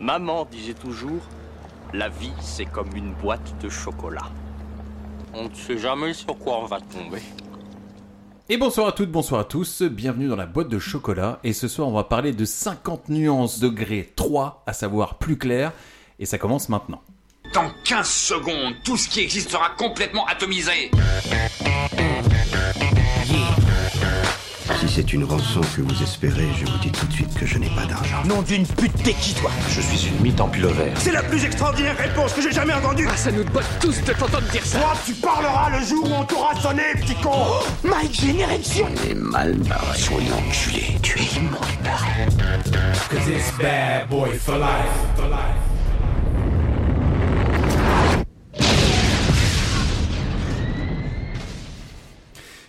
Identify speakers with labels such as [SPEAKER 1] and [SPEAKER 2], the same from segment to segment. [SPEAKER 1] Maman disait toujours, la vie c'est comme une boîte de chocolat. On ne sait jamais sur quoi on va tomber.
[SPEAKER 2] Et bonsoir à toutes, bonsoir à tous, bienvenue dans la boîte de chocolat. Et ce soir, on va parler de 50 nuances degré 3, à savoir plus clair. Et ça commence maintenant.
[SPEAKER 3] Dans 15 secondes, tout ce qui existe sera complètement atomisé.
[SPEAKER 4] Si c'est une rançon que vous espérez, je vous dis tout de suite que je n'ai pas d'argent.
[SPEAKER 5] Nom d'une pute, t'es qui toi
[SPEAKER 6] Je suis une mythe en pilover.
[SPEAKER 7] C'est la plus extraordinaire réponse que j'ai jamais entendue
[SPEAKER 8] Ah, ça nous botte tous de t'entendre dire ça
[SPEAKER 7] Toi, tu parleras le jour où on t'aura sonné, petit con oh,
[SPEAKER 5] My Generation
[SPEAKER 4] On est mal barré. Soyons enculé, tu es immonde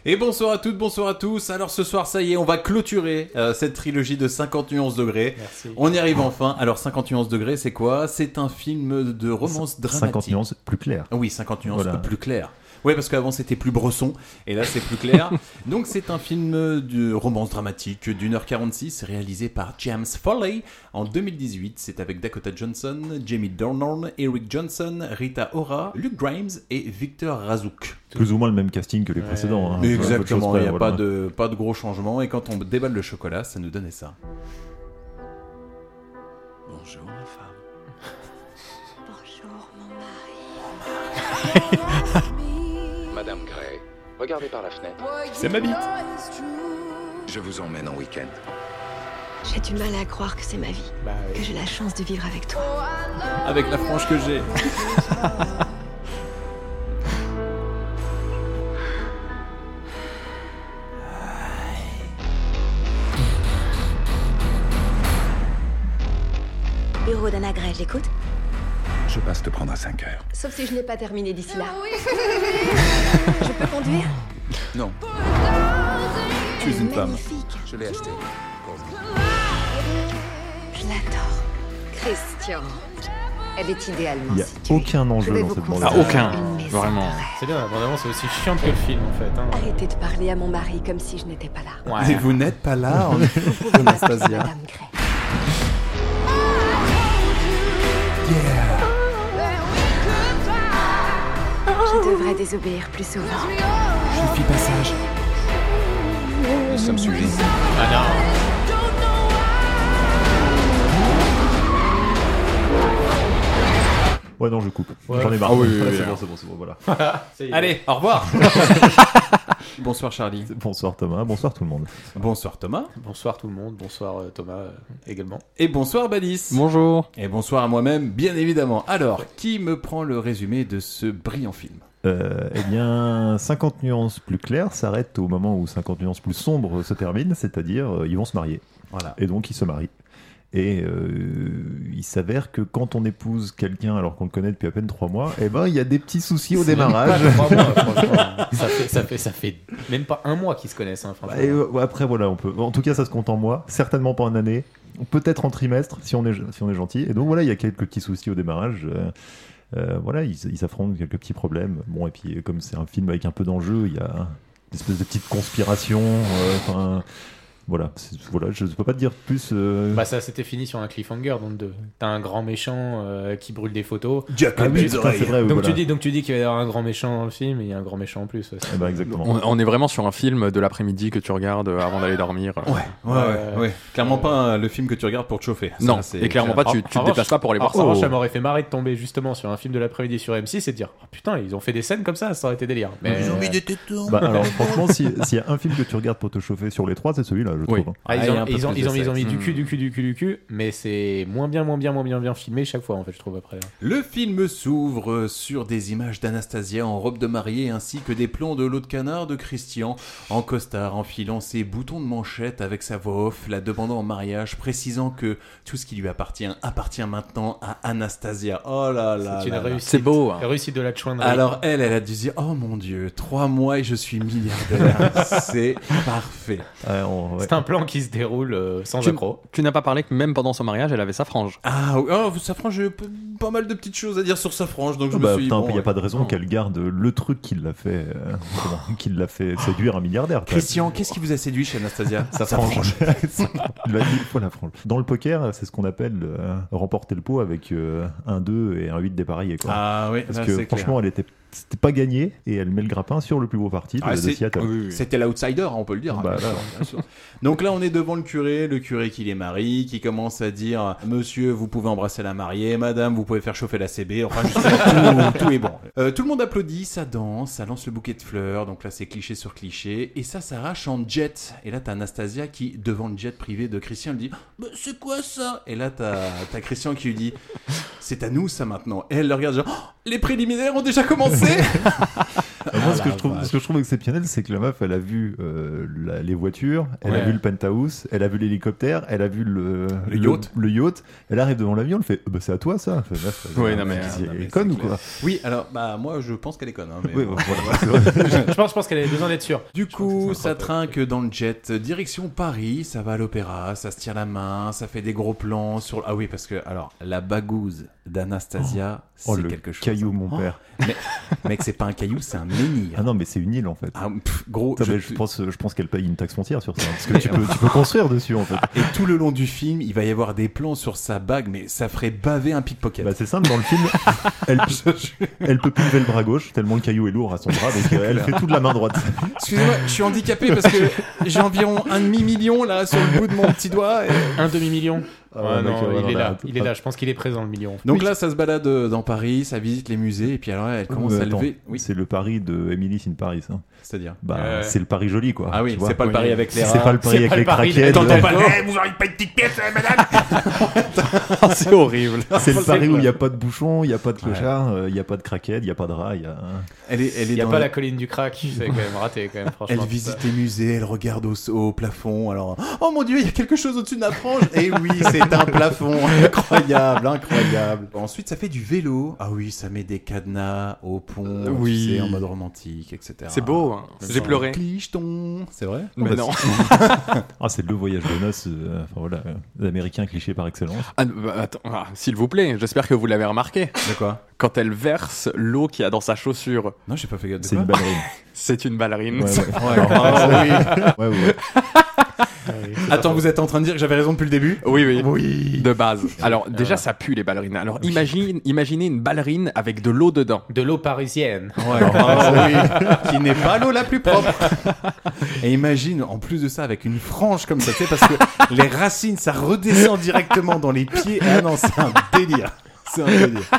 [SPEAKER 2] Et bonsoir à toutes, bonsoir à tous. Alors ce soir, ça y est, on va clôturer euh, cette trilogie de 51 degrés.
[SPEAKER 9] Merci.
[SPEAKER 2] On y arrive enfin. Alors 51 degrés, c'est quoi C'est un film de romance dramatique.
[SPEAKER 9] 50 nuances plus claires.
[SPEAKER 2] Ah Oui, 50 nuances
[SPEAKER 9] Voilà.
[SPEAKER 2] plus clair. Ouais, parce qu'avant c'était plus Bresson, et là c'est plus clair. Donc c'est un film de romance dramatique d'une heure 46, réalisé par James Foley en 2018. C'est avec Dakota Johnson, Jamie Dornan, Eric Johnson, Rita Ora, Luke Grimes et Victor Razouk.
[SPEAKER 9] Plus ou moins le même casting que les précédents. hein. Peu- peu de
[SPEAKER 2] Exactement,
[SPEAKER 9] choses
[SPEAKER 2] il n'y a
[SPEAKER 9] près, voilà.
[SPEAKER 2] pas, de, pas de gros changements, et quand on déballe le chocolat, ça nous donnait ça. Bonjour ma femme.
[SPEAKER 10] Bonjour, mon mari.
[SPEAKER 6] Madame Gray, regardez par la fenêtre.
[SPEAKER 10] C'est ma bite.
[SPEAKER 3] Je vous emmène en week-end.
[SPEAKER 10] J'ai du mal à croire que c'est ma vie,
[SPEAKER 11] Bah
[SPEAKER 10] que j'ai la chance de vivre avec toi.
[SPEAKER 2] Avec la frange que j'ai.
[SPEAKER 10] Bureau d'un agrès, j'écoute.
[SPEAKER 3] Je passe te prendre à 5 heures.
[SPEAKER 10] Sauf si je n'ai pas terminé d'ici là. Ah je peux conduire
[SPEAKER 2] Non.
[SPEAKER 10] Tu es une femme. Magnifique.
[SPEAKER 3] Je l'ai acheté. Pour vous.
[SPEAKER 10] Je l'adore. Christian. Elle est idéalement
[SPEAKER 9] Il n'y a
[SPEAKER 10] située.
[SPEAKER 9] aucun
[SPEAKER 10] Je
[SPEAKER 9] enjeu
[SPEAKER 10] vais
[SPEAKER 9] dans
[SPEAKER 10] vous
[SPEAKER 9] cette Ah,
[SPEAKER 10] conseiller
[SPEAKER 9] bande
[SPEAKER 11] aucun,
[SPEAKER 10] une maison
[SPEAKER 11] vraiment.
[SPEAKER 10] de rêve.
[SPEAKER 11] C'est bien, vraiment, c'est aussi chiant que le film en fait. hein.
[SPEAKER 10] Arrêtez de parler à mon mari comme si je n'étais pas là.
[SPEAKER 2] Et vous n'êtes pas là, en
[SPEAKER 10] Vous pouvez m'appeler Madame Gray. Je devrais désobéir plus souvent.
[SPEAKER 3] Nous sommes sujets.
[SPEAKER 9] Ouais, non, je coupe. J'en ai marre.
[SPEAKER 2] Ah oui, oui,
[SPEAKER 9] Voilà,
[SPEAKER 2] oui,
[SPEAKER 9] c'est
[SPEAKER 2] oui.
[SPEAKER 9] bon, c'est bon, c'est bon, voilà.
[SPEAKER 11] Ça y est.
[SPEAKER 2] Allez, au revoir Bonsoir Charlie.
[SPEAKER 9] Bonsoir Thomas, bonsoir tout le monde.
[SPEAKER 2] Bonsoir Thomas.
[SPEAKER 11] Bonsoir tout le monde, bonsoir euh, Thomas euh, également.
[SPEAKER 2] Et bonsoir Badis.
[SPEAKER 11] Bonjour.
[SPEAKER 2] Et bonsoir à moi-même, bien évidemment. Alors, qui me prend le résumé de ce brillant film
[SPEAKER 9] Euh, eh bien, 50 nuances plus claires s'arrête au moment où 50 nuances plus sombres se termine, c'est-à-dire euh, ils vont se marier.
[SPEAKER 2] Voilà.
[SPEAKER 9] Et donc ils se marient. Et euh, il s'avère que quand on épouse quelqu'un alors qu'on le connaît depuis à peine 3 mois, eh ben il y a des petits soucis au démarrage.
[SPEAKER 11] ça, fait, ça, fait, ça fait même pas un mois qu'ils se connaissent. Hein, franchement.
[SPEAKER 9] Bah, et, euh, ouais, après, voilà, on peut. En tout cas, ça se compte en mois, certainement pas en année, peut-être en trimestre si on est, si on est gentil. Et donc voilà, il y a quelques petits soucis au démarrage. euh, euh, voilà, ils ils s'affrontent quelques petits problèmes. Bon, et puis euh, comme c'est un film avec un peu d'enjeu, il y a une espèce de petite conspiration. euh, Enfin, voilà, c'est- voilà, je ne peux pas te dire plus. euh,
[SPEAKER 11] Bah, ça c'était fini sur un cliffhanger dans le 2. T'as un grand méchant euh, qui brûle des photos.
[SPEAKER 2] Jack
[SPEAKER 9] ah oui, putain, c'est vrai. oui,
[SPEAKER 11] donc,
[SPEAKER 9] voilà.
[SPEAKER 11] tu dis, donc tu dis qu'il va y avoir un grand méchant dans le film et il y a un grand méchant en plus. ouais.
[SPEAKER 9] Eh ben, exactement.
[SPEAKER 12] On, on est vraiment sur un film de l'après-midi que tu regardes euh, avant d'aller dormir.
[SPEAKER 2] Ouais, ouais, ouais,
[SPEAKER 11] Euh,
[SPEAKER 2] ouais. Clairement pas euh, le film que tu regardes pour te chauffer. Ça,
[SPEAKER 12] Non,
[SPEAKER 2] c'est-
[SPEAKER 12] et clairement pas, tu, tu
[SPEAKER 11] En
[SPEAKER 12] te déplaces pas pour aller
[SPEAKER 11] Alors,
[SPEAKER 12] voir
[SPEAKER 11] ça,
[SPEAKER 12] ça.
[SPEAKER 11] en revanche, ça m'aurait fait marrer de tomber justement sur un film de l'après-midi sur M6 et de dire oh, putain, ils ont fait des scènes comme ça, ça aurait été délire. Mais... euh,
[SPEAKER 9] Bah, alors franchement, si- s'il y a un film que tu regardes pour te chauffer sur les trois, c'est celui-là, je trouve.
[SPEAKER 12] Oui.
[SPEAKER 9] hein.
[SPEAKER 11] Ah,
[SPEAKER 2] Ah,
[SPEAKER 11] ils,
[SPEAKER 2] il y a
[SPEAKER 11] ont,
[SPEAKER 2] un peu
[SPEAKER 11] ils, ont,
[SPEAKER 2] plus
[SPEAKER 11] ils
[SPEAKER 2] de
[SPEAKER 11] ont- ils ont mis
[SPEAKER 12] sexe. Hmm.
[SPEAKER 11] du cul, du cul, du cul, du cul, mais c'est moins bien, moins bien, moins bien, bien filmé chaque fois en fait, je trouve après.
[SPEAKER 12] Oh
[SPEAKER 2] Le film s'ouvre sur des images d'Anastasia en robe de mariée ainsi que des plans de l'eau de canard de Christian en costard enfilant ses boutons de manchette avec sa voix off, la demandant en mariage, précisant que tout ce qui lui appartient appartient maintenant à Anastasia. Oh là là.
[SPEAKER 11] C'est une
[SPEAKER 2] là là.
[SPEAKER 11] réussite.
[SPEAKER 12] C'est beau. hein.
[SPEAKER 11] La réussite de la chouinerie.
[SPEAKER 2] Alors elle, elle a dû dire, oh mon dieu, trois mois et je suis milliardaire. C'est parfait.
[SPEAKER 9] Ouais, hein. Euh, on-
[SPEAKER 11] C'est un plan qui se déroule euh, sans
[SPEAKER 3] Tu-
[SPEAKER 11] accro.
[SPEAKER 3] Tu n'as pas parlé que même pendant son mariage, elle avait sa frange.
[SPEAKER 2] Ah, oui, oh, Safran, j'ai p- pas mal de petites choses à dire sur Safran, donc je me
[SPEAKER 9] bah,
[SPEAKER 2] suis
[SPEAKER 9] putain,
[SPEAKER 2] bon,
[SPEAKER 9] il n'y a
[SPEAKER 2] ouais.
[SPEAKER 9] pas de raison qu'elle garde le truc qui l'a fait, euh, comment- qui l'a fait séduire un milliardaire. quoi.
[SPEAKER 2] Christian, qu'est-ce qui vous a séduit chez Anastasia
[SPEAKER 9] Sa frange. Il a dit une fois la frange. Dans le poker, c'est ce qu'on appelle euh, remporter le pot avec euh, un 2 et un 8 dépareillé. Quoi.
[SPEAKER 2] Ah oui,
[SPEAKER 9] Parce
[SPEAKER 2] là,
[SPEAKER 9] que
[SPEAKER 2] c'est
[SPEAKER 9] franchement, elle était, c'était pas gagné et elle met le grappin sur le plus beau parti de,
[SPEAKER 2] Ah,
[SPEAKER 9] de
[SPEAKER 2] c'est-
[SPEAKER 9] Seattle.
[SPEAKER 2] C'était l'outsider, hein, on peut le dire. hein,
[SPEAKER 9] Bah,
[SPEAKER 2] bien
[SPEAKER 9] là.
[SPEAKER 2] sûr, bien sûr. Donc là, on est devant le curé, le curé qui les marie, qui commence à dire Monsieur, vous pouvez embrasser la mariée, Madame, vous pouvez faire chauffer la CB. Enfin, je sais, tout, tout est bon. Euh, tout le monde applaudit, ça danse, ça lance le bouquet de fleurs. Donc là, c'est cliché sur cliché. Et ça s'arrache en jet. Et là, t'as Anastasia qui, devant le jet privé de Christian, lui dit Bah, C'est quoi ça Et là, t'as t'as Christian qui lui dit C'est à nous ça maintenant. Et elle le regarde genre Oh, Les préliminaires ont déjà commencé
[SPEAKER 9] Et moi, ce,
[SPEAKER 2] Ah,
[SPEAKER 9] que
[SPEAKER 2] la
[SPEAKER 9] je trouve,
[SPEAKER 2] vache.
[SPEAKER 9] ce que je trouve exceptionnel, c'est que la meuf, elle a vu euh, la- les voitures, elle a
[SPEAKER 2] Ouais.
[SPEAKER 9] vu le penthouse, elle a vu l'hélicoptère, elle a vu le,
[SPEAKER 2] Le yacht.
[SPEAKER 9] Le, yacht. Elle arrive devant l'avion, elle fait Bah, C'est à toi ça. Fait, meuf, elle-
[SPEAKER 3] Ouais, non, mais-
[SPEAKER 2] euh,
[SPEAKER 9] elle-
[SPEAKER 3] non,
[SPEAKER 9] elle
[SPEAKER 3] mais
[SPEAKER 9] est conne ou quoi
[SPEAKER 2] Oui, alors, bah, moi, je pense qu'elle est conne. hein, mais
[SPEAKER 9] Oui,
[SPEAKER 2] bon.
[SPEAKER 9] bah, voilà, c'est vrai.
[SPEAKER 11] Je pense, je pense qu'elle avait besoin d'être sûre.
[SPEAKER 2] Du coup, ça trinque dans le jet, direction Paris, ça va à l'opéra, ça se tire la main, ça fait des gros plans sur. Ah oui, parce que, alors, la bagouze d'Anastasia,
[SPEAKER 9] Oh,
[SPEAKER 2] c'est
[SPEAKER 9] le
[SPEAKER 2] quelque chose. hein.
[SPEAKER 9] caillou, mon père.
[SPEAKER 2] Mais, mec, c'est pas un caillou, c'est un menhir.
[SPEAKER 9] Ah non, mais c'est une île en fait.
[SPEAKER 2] Oh, Ah, pff, gros,
[SPEAKER 9] Putain,
[SPEAKER 2] je-
[SPEAKER 9] mais je, pense, je pense qu'elle paye une taxe foncière sur ça. Parce que tu peux, tu peux construire dessus en fait.
[SPEAKER 2] Et tout le long du film, il va y avoir des plans sur sa bague, mais ça ferait baver un pickpocket.
[SPEAKER 9] Bah, c'est simple, dans le film, elle, elle peut plus lever le bras gauche tellement le caillou est lourd à son bras, donc euh, elle fait toute la main droite.
[SPEAKER 2] Excusez-moi, je suis handicapé parce que j'ai environ un demi-million là sur le bout de mon petit doigt. et-
[SPEAKER 11] Un demi-million
[SPEAKER 9] Ah,
[SPEAKER 11] Ouais,
[SPEAKER 9] mec,
[SPEAKER 11] non,
[SPEAKER 9] ouais,
[SPEAKER 11] il
[SPEAKER 9] non,
[SPEAKER 11] est
[SPEAKER 9] là,
[SPEAKER 11] là.
[SPEAKER 9] attends.
[SPEAKER 11] Il est là, je pense qu'il est présent, le million.
[SPEAKER 2] Donc là, ça se balade euh, dans Paris, ça visite les musées, et puis alors elle commence
[SPEAKER 9] Mais
[SPEAKER 2] à
[SPEAKER 9] attends,
[SPEAKER 2] lever. Oui,
[SPEAKER 9] C'est le pari de Emily in Paris. hein.
[SPEAKER 2] c'est-à-dire.
[SPEAKER 9] Bah,
[SPEAKER 11] Euh.
[SPEAKER 9] c'est le pari joli quoi.
[SPEAKER 2] Ah oui,
[SPEAKER 9] tu vois.
[SPEAKER 2] c'est pas le pari avec les
[SPEAKER 9] C'est
[SPEAKER 2] rats.
[SPEAKER 9] pas le pari avec
[SPEAKER 11] C'est pas le
[SPEAKER 9] les
[SPEAKER 11] pari,
[SPEAKER 9] craquettes.
[SPEAKER 11] t'entends
[SPEAKER 9] euh,
[SPEAKER 11] pas le-
[SPEAKER 4] Eh, vous auriez pas une petite pièce, euh, madame
[SPEAKER 3] c'est horrible.
[SPEAKER 9] C'est le
[SPEAKER 11] C'est
[SPEAKER 9] pari où
[SPEAKER 11] clair.
[SPEAKER 9] il n'y a pas de bouchon, il n'y a pas de clochard, euh, il y n'y a pas de craquettes, il n'y a pas de rat. il Y a...
[SPEAKER 2] Elle est, elle est
[SPEAKER 11] Il n'y a
[SPEAKER 2] dans
[SPEAKER 11] pas
[SPEAKER 2] la-
[SPEAKER 11] la colline du crack, c'est quand même raté, quand même, franchement.
[SPEAKER 2] Elle visite les musées, elle regarde au, au plafond. Alors, oh mon dieu, il y a quelque chose au-dessus de la frange. Et oui, c'est un plafond incroyable, incroyable. Ensuite, ça fait du vélo. Ah oui, ça met des cadenas au pont,
[SPEAKER 3] Euh, Oui.
[SPEAKER 2] tu sais, en mode romantique, etc.
[SPEAKER 3] C'est beau. hein. J'ai pleuré.
[SPEAKER 2] Clicheton, c'est vrai. Oh, bah,
[SPEAKER 3] Mais non.
[SPEAKER 9] Ah, c'est le voyage de noces, euh, enfin voilà, euh, l'américain cliché par excellence.
[SPEAKER 3] Ah, bah, attends, ah, s'il vous plaît, j'espère que vous l'avez remarqué.
[SPEAKER 2] De quoi
[SPEAKER 3] Quand elle verse l'eau qu'il y a dans sa chaussure,
[SPEAKER 2] Non, j'ai pas fait gaffe. de
[SPEAKER 9] C'est
[SPEAKER 2] quoi
[SPEAKER 9] une ballerine.
[SPEAKER 3] c'est une ballerine.
[SPEAKER 9] Ouais, ouais.
[SPEAKER 2] Ouais, ah, oui.
[SPEAKER 9] Ouais, ouais.
[SPEAKER 2] Attends, vous êtes en train de dire que j'avais raison depuis le début
[SPEAKER 3] Oui, oui, De base. Alors,
[SPEAKER 9] Euh.
[SPEAKER 3] déjà, ça pue les ballerines. Alors, imagine, imaginez une ballerine avec de l'eau dedans.
[SPEAKER 11] De l'eau parisienne.
[SPEAKER 2] Ouais, ah, oui. Qui n'est pas l'eau la plus propre. Et imagine, en plus de ça, avec une frange comme ça, tu sais, parce que les racines, ça redescend directement dans les pieds. Ah non, c'est un délire. C'est un délire.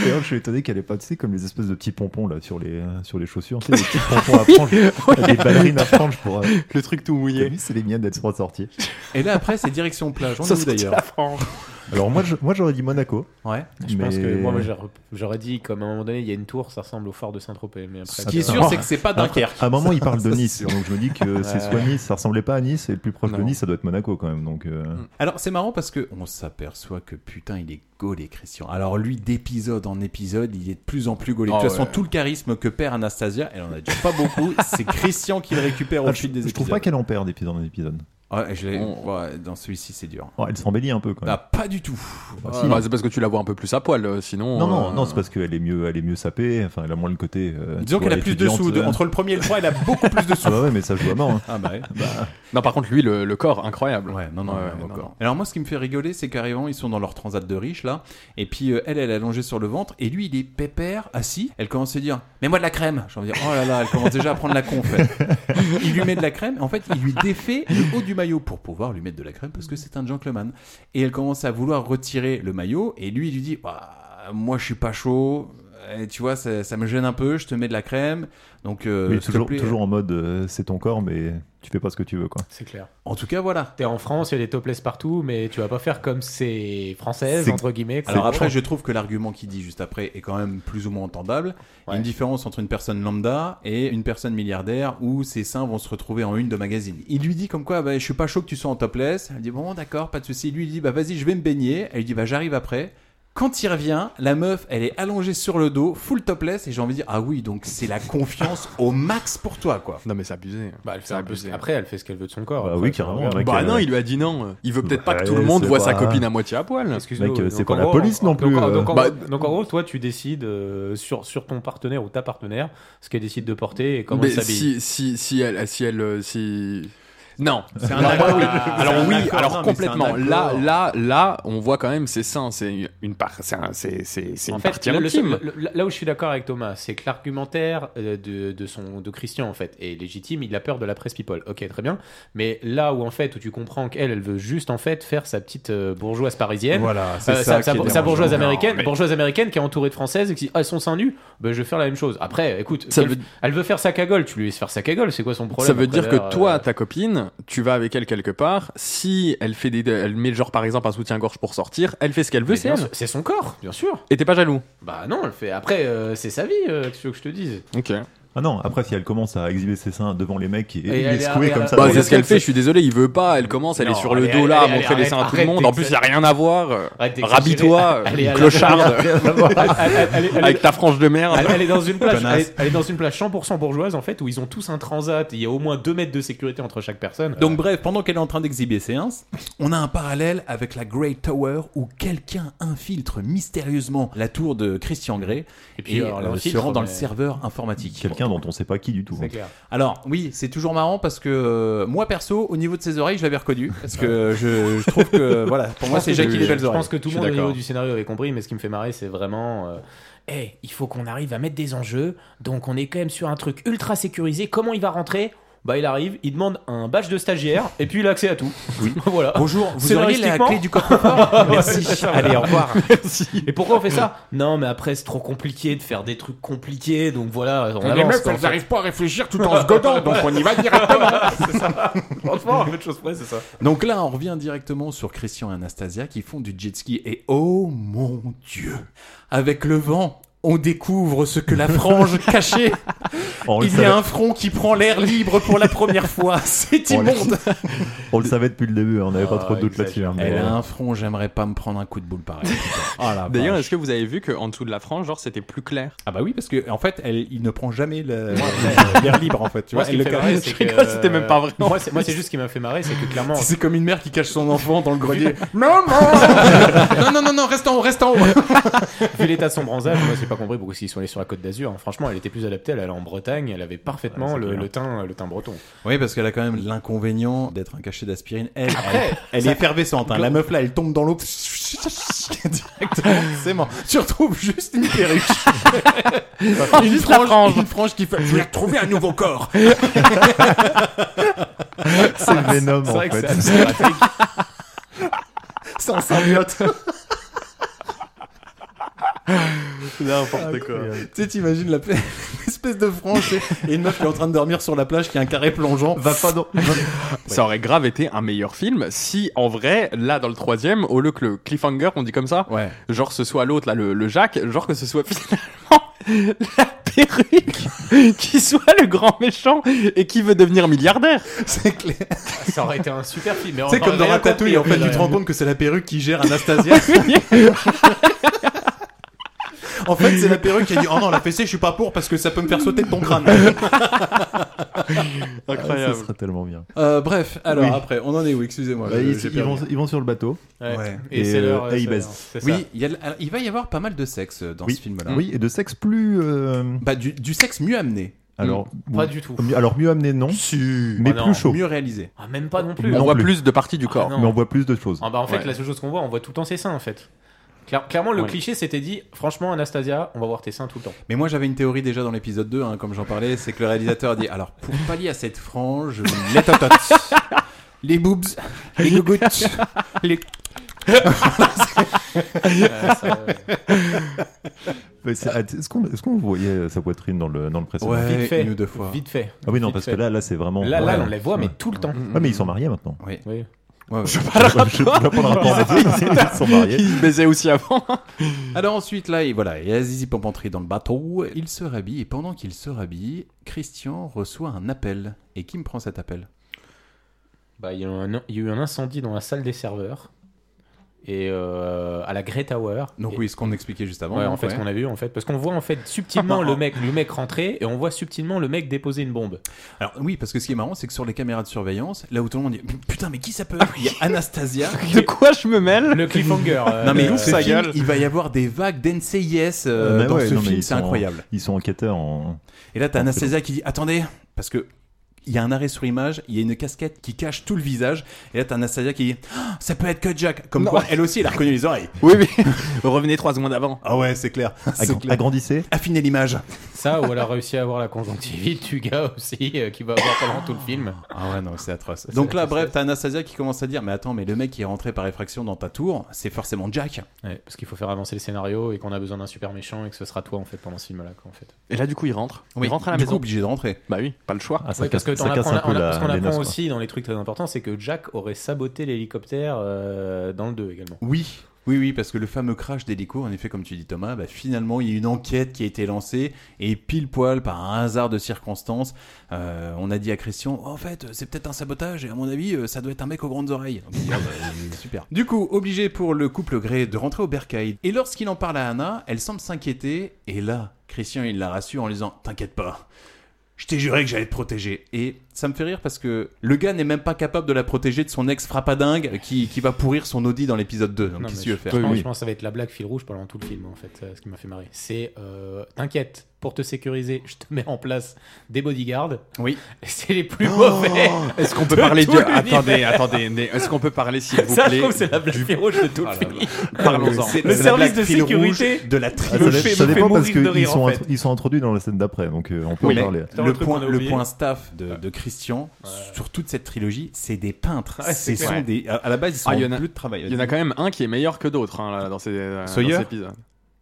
[SPEAKER 9] D'ailleurs, je suis étonné qu'elle ait pas, tu sais, comme les espèces de petits pompons là sur les, euh, sur les chaussures, tu sais, les petits pompons à franges, les ballerines à franges pour. euh,
[SPEAKER 3] Le truc tout
[SPEAKER 9] T'as
[SPEAKER 3] mouillé.
[SPEAKER 9] vu, c'est les miennes d'être pas sorties.
[SPEAKER 2] Et là, après, c'est direction plage. On
[SPEAKER 3] Ça
[SPEAKER 2] est où
[SPEAKER 3] sortit
[SPEAKER 2] d'ailleurs
[SPEAKER 3] la frange.
[SPEAKER 9] Alors, moi, je- moi, j'aurais dit Monaco.
[SPEAKER 2] Ouais.
[SPEAKER 11] Je pense
[SPEAKER 9] mais-
[SPEAKER 11] que moi, moi, j'aurais- j'aurais dit, comme à un moment donné, il y a une tour, ça ressemble au phare de Saint-Tropez. Mais après,
[SPEAKER 2] Ce qui est
[SPEAKER 11] t'as-
[SPEAKER 2] sûr, c'est que c'est pas Dunkerque.
[SPEAKER 9] À un moment, il parle de Nice, donc je me dis que c'est soit Nice, ça ressemblait pas à Nice, et le plus proche de
[SPEAKER 3] Non.
[SPEAKER 9] Nice, ça doit être Monaco quand même. Donc, euh,
[SPEAKER 2] Alors, c'est marrant parce que on s'aperçoit que putain, il est gaulé, Christian. Alors, lui, d'épisode en épisode, il est de plus en plus gaulé. de
[SPEAKER 3] Ah
[SPEAKER 2] toute façon,
[SPEAKER 3] ouais.
[SPEAKER 2] tout le charisme que perd Anastasia, elle en a déjà pas beaucoup. c'est Christian qui le récupère au
[SPEAKER 9] ah,
[SPEAKER 2] fil des
[SPEAKER 9] je, je
[SPEAKER 2] épisodes.
[SPEAKER 9] trouve pas qu'elle en perd d'épisode en épisode.
[SPEAKER 2] Ouais, je l'ai- ouais, dans celui-ci, c'est dur.
[SPEAKER 9] Oh, elle s'embellit un peu quand même.
[SPEAKER 2] Ah, pas du tout.
[SPEAKER 9] Ah,
[SPEAKER 3] Ouais,
[SPEAKER 9] si.
[SPEAKER 3] bah, c'est parce que tu la vois un peu plus à poil, euh, sinon.
[SPEAKER 9] non, non,
[SPEAKER 3] euh,
[SPEAKER 9] non, c'est parce qu'elle est mieux, elle est mieux sapée. Enfin, elle a moins le côté. euh,
[SPEAKER 2] Disons
[SPEAKER 9] tu
[SPEAKER 2] qu'elle a
[SPEAKER 9] vois,
[SPEAKER 2] plus de
[SPEAKER 9] étudiante,
[SPEAKER 2] sous. de-
[SPEAKER 9] euh.
[SPEAKER 2] Entre le premier et le trois, elle a beaucoup plus de sous.
[SPEAKER 9] Ah bah ouais, mais ça joue à mort. hein.
[SPEAKER 2] Ah bah ouais.
[SPEAKER 3] non, par contre, lui, le, le corps, incroyable.
[SPEAKER 2] Ouais, non, non,
[SPEAKER 3] Ouais,
[SPEAKER 2] vraiment
[SPEAKER 3] non,
[SPEAKER 2] encore.
[SPEAKER 3] non.
[SPEAKER 2] Alors moi, ce qui me fait rigoler, c'est qu'arrivant, ils sont dans leur transat de riche, là, et puis euh, elle, elle est allongée sur le ventre, et lui, il est pépère, assis, elle commence à dire « Mets-moi de la crème !» J'ai envie de dire « Oh là là, elle commence déjà à prendre la con, en fait. Il lui met de la crème, en fait, il lui défait le haut du maillot pour pouvoir lui mettre de la crème, parce que c'est un gentleman. Et elle commence à vouloir retirer le maillot, et lui, il lui dit Bah, Moi, je suis pas chaud. » Et tu vois, ça, ça me gêne un peu, je te mets de la crème. Donc, euh,
[SPEAKER 9] Mais
[SPEAKER 2] s'il te
[SPEAKER 9] toujours,
[SPEAKER 2] plaît.
[SPEAKER 9] toujours en mode, euh, c'est ton corps, mais tu fais pas ce que tu veux quoi.
[SPEAKER 11] C'est clair.
[SPEAKER 2] En tout cas, voilà.
[SPEAKER 11] T'es en France, il y a des topless partout, mais tu vas pas faire comme ces françaises,
[SPEAKER 9] C'est-
[SPEAKER 11] entre guillemets. quoi.
[SPEAKER 2] Alors après, je trouve que l'argument qu'il dit juste après est quand même plus ou moins entendable. Il y a une différence entre une personne lambda et une personne milliardaire où ses seins vont se retrouver en une de magazine. Il lui dit comme quoi, bah, je suis pas chaud que tu sois en topless. Elle dit bon, d'accord, pas de souci. Lui il dit bah vas-y, je vais me baigner. Elle lui dit bah j'arrive après. Quand il revient, la meuf, elle est allongée sur le dos, full topless, et j'ai envie de dire Ah oui, donc c'est la confiance au max pour toi, quoi.
[SPEAKER 3] Non, mais c'est abusé.
[SPEAKER 11] Bah, elle fait un peu- Après, elle fait ce qu'elle veut de son corps.
[SPEAKER 9] Bah
[SPEAKER 11] Après,
[SPEAKER 9] oui,
[SPEAKER 11] tu
[SPEAKER 9] carrément,
[SPEAKER 11] regardes.
[SPEAKER 9] mec,
[SPEAKER 3] Bah
[SPEAKER 9] euh,
[SPEAKER 3] non, il lui a dit non. Il veut peut-être pas que
[SPEAKER 9] Ouais,
[SPEAKER 3] tout le monde
[SPEAKER 9] c'est
[SPEAKER 3] voit sa
[SPEAKER 9] pas-
[SPEAKER 3] copine à moitié à poil.
[SPEAKER 11] Excuse-nous,
[SPEAKER 9] Mec, euh, c'est
[SPEAKER 11] donc
[SPEAKER 9] pas
[SPEAKER 11] en
[SPEAKER 9] la
[SPEAKER 11] gros,
[SPEAKER 9] police
[SPEAKER 11] en-
[SPEAKER 9] non plus,
[SPEAKER 11] Donc, en-
[SPEAKER 9] euh.
[SPEAKER 11] donc en,
[SPEAKER 9] Bah-
[SPEAKER 11] donc en gros, toi, tu décides euh, sur, sur ton partenaire ou ta partenaire ce qu'elle décide de porter et comment
[SPEAKER 3] Mais
[SPEAKER 11] elle
[SPEAKER 3] si,
[SPEAKER 11] s'habille.
[SPEAKER 3] si, si elle, si elle, euh, si. Non.
[SPEAKER 2] C'est un
[SPEAKER 3] alors,
[SPEAKER 2] accord.
[SPEAKER 3] oui.
[SPEAKER 2] C'est
[SPEAKER 3] alors
[SPEAKER 2] un
[SPEAKER 3] oui,
[SPEAKER 2] accord.
[SPEAKER 3] alors
[SPEAKER 2] Non, mais
[SPEAKER 3] complètement.
[SPEAKER 2] c'est un
[SPEAKER 3] Là,
[SPEAKER 2] accord.
[SPEAKER 3] là, là, on voit quand même ses seins. C'est une part, c'est un- c'est, c'est, c'est une
[SPEAKER 11] En fait,
[SPEAKER 3] partie
[SPEAKER 11] le- le-
[SPEAKER 3] intime.
[SPEAKER 11] le- le- là où je suis d'accord avec Thomas, c'est que l'argumentaire euh, de, de son, de Christian, en fait, est légitime. Il a peur de la presse people. Ok, très bien. Mais là où, en fait, où tu comprends qu'elle, elle veut juste, en fait, faire sa petite euh, bourgeoise parisienne.
[SPEAKER 2] Voilà, Ah, c'est
[SPEAKER 11] Euh,
[SPEAKER 2] ça
[SPEAKER 11] sa,
[SPEAKER 2] qui
[SPEAKER 11] sa-
[SPEAKER 2] est
[SPEAKER 11] sa
[SPEAKER 2] dérangeant.
[SPEAKER 11] bourgeoise
[SPEAKER 2] Non,
[SPEAKER 11] américaine,
[SPEAKER 2] mais-
[SPEAKER 11] bourgeoise américaine qui est entourée de françaises et qui dit Ah, elles sont seins nus, ben, je vais faire la même chose. Après, écoute,
[SPEAKER 3] Ça
[SPEAKER 11] elle,
[SPEAKER 3] veut-
[SPEAKER 11] elle veut faire sa cagole, tu lui laisses faire sa cagole, c'est quoi son problème
[SPEAKER 3] Ça veut
[SPEAKER 11] après
[SPEAKER 3] dire que
[SPEAKER 11] l'heure, euh,
[SPEAKER 3] toi, ta copine, tu vas avec elle quelque part. Si elle fait des, elle met genre par exemple un soutien-gorge pour sortir, elle fait ce qu'elle veut,
[SPEAKER 11] mais
[SPEAKER 3] c'est
[SPEAKER 11] bien
[SPEAKER 3] elle.
[SPEAKER 11] sûr, C'est son corps, bien sûr.
[SPEAKER 3] Et t'es pas jaloux.
[SPEAKER 11] Bah non, elle fait. Après, euh, c'est sa vie, euh, qu'est-ce que tu veux que je te dise
[SPEAKER 3] Ok.
[SPEAKER 9] Ah non, après, si elle commence à exhiber ses seins devant les mecs et,
[SPEAKER 11] Et
[SPEAKER 9] et
[SPEAKER 11] elle
[SPEAKER 9] les
[SPEAKER 11] est-
[SPEAKER 9] secouer
[SPEAKER 11] elle-
[SPEAKER 9] comme ça.
[SPEAKER 3] Bah,
[SPEAKER 9] dans
[SPEAKER 3] c'est
[SPEAKER 9] les
[SPEAKER 3] ce qu'elle
[SPEAKER 9] têtes,
[SPEAKER 3] fait, je suis désolé, il veut pas, elle commence, elle
[SPEAKER 11] Non,
[SPEAKER 3] est sur le
[SPEAKER 11] allez,
[SPEAKER 3] dos là, à
[SPEAKER 11] allez,
[SPEAKER 3] montrer
[SPEAKER 11] allez,
[SPEAKER 3] les seins à tout le
[SPEAKER 11] arrête
[SPEAKER 3] monde, en plus il y a
[SPEAKER 11] d'exagérer.
[SPEAKER 3] rien à voir, euh,
[SPEAKER 11] Arrête d'exagérer.
[SPEAKER 3] rabis-toi,
[SPEAKER 11] Allez, allez,
[SPEAKER 3] clocharde,
[SPEAKER 11] Elle- elle- elle- elle-
[SPEAKER 3] avec ta frange de
[SPEAKER 11] Elle,
[SPEAKER 3] merde.
[SPEAKER 11] elle est dans une plage, elle,
[SPEAKER 2] Connasse.
[SPEAKER 11] est- elle est dans une plage 100% bourgeoise en fait où ils ont tous un transat, et il y a au moins 2 mètres de sécurité entre chaque personne.
[SPEAKER 2] Euh. Donc bref, pendant qu'elle est en train d'exhiber ses ins, on a un parallèle avec la Great Tower où quelqu'un infiltre mystérieusement la tour de Christian Grey et,
[SPEAKER 11] Et puis, alors,
[SPEAKER 2] euh, se
[SPEAKER 11] l'infiltre,
[SPEAKER 2] rend dans le
[SPEAKER 11] mais-
[SPEAKER 2] serveur informatique.
[SPEAKER 9] Quelqu'un dont on sait pas qui du tout. hein.
[SPEAKER 11] c'est clair.
[SPEAKER 2] Alors oui, c'est toujours marrant parce que euh, moi perso, au niveau de ses oreilles, je l'avais reconnu parce que je, je trouve que voilà, pour moi c'est
[SPEAKER 11] que-
[SPEAKER 2] Jackie les belles
[SPEAKER 11] Je
[SPEAKER 2] oreilles.
[SPEAKER 11] pense que tout
[SPEAKER 3] Je suis
[SPEAKER 11] le monde au niveau
[SPEAKER 3] d'accord.
[SPEAKER 11] du scénario avait compris, mais ce qui me fait marrer, c'est vraiment. euh, Eh, il faut qu'on arrive à mettre des enjeux, donc on est quand même sur un truc ultra sécurisé. Comment il va rentrer bah il arrive, il demande un badge de stagiaire et puis il a accès à tout. Oui. voilà.
[SPEAKER 2] Bonjour, vous auriez la
[SPEAKER 11] Scénaristiquement-
[SPEAKER 2] clé du coffre-fort
[SPEAKER 11] Ouais,
[SPEAKER 2] Oh, Merci.
[SPEAKER 11] c'est ça,
[SPEAKER 2] Allez, au revoir.
[SPEAKER 11] Et pourquoi on fait ça Non mais après c'est trop compliqué de faire des trucs compliqués donc voilà on avance. quoi, en fait.
[SPEAKER 13] pas à réfléchir tout en se godant, donc on y va directement.
[SPEAKER 11] Franchement, en fait, chose près, c'est ça.
[SPEAKER 2] Donc là, on revient directement sur Christian et Anastasia qui font du jet ski. Et oh mon Dieu, avec le vent, on découvre ce que la frange cachait.
[SPEAKER 9] On le,
[SPEAKER 2] Il y a
[SPEAKER 9] savait,
[SPEAKER 2] un front qui prend l'air libre pour la première fois. C'est
[SPEAKER 9] On le-
[SPEAKER 2] immonde.
[SPEAKER 9] on le savait depuis le début, on n'avait pas
[SPEAKER 11] Ah,
[SPEAKER 9] trop de doute là-dessus. hein, mais
[SPEAKER 2] Elle a
[SPEAKER 9] voilà.
[SPEAKER 2] un front, j'aimerais pas me prendre un coup de boule pareil. Oh la
[SPEAKER 3] D'ailleurs,
[SPEAKER 2] vache.
[SPEAKER 3] est-ce que vous avez vu qu'en dessous de la frange, genre c'était plus clair
[SPEAKER 2] ah bah oui, parce que en fait, elle, il ne prend jamais le- le- l'air libre en fait. Tu
[SPEAKER 11] Moi,
[SPEAKER 2] vois,
[SPEAKER 11] ce qui
[SPEAKER 2] elle
[SPEAKER 11] me
[SPEAKER 2] le
[SPEAKER 11] fait
[SPEAKER 2] cache.
[SPEAKER 11] marrer, c'est
[SPEAKER 3] Je rigole,
[SPEAKER 11] que- euh,
[SPEAKER 3] c'était même pas vrai.
[SPEAKER 11] Moi, c'est moi, c'est juste ce qui m'a fait marrer, c'est que clairement,
[SPEAKER 2] C'est comme une mère qui cache son enfant dans le grenier. non, non, non, non, non, non, reste en haut, reste en haut.
[SPEAKER 11] vu l'état de son bronzage, moi, j'ai pas compris pourquoi ils sont allés sur la côte d'Azur. hein. Franchement, elle était plus adaptée, elle allait en Bretagne, elle avait parfaitement le, le teint, le teint breton.
[SPEAKER 2] Oui, parce qu'elle a quand même l'inconvénient d'être un cachet d'aspirine. Elle, elle, elle est effervescente. hein. La meuf là, elle tombe dans l'eau. Directement, c'est mort. Tu retrouves juste une perruque. une, frange, une frange qui fait. Je vais retrouver un nouveau corps.
[SPEAKER 9] C'est Venom en
[SPEAKER 11] vrai que
[SPEAKER 9] fait.
[SPEAKER 11] c'est assez pratique.
[SPEAKER 2] C'est un symbiote.
[SPEAKER 9] Ah,
[SPEAKER 3] N'importe quoi.
[SPEAKER 2] tu sais, t'imagines la espèce de frange tu sais, et une meuf qui est en train de dormir sur la plage qui a un carré plongeant.
[SPEAKER 9] Va pas dans.
[SPEAKER 3] Ça aurait grave été un meilleur film si, en vrai, là dans le troisième, au lieu que le cliffhanger, on dit comme ça,
[SPEAKER 2] Ouais.
[SPEAKER 3] genre ce soit l'autre là, le, le Jacques, genre que ce soit finalement la perruque qui soit le grand méchant et qui veut devenir milliardaire.
[SPEAKER 2] C'est clair.
[SPEAKER 11] Ah, Ça aurait été un super film. mais on
[SPEAKER 2] Tu sais,
[SPEAKER 11] aurait
[SPEAKER 2] comme dans
[SPEAKER 11] rien
[SPEAKER 2] Ratatouille,
[SPEAKER 11] compris,
[SPEAKER 2] en fait, tu te rends compte que c'est la perruque qui gère Anastasia. en fait, c'est la perruque qui a dit Oh non, la fessée, je suis pas pour parce que ça peut me faire sauter de ton crâne.
[SPEAKER 9] Ah, Ça serait tellement bien.
[SPEAKER 2] Euh, bref, alors
[SPEAKER 9] Oui.
[SPEAKER 2] après, on en est où Excusez-moi.
[SPEAKER 9] Bah,
[SPEAKER 11] Euh,
[SPEAKER 2] je-
[SPEAKER 9] ils,
[SPEAKER 2] j'ai
[SPEAKER 9] ils
[SPEAKER 2] perdu.
[SPEAKER 9] vont, ils vont sur le bateau.
[SPEAKER 11] Ouais.
[SPEAKER 2] Ouais.
[SPEAKER 11] Et,
[SPEAKER 9] Et,
[SPEAKER 11] c'est
[SPEAKER 9] euh,
[SPEAKER 11] leur.
[SPEAKER 9] et
[SPEAKER 11] c'est
[SPEAKER 9] ils
[SPEAKER 11] leur-
[SPEAKER 9] baissent.
[SPEAKER 11] c'est ça.
[SPEAKER 2] Oui, il, y a- alors, il va y avoir pas mal de sexe euh, dans ce film-là.
[SPEAKER 9] Oui, et de sexe plus. euh,
[SPEAKER 2] Bah, du, du sexe mieux amené,
[SPEAKER 9] alors,
[SPEAKER 11] Pas du tout.
[SPEAKER 9] mieux- alors mieux amené, non, mais
[SPEAKER 11] Oh non.
[SPEAKER 9] plus chaud.
[SPEAKER 2] mieux réalisé.
[SPEAKER 11] Ah, même pas non plus.
[SPEAKER 9] Non
[SPEAKER 3] on voit
[SPEAKER 9] plus. Ah
[SPEAKER 3] plus. de parties du corps.
[SPEAKER 11] non.
[SPEAKER 9] Mais on voit plus de choses.
[SPEAKER 11] Ah bah, en fait,
[SPEAKER 3] Ouais.
[SPEAKER 11] la seule chose qu'on voit, on voit tout le temps ses seins en fait. Claire- clairement, le
[SPEAKER 3] Ouais.
[SPEAKER 11] cliché c'était dit franchement, Anastasia, on va voir tes seins tout le temps.
[SPEAKER 2] Mais moi, j'avais une théorie déjà dans l'épisode 2, hein, comme j'en parlais, c'est que le réalisateur a dit Alors, pour pallier à cette frange, les tototes, les boobs, les gogoutes, les
[SPEAKER 11] euh,
[SPEAKER 9] Mais c'est- ah, Est-ce qu'on est-ce qu'on voyait euh, sa poitrine dans le, dans le précédent
[SPEAKER 2] Ouais,
[SPEAKER 11] Vite fait.
[SPEAKER 2] une ou deux fois.
[SPEAKER 11] Vite fait.
[SPEAKER 9] Ah oui, non,
[SPEAKER 11] Vite
[SPEAKER 9] parce
[SPEAKER 11] fait.
[SPEAKER 9] que là, là c'est vraiment.
[SPEAKER 11] Là, là,
[SPEAKER 9] Ouais.
[SPEAKER 11] on les voit, mais tout le temps.
[SPEAKER 9] Ouais, mais ils sont mariés maintenant.
[SPEAKER 2] Oui.
[SPEAKER 11] Oui.
[SPEAKER 2] Ouais, ouais.
[SPEAKER 9] Je vois pas le rapport. Ils sont mariés.
[SPEAKER 3] Ils baisaient aussi avant.
[SPEAKER 2] Alors ensuite, là, il, voilà, il y a Zizi Pompanterie dans le bateau. Il se rhabille et pendant qu'il se rhabille, Christian reçoit un appel. Et qui me prend cet appel
[SPEAKER 11] Bah, il, y a eu un, il y a eu un incendie dans la salle des serveurs. et euh, à la Great Tower.
[SPEAKER 2] Donc oui, ce qu'on expliquait juste avant.
[SPEAKER 11] Ouais, en
[SPEAKER 2] donc,
[SPEAKER 11] fait,
[SPEAKER 2] ouais.
[SPEAKER 11] ce qu'on a vu, en fait, parce qu'on voit en fait subtilement le mec, le mec rentrer, et on voit subtilement le mec déposer une bombe.
[SPEAKER 2] Alors oui, parce que ce qui est marrant, c'est que sur les caméras de surveillance, là où tout le monde dit putain mais qui ça peut être Il y a Anastasia. Euh,
[SPEAKER 3] De quoi je me mêle
[SPEAKER 11] Le cliffhanger. euh,
[SPEAKER 2] non mais
[SPEAKER 3] ouf
[SPEAKER 2] ce
[SPEAKER 3] sa
[SPEAKER 2] film,
[SPEAKER 3] gueule.
[SPEAKER 2] il va y avoir des vagues d'NCIS euh,
[SPEAKER 9] Mais
[SPEAKER 2] dans
[SPEAKER 9] ouais,
[SPEAKER 2] ce
[SPEAKER 9] non, mais
[SPEAKER 2] film,
[SPEAKER 9] ils
[SPEAKER 2] c'est
[SPEAKER 9] sont-
[SPEAKER 2] incroyable.
[SPEAKER 9] Ils sont enquêteurs en.
[SPEAKER 2] Et là, t'as
[SPEAKER 9] en
[SPEAKER 2] Anastasia qui dit attendez, parce que il y a un arrêt sur image, il y a une casquette qui cache tout le visage, et là t'as Anastasia qui dit Ah, ça peut être que Jack, comme
[SPEAKER 3] Non.
[SPEAKER 2] quoi elle aussi elle a reconnu Eh, les oreilles.
[SPEAKER 3] Oui, mais revenez trois secondes avant.
[SPEAKER 2] Ah ouais, c'est clair. C'est clair.
[SPEAKER 9] Agrandissez.
[SPEAKER 2] Affinez l'image.
[SPEAKER 11] Ça, ou elle a réussi à avoir la conjonctivite du gars aussi, euh, qui va avoir pendant tout le film.
[SPEAKER 2] Ah ouais, non, c'est atroce. Donc là, bref, t'as Anastasia qui commence à dire mais attends, mais le mec qui est rentré par effraction dans ta tour, c'est forcément Jack.
[SPEAKER 11] Ouais, parce qu'il faut faire avancer le scénario et qu'on a besoin d'un super méchant et que ce sera toi en fait pendant ce film-là. quoi, en fait.
[SPEAKER 3] Et là, du coup, il rentre.
[SPEAKER 2] Oui,
[SPEAKER 3] il rentre à la
[SPEAKER 2] du
[SPEAKER 3] maison.
[SPEAKER 2] coup, obligé de rentrer.
[SPEAKER 3] Bah oui, pas le choix.
[SPEAKER 9] Ah, ça
[SPEAKER 11] Ouais, parce que
[SPEAKER 9] casse-
[SPEAKER 11] t'en
[SPEAKER 9] ça casse
[SPEAKER 11] apprends-
[SPEAKER 9] un peu
[SPEAKER 11] on a-
[SPEAKER 9] la-
[SPEAKER 11] parce qu'on
[SPEAKER 9] les
[SPEAKER 11] apprend
[SPEAKER 9] noces, quoi.
[SPEAKER 11] aussi dans les trucs très importants, c'est que Jack aurait saboté l'hélicoptère euh, dans le 2 également.
[SPEAKER 2] Oui. Oui, oui, parce que le fameux crash d'hélico, en effet, comme tu dis Thomas, bah, finalement, il y a une enquête qui a été lancée et pile poil, par un hasard de circonstances, euh, on a dit à Christian, Oh, en fait, c'est peut-être un sabotage et à mon avis, euh, ça doit être un mec aux grandes oreilles. On dit, Ah, bah, super. Du coup, obligé pour le couple Grey de rentrer au bercail. Et lorsqu'il en parle à Anna, elle semble s'inquiéter et là, Christian, il la rassure en lui disant, t'inquiète pas. Je t'ai juré que j'allais te protéger. Et ça me fait rire parce que le gars n'est même pas capable de la protéger de son ex frappadingue qui, qui va pourrir son Audi dans l'épisode 2. Donc,
[SPEAKER 11] Non,
[SPEAKER 2] qu'est-ce
[SPEAKER 11] mais
[SPEAKER 2] que tu veux
[SPEAKER 11] je-
[SPEAKER 2] faire
[SPEAKER 11] franchement, je pense que ça va être la blague fil rouge pendant tout le film, en fait, euh, ce qui m'a fait marrer. C'est euh, t'inquiète, pour te sécuriser, je te mets en place des bodyguards.
[SPEAKER 2] Oui. Oh
[SPEAKER 11] Et c'est les plus mauvais.
[SPEAKER 3] Est-ce qu'on peut
[SPEAKER 11] de
[SPEAKER 3] parler
[SPEAKER 11] tout
[SPEAKER 3] de.
[SPEAKER 11] l'univers.
[SPEAKER 3] Attendez, attendez. mais Est-ce qu'on peut parler, s'il vous
[SPEAKER 11] Ça, je
[SPEAKER 3] plaît
[SPEAKER 11] trouve que c'est la blague fil rouge de tout
[SPEAKER 2] Ah
[SPEAKER 11] le film.
[SPEAKER 3] Parlons-en.
[SPEAKER 11] Le service de sécurité.
[SPEAKER 2] de la
[SPEAKER 9] Ah,
[SPEAKER 2] trilogie.
[SPEAKER 9] ça,
[SPEAKER 11] me fait-
[SPEAKER 9] dé- ça
[SPEAKER 11] me fait
[SPEAKER 9] dépend parce
[SPEAKER 11] mourir de
[SPEAKER 9] qu'ils
[SPEAKER 11] rire,
[SPEAKER 9] sont,
[SPEAKER 11] en
[SPEAKER 9] intro- ils sont introduits dans la scène d'après, donc euh, on peut
[SPEAKER 2] Oui,
[SPEAKER 9] en
[SPEAKER 2] mais
[SPEAKER 9] parler.
[SPEAKER 11] Putain,
[SPEAKER 2] le,
[SPEAKER 11] truc
[SPEAKER 2] point,
[SPEAKER 11] qu'on a
[SPEAKER 2] le
[SPEAKER 11] oublié.
[SPEAKER 2] point staff de, de Christian sur toute cette trilogie, c'est des peintres.
[SPEAKER 11] Ouais,
[SPEAKER 2] c'est
[SPEAKER 11] c'est
[SPEAKER 2] sont
[SPEAKER 11] clair.
[SPEAKER 2] des, à- à la base, ils sont
[SPEAKER 3] Ah, il y en
[SPEAKER 2] en
[SPEAKER 3] a-
[SPEAKER 2] plus de travail.
[SPEAKER 3] Il y en a quand même un qui est meilleur que d'autres hein, là, dans ces euh, dans
[SPEAKER 2] Sawyer
[SPEAKER 3] ces épisodes.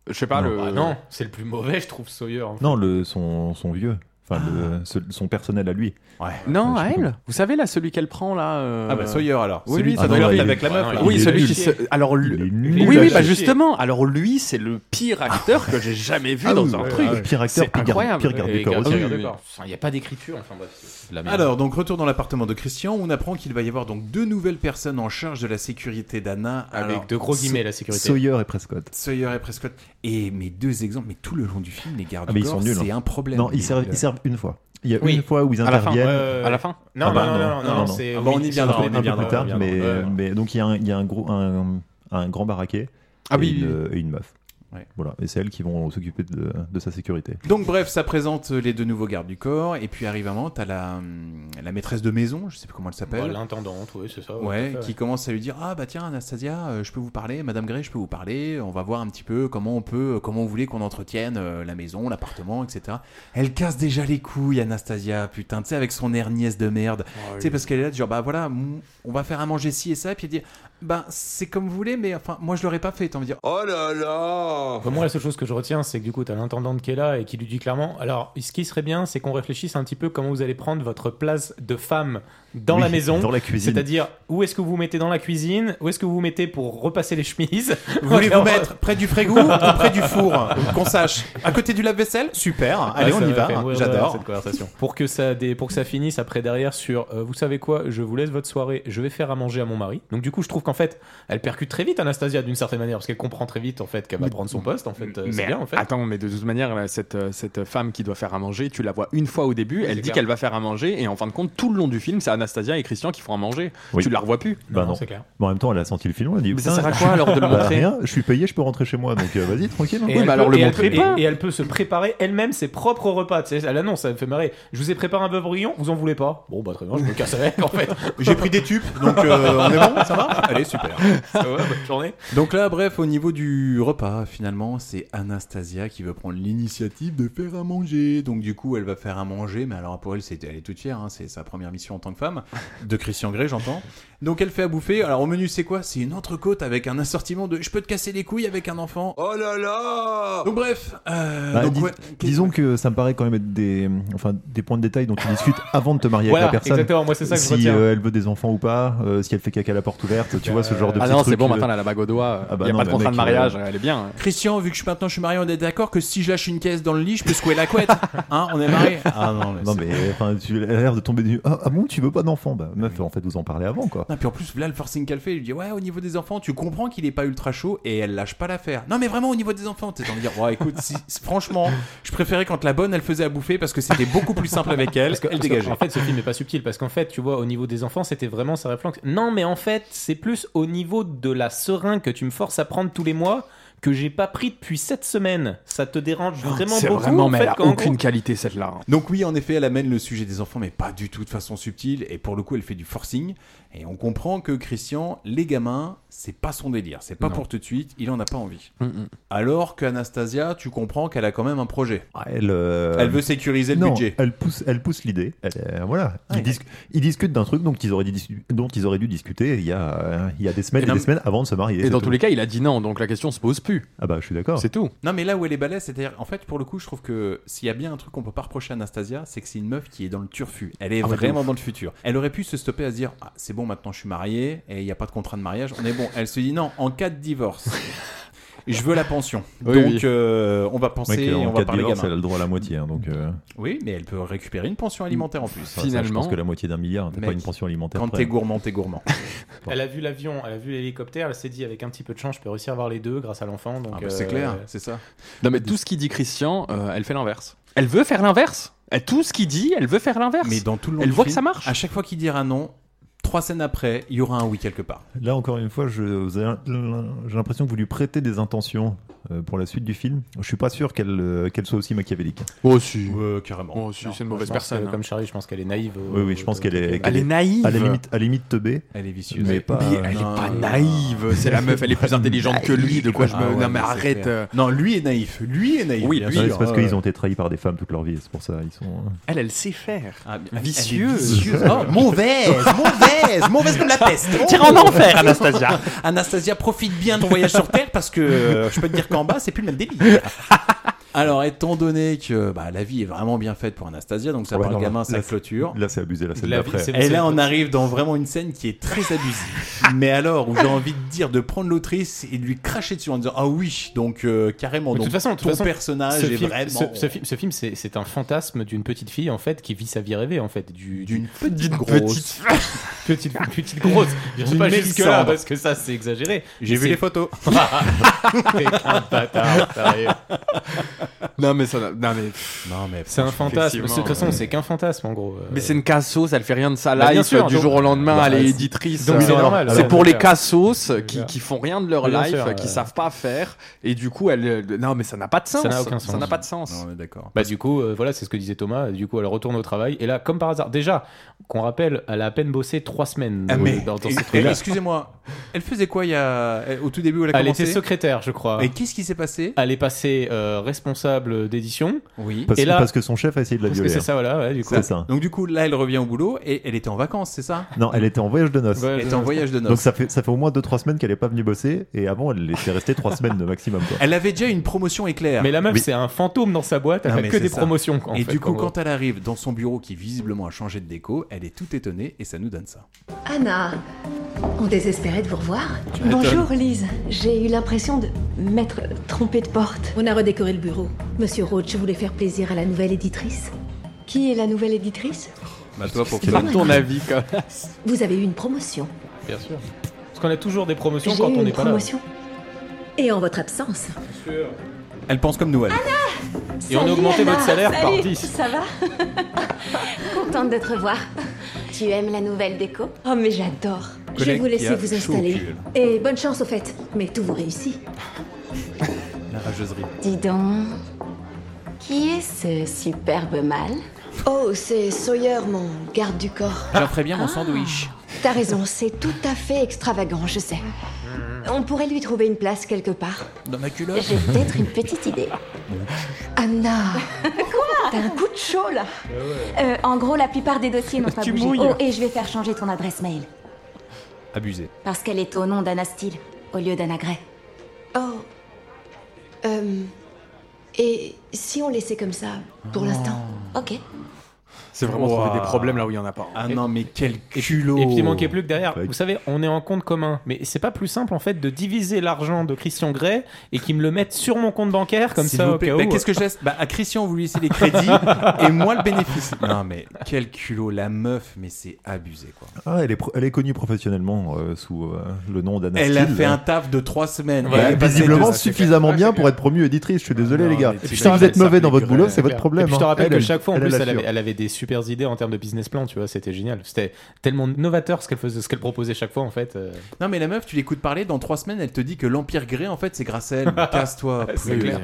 [SPEAKER 3] Je sais pas,
[SPEAKER 9] Non.
[SPEAKER 3] le.
[SPEAKER 11] Ah non, c'est le plus mauvais, je trouve, Sawyer. en fait.
[SPEAKER 9] Non, le, son, son vieux. Enfin,
[SPEAKER 3] Ah.
[SPEAKER 9] le- ce- son personnel à lui.
[SPEAKER 2] Ouais.
[SPEAKER 3] Non,
[SPEAKER 9] Ouais, je
[SPEAKER 3] à
[SPEAKER 9] sais
[SPEAKER 3] elle Vous savez, là, celui qu'elle prend, là. euh,
[SPEAKER 2] Ah bah Sawyer alors.
[SPEAKER 3] Oui,
[SPEAKER 2] Celui
[SPEAKER 3] oui,
[SPEAKER 2] qui
[SPEAKER 3] ça doit
[SPEAKER 2] flirte
[SPEAKER 3] être lui.
[SPEAKER 2] avec la meuf.
[SPEAKER 11] Ah,
[SPEAKER 2] là.
[SPEAKER 11] non,
[SPEAKER 3] Oui,
[SPEAKER 9] Il est
[SPEAKER 3] celui
[SPEAKER 9] nul.
[SPEAKER 3] qui. se- Alors,
[SPEAKER 9] Il
[SPEAKER 3] lui-
[SPEAKER 9] est
[SPEAKER 11] Il
[SPEAKER 9] nul.
[SPEAKER 3] Oui,
[SPEAKER 11] a
[SPEAKER 3] oui, bah
[SPEAKER 11] chier.
[SPEAKER 3] justement. Alors, lui, c'est le pire acteur que j'ai jamais vu
[SPEAKER 9] Ah
[SPEAKER 3] dans
[SPEAKER 9] oui,
[SPEAKER 3] un
[SPEAKER 9] ouais,
[SPEAKER 3] truc.
[SPEAKER 9] ouais. Pire acteur,
[SPEAKER 3] C'est
[SPEAKER 9] pire garde,
[SPEAKER 3] incroyable.
[SPEAKER 9] pire garde
[SPEAKER 11] Et
[SPEAKER 9] du corps
[SPEAKER 11] Garde-
[SPEAKER 9] aussi.
[SPEAKER 11] Garde-
[SPEAKER 3] oui,
[SPEAKER 11] Garde- Il n'y a pas d'écriture, enfin bref. c'est de la merde.
[SPEAKER 2] Alors, donc, retour dans l'appartement de Christian, où on apprend qu'il va y avoir donc deux nouvelles personnes en charge de la sécurité d'Anna. Alors,
[SPEAKER 11] avec de gros guillemets, la sécurité.
[SPEAKER 9] Sawyer et Prescott.
[SPEAKER 2] Sawyer et Prescott. Et mes deux exemples, mais tout le long du film, les gardes
[SPEAKER 9] Ah, mais
[SPEAKER 2] du
[SPEAKER 9] ils
[SPEAKER 2] corps,
[SPEAKER 9] sont nuls,
[SPEAKER 2] c'est un problème.
[SPEAKER 9] Non,
[SPEAKER 2] Mais
[SPEAKER 9] ils servent,
[SPEAKER 2] le-
[SPEAKER 9] ils servent une fois. Il y a
[SPEAKER 11] Oui.
[SPEAKER 9] une fois où ils
[SPEAKER 3] À la fin,
[SPEAKER 9] interviennent.
[SPEAKER 11] ouais, ouais.
[SPEAKER 3] À la fin
[SPEAKER 11] Non,
[SPEAKER 9] Ah bah
[SPEAKER 11] non,
[SPEAKER 9] non,
[SPEAKER 11] non,
[SPEAKER 9] non,
[SPEAKER 11] non, non,
[SPEAKER 9] non.
[SPEAKER 11] c'est.
[SPEAKER 2] Ah bah, on y
[SPEAKER 11] oui,
[SPEAKER 2] viendra,
[SPEAKER 11] c'est
[SPEAKER 2] on y
[SPEAKER 9] un peu
[SPEAKER 2] viendra,
[SPEAKER 9] plus tard,
[SPEAKER 2] on y
[SPEAKER 9] mais,
[SPEAKER 2] viendra. Ouais.
[SPEAKER 9] mais donc il y a un, il y a un gros, un, un grand baraquet
[SPEAKER 3] Ah
[SPEAKER 9] et,
[SPEAKER 3] oui, oui,
[SPEAKER 9] une, et une meuf.
[SPEAKER 2] Ouais.
[SPEAKER 9] Voilà, et c'est elles qui vont s'occuper de, de sa sécurité.
[SPEAKER 2] Donc bref, ça présente les deux nouveaux gardes du corps, et puis arrive un moment, t'as la, hum, la maîtresse de maison, je sais plus comment elle
[SPEAKER 11] Bah,
[SPEAKER 2] s'appelle.
[SPEAKER 11] L'intendante, oui, c'est ça.
[SPEAKER 2] Ouais,
[SPEAKER 11] tout à fait,
[SPEAKER 2] qui commence à lui dire ah bah tiens Anastasia, euh, je peux vous parler, Madame Gray, je peux vous parler. On va voir un petit peu comment on peut, euh, comment vous voulez qu'on entretienne euh, la maison, l'appartement, etc. Elle casse déjà les couilles Anastasia, putain, tu sais avec son air nièce de merde, tu sais parce qu'elle est là du genre bah voilà, m- on va faire à manger ci et ça, et puis elle dit bah c'est comme vous voulez, mais enfin moi je l'aurais pas fait. T'as envie de dire
[SPEAKER 14] Oh là là
[SPEAKER 11] Enfin, moi, la seule chose que je retiens, c'est que du coup, t'as l'intendante qui est là et qui lui dit clairement Alors, ce qui serait bien, c'est qu'on réfléchisse un petit peu comment vous allez prendre votre place de femme dans
[SPEAKER 9] Oui,
[SPEAKER 11] la maison.
[SPEAKER 9] Dans la cuisine.
[SPEAKER 11] C'est-à-dire, où est-ce que vous vous mettez dans la cuisine Où est-ce que vous vous mettez pour repasser les chemises
[SPEAKER 2] vous voulez vous mettre près du frigo ou près du four, qu'on sache. À côté du lave-vaisselle, super. Allez
[SPEAKER 11] Ouais,
[SPEAKER 2] on
[SPEAKER 11] euh,
[SPEAKER 2] y
[SPEAKER 11] ça m'a
[SPEAKER 2] Ah, va,
[SPEAKER 11] fait mourir de rire,
[SPEAKER 2] j'adore.
[SPEAKER 11] cette conversation. Pour que, ça dé- pour que ça finisse après derrière sur euh, Vous savez quoi Je vous laisse votre soirée, je vais faire à manger à mon mari. Donc, du coup, je trouve qu'en fait, elle percute très vite Anastasia d'une certaine manière parce qu'elle comprend très vite en fait qu'elle va prendre son poste. En fait, Euh, c'est
[SPEAKER 3] Mais
[SPEAKER 11] bien en fait.
[SPEAKER 3] Attends, mais de toute manière, là, cette, euh, cette femme qui doit faire à manger, tu la vois une fois au début, elle dit
[SPEAKER 11] clair.
[SPEAKER 3] qu'elle va faire à manger, et en fin de compte, tout le long du film, c'est Anastasia et Christian qui feront à manger.
[SPEAKER 9] Oui.
[SPEAKER 3] Tu la revois plus.
[SPEAKER 9] Bah non.
[SPEAKER 11] c'est clair.
[SPEAKER 9] Mais en même temps, elle a senti le film, elle a dit
[SPEAKER 3] Mais ça
[SPEAKER 9] Putain,
[SPEAKER 3] sert à quoi alors de le
[SPEAKER 9] bah,
[SPEAKER 3] montrer
[SPEAKER 9] rien, je suis payé, je peux rentrer chez moi, donc euh, vas-y, tranquille. hein.
[SPEAKER 11] Et
[SPEAKER 3] Oui,
[SPEAKER 11] elle
[SPEAKER 3] mais alors
[SPEAKER 11] peut-
[SPEAKER 3] le
[SPEAKER 11] et elle
[SPEAKER 3] montrez
[SPEAKER 11] peut-
[SPEAKER 3] pas.
[SPEAKER 11] Et, et elle peut se préparer elle-même ses propres repas. Tu sais, là, non, ça me fait marrer. Je vous ai préparé un bœuf brouillon, vous en voulez pas Bon, bah très bien, je me casse avec en fait.
[SPEAKER 2] J'ai pris des tubes, donc euh, on est bon, ça va Allez super.
[SPEAKER 11] Ça va, bonne journée.
[SPEAKER 2] Donc là, bref, au niveau du repas, finalement, c'est Anastasia qui veut prendre l'initiative de faire à manger. Donc du coup, elle va faire à manger, mais alors pour elle, c'est, elle est toute fière, hein, c'est sa première mission en tant que femme, de Christian Grey, j'entends. Donc elle fait à bouffer. Alors au menu, c'est quoi C'est une entrecôte avec un assortiment de « je peux te casser les couilles avec un enfant
[SPEAKER 14] Oh là là ».
[SPEAKER 2] Donc bref, euh,
[SPEAKER 9] Bah,
[SPEAKER 2] donc,
[SPEAKER 9] dis-
[SPEAKER 2] ouais,
[SPEAKER 9] Disons que ça me paraît quand même être des, enfin, des points de détail dont tu discutes avant de te marier
[SPEAKER 11] Voilà,
[SPEAKER 9] avec la personne.
[SPEAKER 11] exactement, moi c'est ça que je
[SPEAKER 9] si
[SPEAKER 11] retiens.
[SPEAKER 9] euh, elle veut des enfants ou pas, euh, si elle fait caca à la porte ouverte, tu vois ce genre de
[SPEAKER 3] Ah
[SPEAKER 9] petits
[SPEAKER 3] non, c'est
[SPEAKER 9] trucs,
[SPEAKER 3] bon,
[SPEAKER 9] euh,
[SPEAKER 3] maintenant, elle a la bague au doigt.
[SPEAKER 9] Ah
[SPEAKER 3] Il
[SPEAKER 9] bah
[SPEAKER 3] n'y a
[SPEAKER 9] non,
[SPEAKER 3] pas de
[SPEAKER 9] le
[SPEAKER 3] contrat de
[SPEAKER 9] mec, il-
[SPEAKER 3] mariage, elle est bien. hein.
[SPEAKER 2] Christian, vu que je suis maintenant je suis marié, on est d'accord que si je lâche une caisse dans le lit, je peux secouer la couette. Hein, on est marié. Ah non, mais,
[SPEAKER 9] Non
[SPEAKER 2] c'est-
[SPEAKER 9] mais enfin, tu as l'air de tomber du ah, ah bon tu veux pas d'enfant bah meuf en fait vous en parlez avant quoi.
[SPEAKER 2] Et puis en plus, là, le forcing qu'elle fait, je lui dis Ouais, au niveau des enfants, tu comprends qu'il est pas ultra chaud et elle lâche pas l'affaire. Non, mais vraiment, au niveau des enfants, t'es en dire Ouais, écoute, si- franchement, je préférais quand la bonne, elle faisait à bouffer parce que c'était beaucoup plus simple avec elle.
[SPEAKER 11] Parce que-
[SPEAKER 2] elle
[SPEAKER 11] parce que,
[SPEAKER 2] dégageait.
[SPEAKER 11] En fait, ce film est pas subtil parce qu'en fait, tu vois, au niveau des enfants, c'était vraiment sa réflexion. Non, mais en fait, c'est plus au niveau de la seringue que tu me forces à prendre tous les mois que j'ai pas pris depuis 7 semaines. Ça te dérange vraiment
[SPEAKER 3] Oh, C'est
[SPEAKER 11] beaucoup.
[SPEAKER 3] vraiment,
[SPEAKER 11] en
[SPEAKER 3] mais
[SPEAKER 11] fait,
[SPEAKER 3] elle a
[SPEAKER 11] qu'en
[SPEAKER 3] aucune
[SPEAKER 11] gros-
[SPEAKER 3] qualité celle-là. hein.
[SPEAKER 2] Donc oui, en effet, elle amène le sujet des enfants, mais pas du tout de façon subtile. Et pour le coup, elle fait du forcing. Et on comprend que Christian, les gamins, c'est pas son délire. C'est pas
[SPEAKER 3] Non.
[SPEAKER 2] pour tout de suite. Il en a pas envie.
[SPEAKER 3] Mm, mm.
[SPEAKER 2] Alors qu'Anastasia, tu comprends qu'elle a quand même un projet.
[SPEAKER 9] Elle, euh,
[SPEAKER 2] Ah, Elle veut sécuriser le
[SPEAKER 9] non,
[SPEAKER 2] budget.
[SPEAKER 9] Elle pousse, elle pousse l'idée. Elle, euh, voilà. Ils, discu- ils discutent d'un truc dont ils auraient dû, discu- dont ils auraient dû discuter il y a, euh, il y a des semaines
[SPEAKER 3] Et
[SPEAKER 9] et,
[SPEAKER 3] non,
[SPEAKER 9] des semaines avant de se marier.
[SPEAKER 3] Et,
[SPEAKER 9] c'est
[SPEAKER 3] dans
[SPEAKER 9] tout.
[SPEAKER 3] tous les cas, il a dit non, donc la question se pose plus.
[SPEAKER 9] Ah bah, je suis d'accord.
[SPEAKER 3] C'est tout.
[SPEAKER 2] Non, mais là où elle est balèze, c'est-à-dire, en fait, pour le coup, je trouve que s'il y a bien un truc qu'on peut pas reprocher à Anastasia, c'est que c'est une meuf qui est dans le turfu. Elle est
[SPEAKER 3] Ah ouais, de
[SPEAKER 2] vraiment
[SPEAKER 3] ouf.
[SPEAKER 2] dans le futur. Elle aurait pu se stopper à se dire, Ah, c'est bon, maintenant je suis mariée et il n'y a pas de contrat de mariage, on est bon. Elle se dit, non, en cas de divorce, je veux la pension.
[SPEAKER 9] Oui,
[SPEAKER 2] Donc,
[SPEAKER 9] oui.
[SPEAKER 2] euh, on va
[SPEAKER 9] Mec,
[SPEAKER 2] penser
[SPEAKER 9] euh,
[SPEAKER 2] et
[SPEAKER 9] en
[SPEAKER 2] on
[SPEAKER 9] cas
[SPEAKER 2] va
[SPEAKER 9] de
[SPEAKER 2] parler
[SPEAKER 9] divorce,
[SPEAKER 2] gamin.
[SPEAKER 9] elle a le droit à la moitié. hein, donc, euh,
[SPEAKER 2] Oui, mais elle peut récupérer une pension alimentaire en plus.
[SPEAKER 9] ça, ça, je pense que la moitié d'un milliard, hein, t'as
[SPEAKER 2] Mec,
[SPEAKER 9] pas une pension alimentaire. hein.
[SPEAKER 2] Quand
[SPEAKER 9] après.
[SPEAKER 2] t'es gourmand, t'es gourmand.
[SPEAKER 11] Elle a vu l'avion, elle a vu l'hélicoptère, elle s'est dit avec un petit peu de chance, je peux réussir à voir les deux grâce à l'enfant. Donc
[SPEAKER 2] Ah bah, c'est
[SPEAKER 11] euh,
[SPEAKER 2] clair, c'est ça.
[SPEAKER 3] Non, mais tout ce qu'il dit Christian, euh, elle fait l'inverse. Elle veut faire l'inverse. Elle, tout ce qu'il dit, elle veut faire l'inverse.
[SPEAKER 2] Mais bah, dans tout le long
[SPEAKER 3] Elle
[SPEAKER 2] du
[SPEAKER 3] voit
[SPEAKER 2] film,
[SPEAKER 3] que ça marche.
[SPEAKER 2] À chaque fois qu'il dira non, trois scènes après, il y aura un oui quelque part.
[SPEAKER 9] Là, encore une fois, je- vous avez- j'ai l'impression que vous lui prêtez des intentions euh, pour la suite du film. Je suis pas sûr qu'elle euh, qu'elle soit aussi machiavélique.
[SPEAKER 3] Oh, si.
[SPEAKER 2] Ouais, carrément.
[SPEAKER 3] Oh, si, c'est une
[SPEAKER 11] bah, je
[SPEAKER 3] mauvaise
[SPEAKER 11] pense
[SPEAKER 3] personne.
[SPEAKER 11] que, comme Charlie, je pense qu'elle est naïve. euh, au-
[SPEAKER 9] Oui, oui, je pense
[SPEAKER 11] au-
[SPEAKER 9] qu'elle est,
[SPEAKER 3] Elle
[SPEAKER 9] qu'elle
[SPEAKER 3] est naïve.
[SPEAKER 9] À la limite, à la limite teubée.
[SPEAKER 2] Elle est vicieuse.
[SPEAKER 9] Mais pas.
[SPEAKER 3] Mais elle est
[SPEAKER 2] non,
[SPEAKER 3] pas
[SPEAKER 2] non,
[SPEAKER 3] naïve. C'est la meuf, elle est plus intelligente que lui. De quoi je me.
[SPEAKER 2] Ah ouais,
[SPEAKER 3] non, mais
[SPEAKER 2] mais c'est
[SPEAKER 3] arrête.
[SPEAKER 2] clair.
[SPEAKER 3] euh,
[SPEAKER 2] Non, lui est naïf. Lui est naïf.
[SPEAKER 3] Oui,
[SPEAKER 2] bien
[SPEAKER 3] lui,
[SPEAKER 9] Non, mais
[SPEAKER 2] sûr.
[SPEAKER 9] c'est parce
[SPEAKER 2] Ah,
[SPEAKER 9] qu'ils
[SPEAKER 2] ouais.
[SPEAKER 9] ont été trahis par des femmes toute leur vie, c'est pour ça. Ils sont. hein.
[SPEAKER 3] Elle, elle sait faire.
[SPEAKER 2] Ah, bien-
[SPEAKER 3] Vicieuse.
[SPEAKER 2] elle est vicieuse. Oh, mauvaise, mauvaise, mauvaise comme la peste. Oh.
[SPEAKER 3] Tire en enfer, Anastasia.
[SPEAKER 2] Anastasia, profite bien de ton voyage sur Terre parce que euh, je peux te dire qu'en bas, c'est plus le même délire. Alors, étant donné que bah, la vie est vraiment bien faite pour Anastasia, donc ça
[SPEAKER 9] Ouais,
[SPEAKER 2] parle
[SPEAKER 9] non,
[SPEAKER 2] gamin,
[SPEAKER 9] là,
[SPEAKER 2] ça
[SPEAKER 9] là,
[SPEAKER 2] clôture.
[SPEAKER 9] Là, c'est abusé, là, c'est
[SPEAKER 11] La vie,
[SPEAKER 9] d'après.
[SPEAKER 11] c'est-
[SPEAKER 2] Et là, on arrive dans vraiment une scène qui est très abusive. Mais alors, où j'ai envie de dire de prendre l'autrice et de lui cracher dessus en disant Ah oui, donc euh, carrément,
[SPEAKER 11] Mais de
[SPEAKER 2] donc,
[SPEAKER 11] toute façon, de toute
[SPEAKER 2] ton
[SPEAKER 11] façon,
[SPEAKER 2] personnage
[SPEAKER 11] ce
[SPEAKER 2] est
[SPEAKER 11] film,
[SPEAKER 2] vraiment.
[SPEAKER 11] ce- ce film- ce film, c'est c'est un fantasme d'une petite fille en fait qui vit sa vie rêvée en fait du, du-
[SPEAKER 2] d'une petite grosse.
[SPEAKER 3] Petite.
[SPEAKER 11] petite petite grosse. Je
[SPEAKER 2] D'une
[SPEAKER 11] pas jusque là
[SPEAKER 2] Mélisande.
[SPEAKER 11] parce que ça c'est exagéré.
[SPEAKER 2] J'ai vu
[SPEAKER 11] C'est-
[SPEAKER 2] les photos. Ah,
[SPEAKER 11] T'es un bâtard, sérieux.
[SPEAKER 3] Non, mais ça. n'a- Non, mais.
[SPEAKER 2] Non, mais
[SPEAKER 11] C'est un fantasme.
[SPEAKER 3] Effectivement,
[SPEAKER 11] De toute façon,
[SPEAKER 3] ouais.
[SPEAKER 11] c'est qu'un fantasme en gros. Euh,
[SPEAKER 3] Mais c'est une cassos, elle fait rien de ça
[SPEAKER 11] Bah, bien
[SPEAKER 3] live
[SPEAKER 11] sûr,
[SPEAKER 3] du
[SPEAKER 11] donc-
[SPEAKER 3] jour au lendemain,
[SPEAKER 11] Bah,
[SPEAKER 3] elle est
[SPEAKER 11] c'est-
[SPEAKER 3] éditrice.
[SPEAKER 11] donc c'est
[SPEAKER 3] euh,
[SPEAKER 11] normal,
[SPEAKER 3] C'est
[SPEAKER 11] alors,
[SPEAKER 3] pour les
[SPEAKER 11] bien sûr.
[SPEAKER 3] cassos euh,
[SPEAKER 11] Bien
[SPEAKER 3] qui,
[SPEAKER 11] sûr.
[SPEAKER 3] qui font rien de leur
[SPEAKER 11] Bien
[SPEAKER 3] life,
[SPEAKER 11] sûr,
[SPEAKER 3] qui
[SPEAKER 11] euh,
[SPEAKER 3] savent pas faire, et du coup, elle. euh, Non, mais ça n'a pas de sens.
[SPEAKER 11] n'a aucun
[SPEAKER 3] Ça
[SPEAKER 11] sens.
[SPEAKER 3] n'a pas de sens.
[SPEAKER 2] Non, mais d'accord.
[SPEAKER 11] Bah du coup, euh, voilà, c'est ce que disait Thomas. Du coup, elle retourne au travail et là, comme par hasard, déjà, qu'on rappelle, elle a à peine bossé trois semaines
[SPEAKER 2] Ah,
[SPEAKER 11] dans-
[SPEAKER 2] mais-
[SPEAKER 11] dans, dans
[SPEAKER 2] et-
[SPEAKER 11] ces
[SPEAKER 2] et-
[SPEAKER 11] trucs-là.
[SPEAKER 2] Excusez-moi, elle faisait quoi il y a... euh, au tout début où elle a
[SPEAKER 11] Elle
[SPEAKER 2] commencé
[SPEAKER 11] était hein. Ah, secrétaire, je crois.
[SPEAKER 2] Et qu'est-ce qui s'est passé
[SPEAKER 11] Elle est passée euh, responsable d'édition.
[SPEAKER 2] Oui.
[SPEAKER 9] Parce,
[SPEAKER 11] Et là-
[SPEAKER 9] parce que son chef a essayé de la
[SPEAKER 11] Parce que
[SPEAKER 9] violer. hein.
[SPEAKER 11] c'est ça,
[SPEAKER 2] hein.
[SPEAKER 11] voilà, ouais, du coup.
[SPEAKER 9] C'est ça.
[SPEAKER 2] Donc du coup, là, elle revient au boulot et elle était en vacances, c'est ça
[SPEAKER 9] Non, elle était en voyage de noces.
[SPEAKER 11] Ouais,
[SPEAKER 2] Elle
[SPEAKER 11] je-
[SPEAKER 2] était en voyage de
[SPEAKER 9] Donc
[SPEAKER 2] noces.
[SPEAKER 9] ça fait, ça fait au moins 2-3 semaines qu'elle est pas venue bosser et avant elle était restée 3 semaines de maximum. Quoi.
[SPEAKER 2] Elle avait déjà une promotion éclair.
[SPEAKER 11] Mais la meuf,
[SPEAKER 9] Oui.
[SPEAKER 11] c'est un fantôme dans sa boîte, elle
[SPEAKER 2] Non, mais
[SPEAKER 11] fait que
[SPEAKER 2] c'est
[SPEAKER 11] des
[SPEAKER 2] ça.
[SPEAKER 11] promotions. en
[SPEAKER 2] et
[SPEAKER 11] fait,
[SPEAKER 2] du
[SPEAKER 11] en
[SPEAKER 2] coup,
[SPEAKER 11] gros.
[SPEAKER 2] quand elle arrive dans son bureau qui visiblement a changé de déco, elle est tout étonnée et ça nous donne ça.
[SPEAKER 15] Anna, on désespérait de vous revoir. Bonjour Lise. J'ai eu l'impression de m'être trompée de porte. On a redécoré le bureau. Monsieur Roach voulait faire plaisir à la nouvelle éditrice. Qui est la nouvelle éditrice
[SPEAKER 2] Bah toi, pour
[SPEAKER 3] Donne ton avis, quand même.
[SPEAKER 15] Vous avez eu une promotion.
[SPEAKER 11] Bien sûr. Parce qu'on a toujours des promotions
[SPEAKER 15] J'ai
[SPEAKER 11] quand
[SPEAKER 15] eu
[SPEAKER 11] on
[SPEAKER 15] une
[SPEAKER 11] n'est pas là.
[SPEAKER 15] promotion. Et en votre absence.
[SPEAKER 2] Elle pense comme nous, elle.
[SPEAKER 11] Et on a augmenté votre salaire par 10.
[SPEAKER 15] Ça va Contente de te revoir. Tu aimes la nouvelle déco Oh mais j'adore. Je vais vous
[SPEAKER 2] Collègue qui a
[SPEAKER 15] laisser vous
[SPEAKER 2] chaud au
[SPEAKER 15] installer.
[SPEAKER 2] cul, là.
[SPEAKER 15] Et bonne chance au fait. Mais tout vous réussit.
[SPEAKER 2] La rageusserie.
[SPEAKER 10] Dis donc, qui est ce superbe mâle
[SPEAKER 15] Oh, c'est Sawyer, mon garde du corps.
[SPEAKER 2] J'offrais bien mon sandwich.
[SPEAKER 15] T'as raison, c'est tout à fait extravagant, je sais. On pourrait lui trouver une place quelque part.
[SPEAKER 2] Dans ma culotte.
[SPEAKER 10] J'ai peut-être une petite idée.
[SPEAKER 15] Anna Quoi T'as un coup de chaud, là
[SPEAKER 2] Ah
[SPEAKER 10] Euh, en gros, la plupart des dossiers n'ont pas
[SPEAKER 3] Tu
[SPEAKER 10] bougé.
[SPEAKER 3] mouilles.
[SPEAKER 10] Oh, et je vais faire changer ton adresse mail.
[SPEAKER 2] Abusé.
[SPEAKER 10] Parce qu'elle est au nom d'Anna Steele, au lieu d'Anna Gray.
[SPEAKER 15] Oh.
[SPEAKER 2] Ah.
[SPEAKER 15] Euh... Et si on laissait comme ça, pour l'instant
[SPEAKER 10] Ok.
[SPEAKER 3] C'est vraiment trouver
[SPEAKER 11] Ouah.
[SPEAKER 3] des problèmes là où il y en a pas. hein.
[SPEAKER 11] Ah non, mais
[SPEAKER 2] quel
[SPEAKER 3] culot
[SPEAKER 11] Et puis il manquait plus que derrière. Vous savez, on est en compte commun. Mais c'est pas plus simple en fait de diviser l'argent de Christian Grey et qu'il me le mette sur mon compte bancaire comme
[SPEAKER 2] S'il
[SPEAKER 11] ça
[SPEAKER 2] vous
[SPEAKER 11] au
[SPEAKER 2] plaît.
[SPEAKER 11] cas
[SPEAKER 2] Bah,
[SPEAKER 11] où. euh.
[SPEAKER 2] Qu'est-ce que je laisse Bah, À Christian, vous lui laissez les crédits et moi le bénéfice. Non, mais quel culot, la meuf, mais c'est abusé quoi.
[SPEAKER 9] Ah, elle est, pro- elle est connue professionnellement euh, sous euh, le nom d'Anna
[SPEAKER 2] Elle a
[SPEAKER 9] Steele.
[SPEAKER 2] fait un taf de trois semaines.
[SPEAKER 9] Bah,
[SPEAKER 2] Elle est passée
[SPEAKER 9] visiblement
[SPEAKER 2] de-
[SPEAKER 9] suffisamment bien pour être promue éditrice. Je suis désolé,
[SPEAKER 11] Non,
[SPEAKER 9] les gars.
[SPEAKER 11] mais
[SPEAKER 9] Si
[SPEAKER 11] c'est
[SPEAKER 9] vous
[SPEAKER 11] clair.
[SPEAKER 9] êtes mauvais dans votre
[SPEAKER 11] C'est
[SPEAKER 9] boulot,
[SPEAKER 11] clair.
[SPEAKER 9] c'est votre problème.
[SPEAKER 11] euh, Et puis je te
[SPEAKER 9] hein.
[SPEAKER 11] rappelle
[SPEAKER 9] Elle,
[SPEAKER 11] que
[SPEAKER 9] elle-
[SPEAKER 11] chaque fois, en
[SPEAKER 9] elle,
[SPEAKER 11] plus,
[SPEAKER 9] elle
[SPEAKER 11] elle
[SPEAKER 9] assure.
[SPEAKER 11] avait, elle avait des super idées en termes de business plan, tu vois, c'était génial. C'était tellement novateur ce qu'elle faisait, ce qu'elle proposait chaque fois en fait. euh.
[SPEAKER 2] Non, mais la meuf, tu l'écoutes parler, dans trois semaines, elle te dit que l'Empire Gré, en fait, c'est grâce à elle. Mais Casse-toi.
[SPEAKER 3] C'est
[SPEAKER 2] plus.
[SPEAKER 3] clair.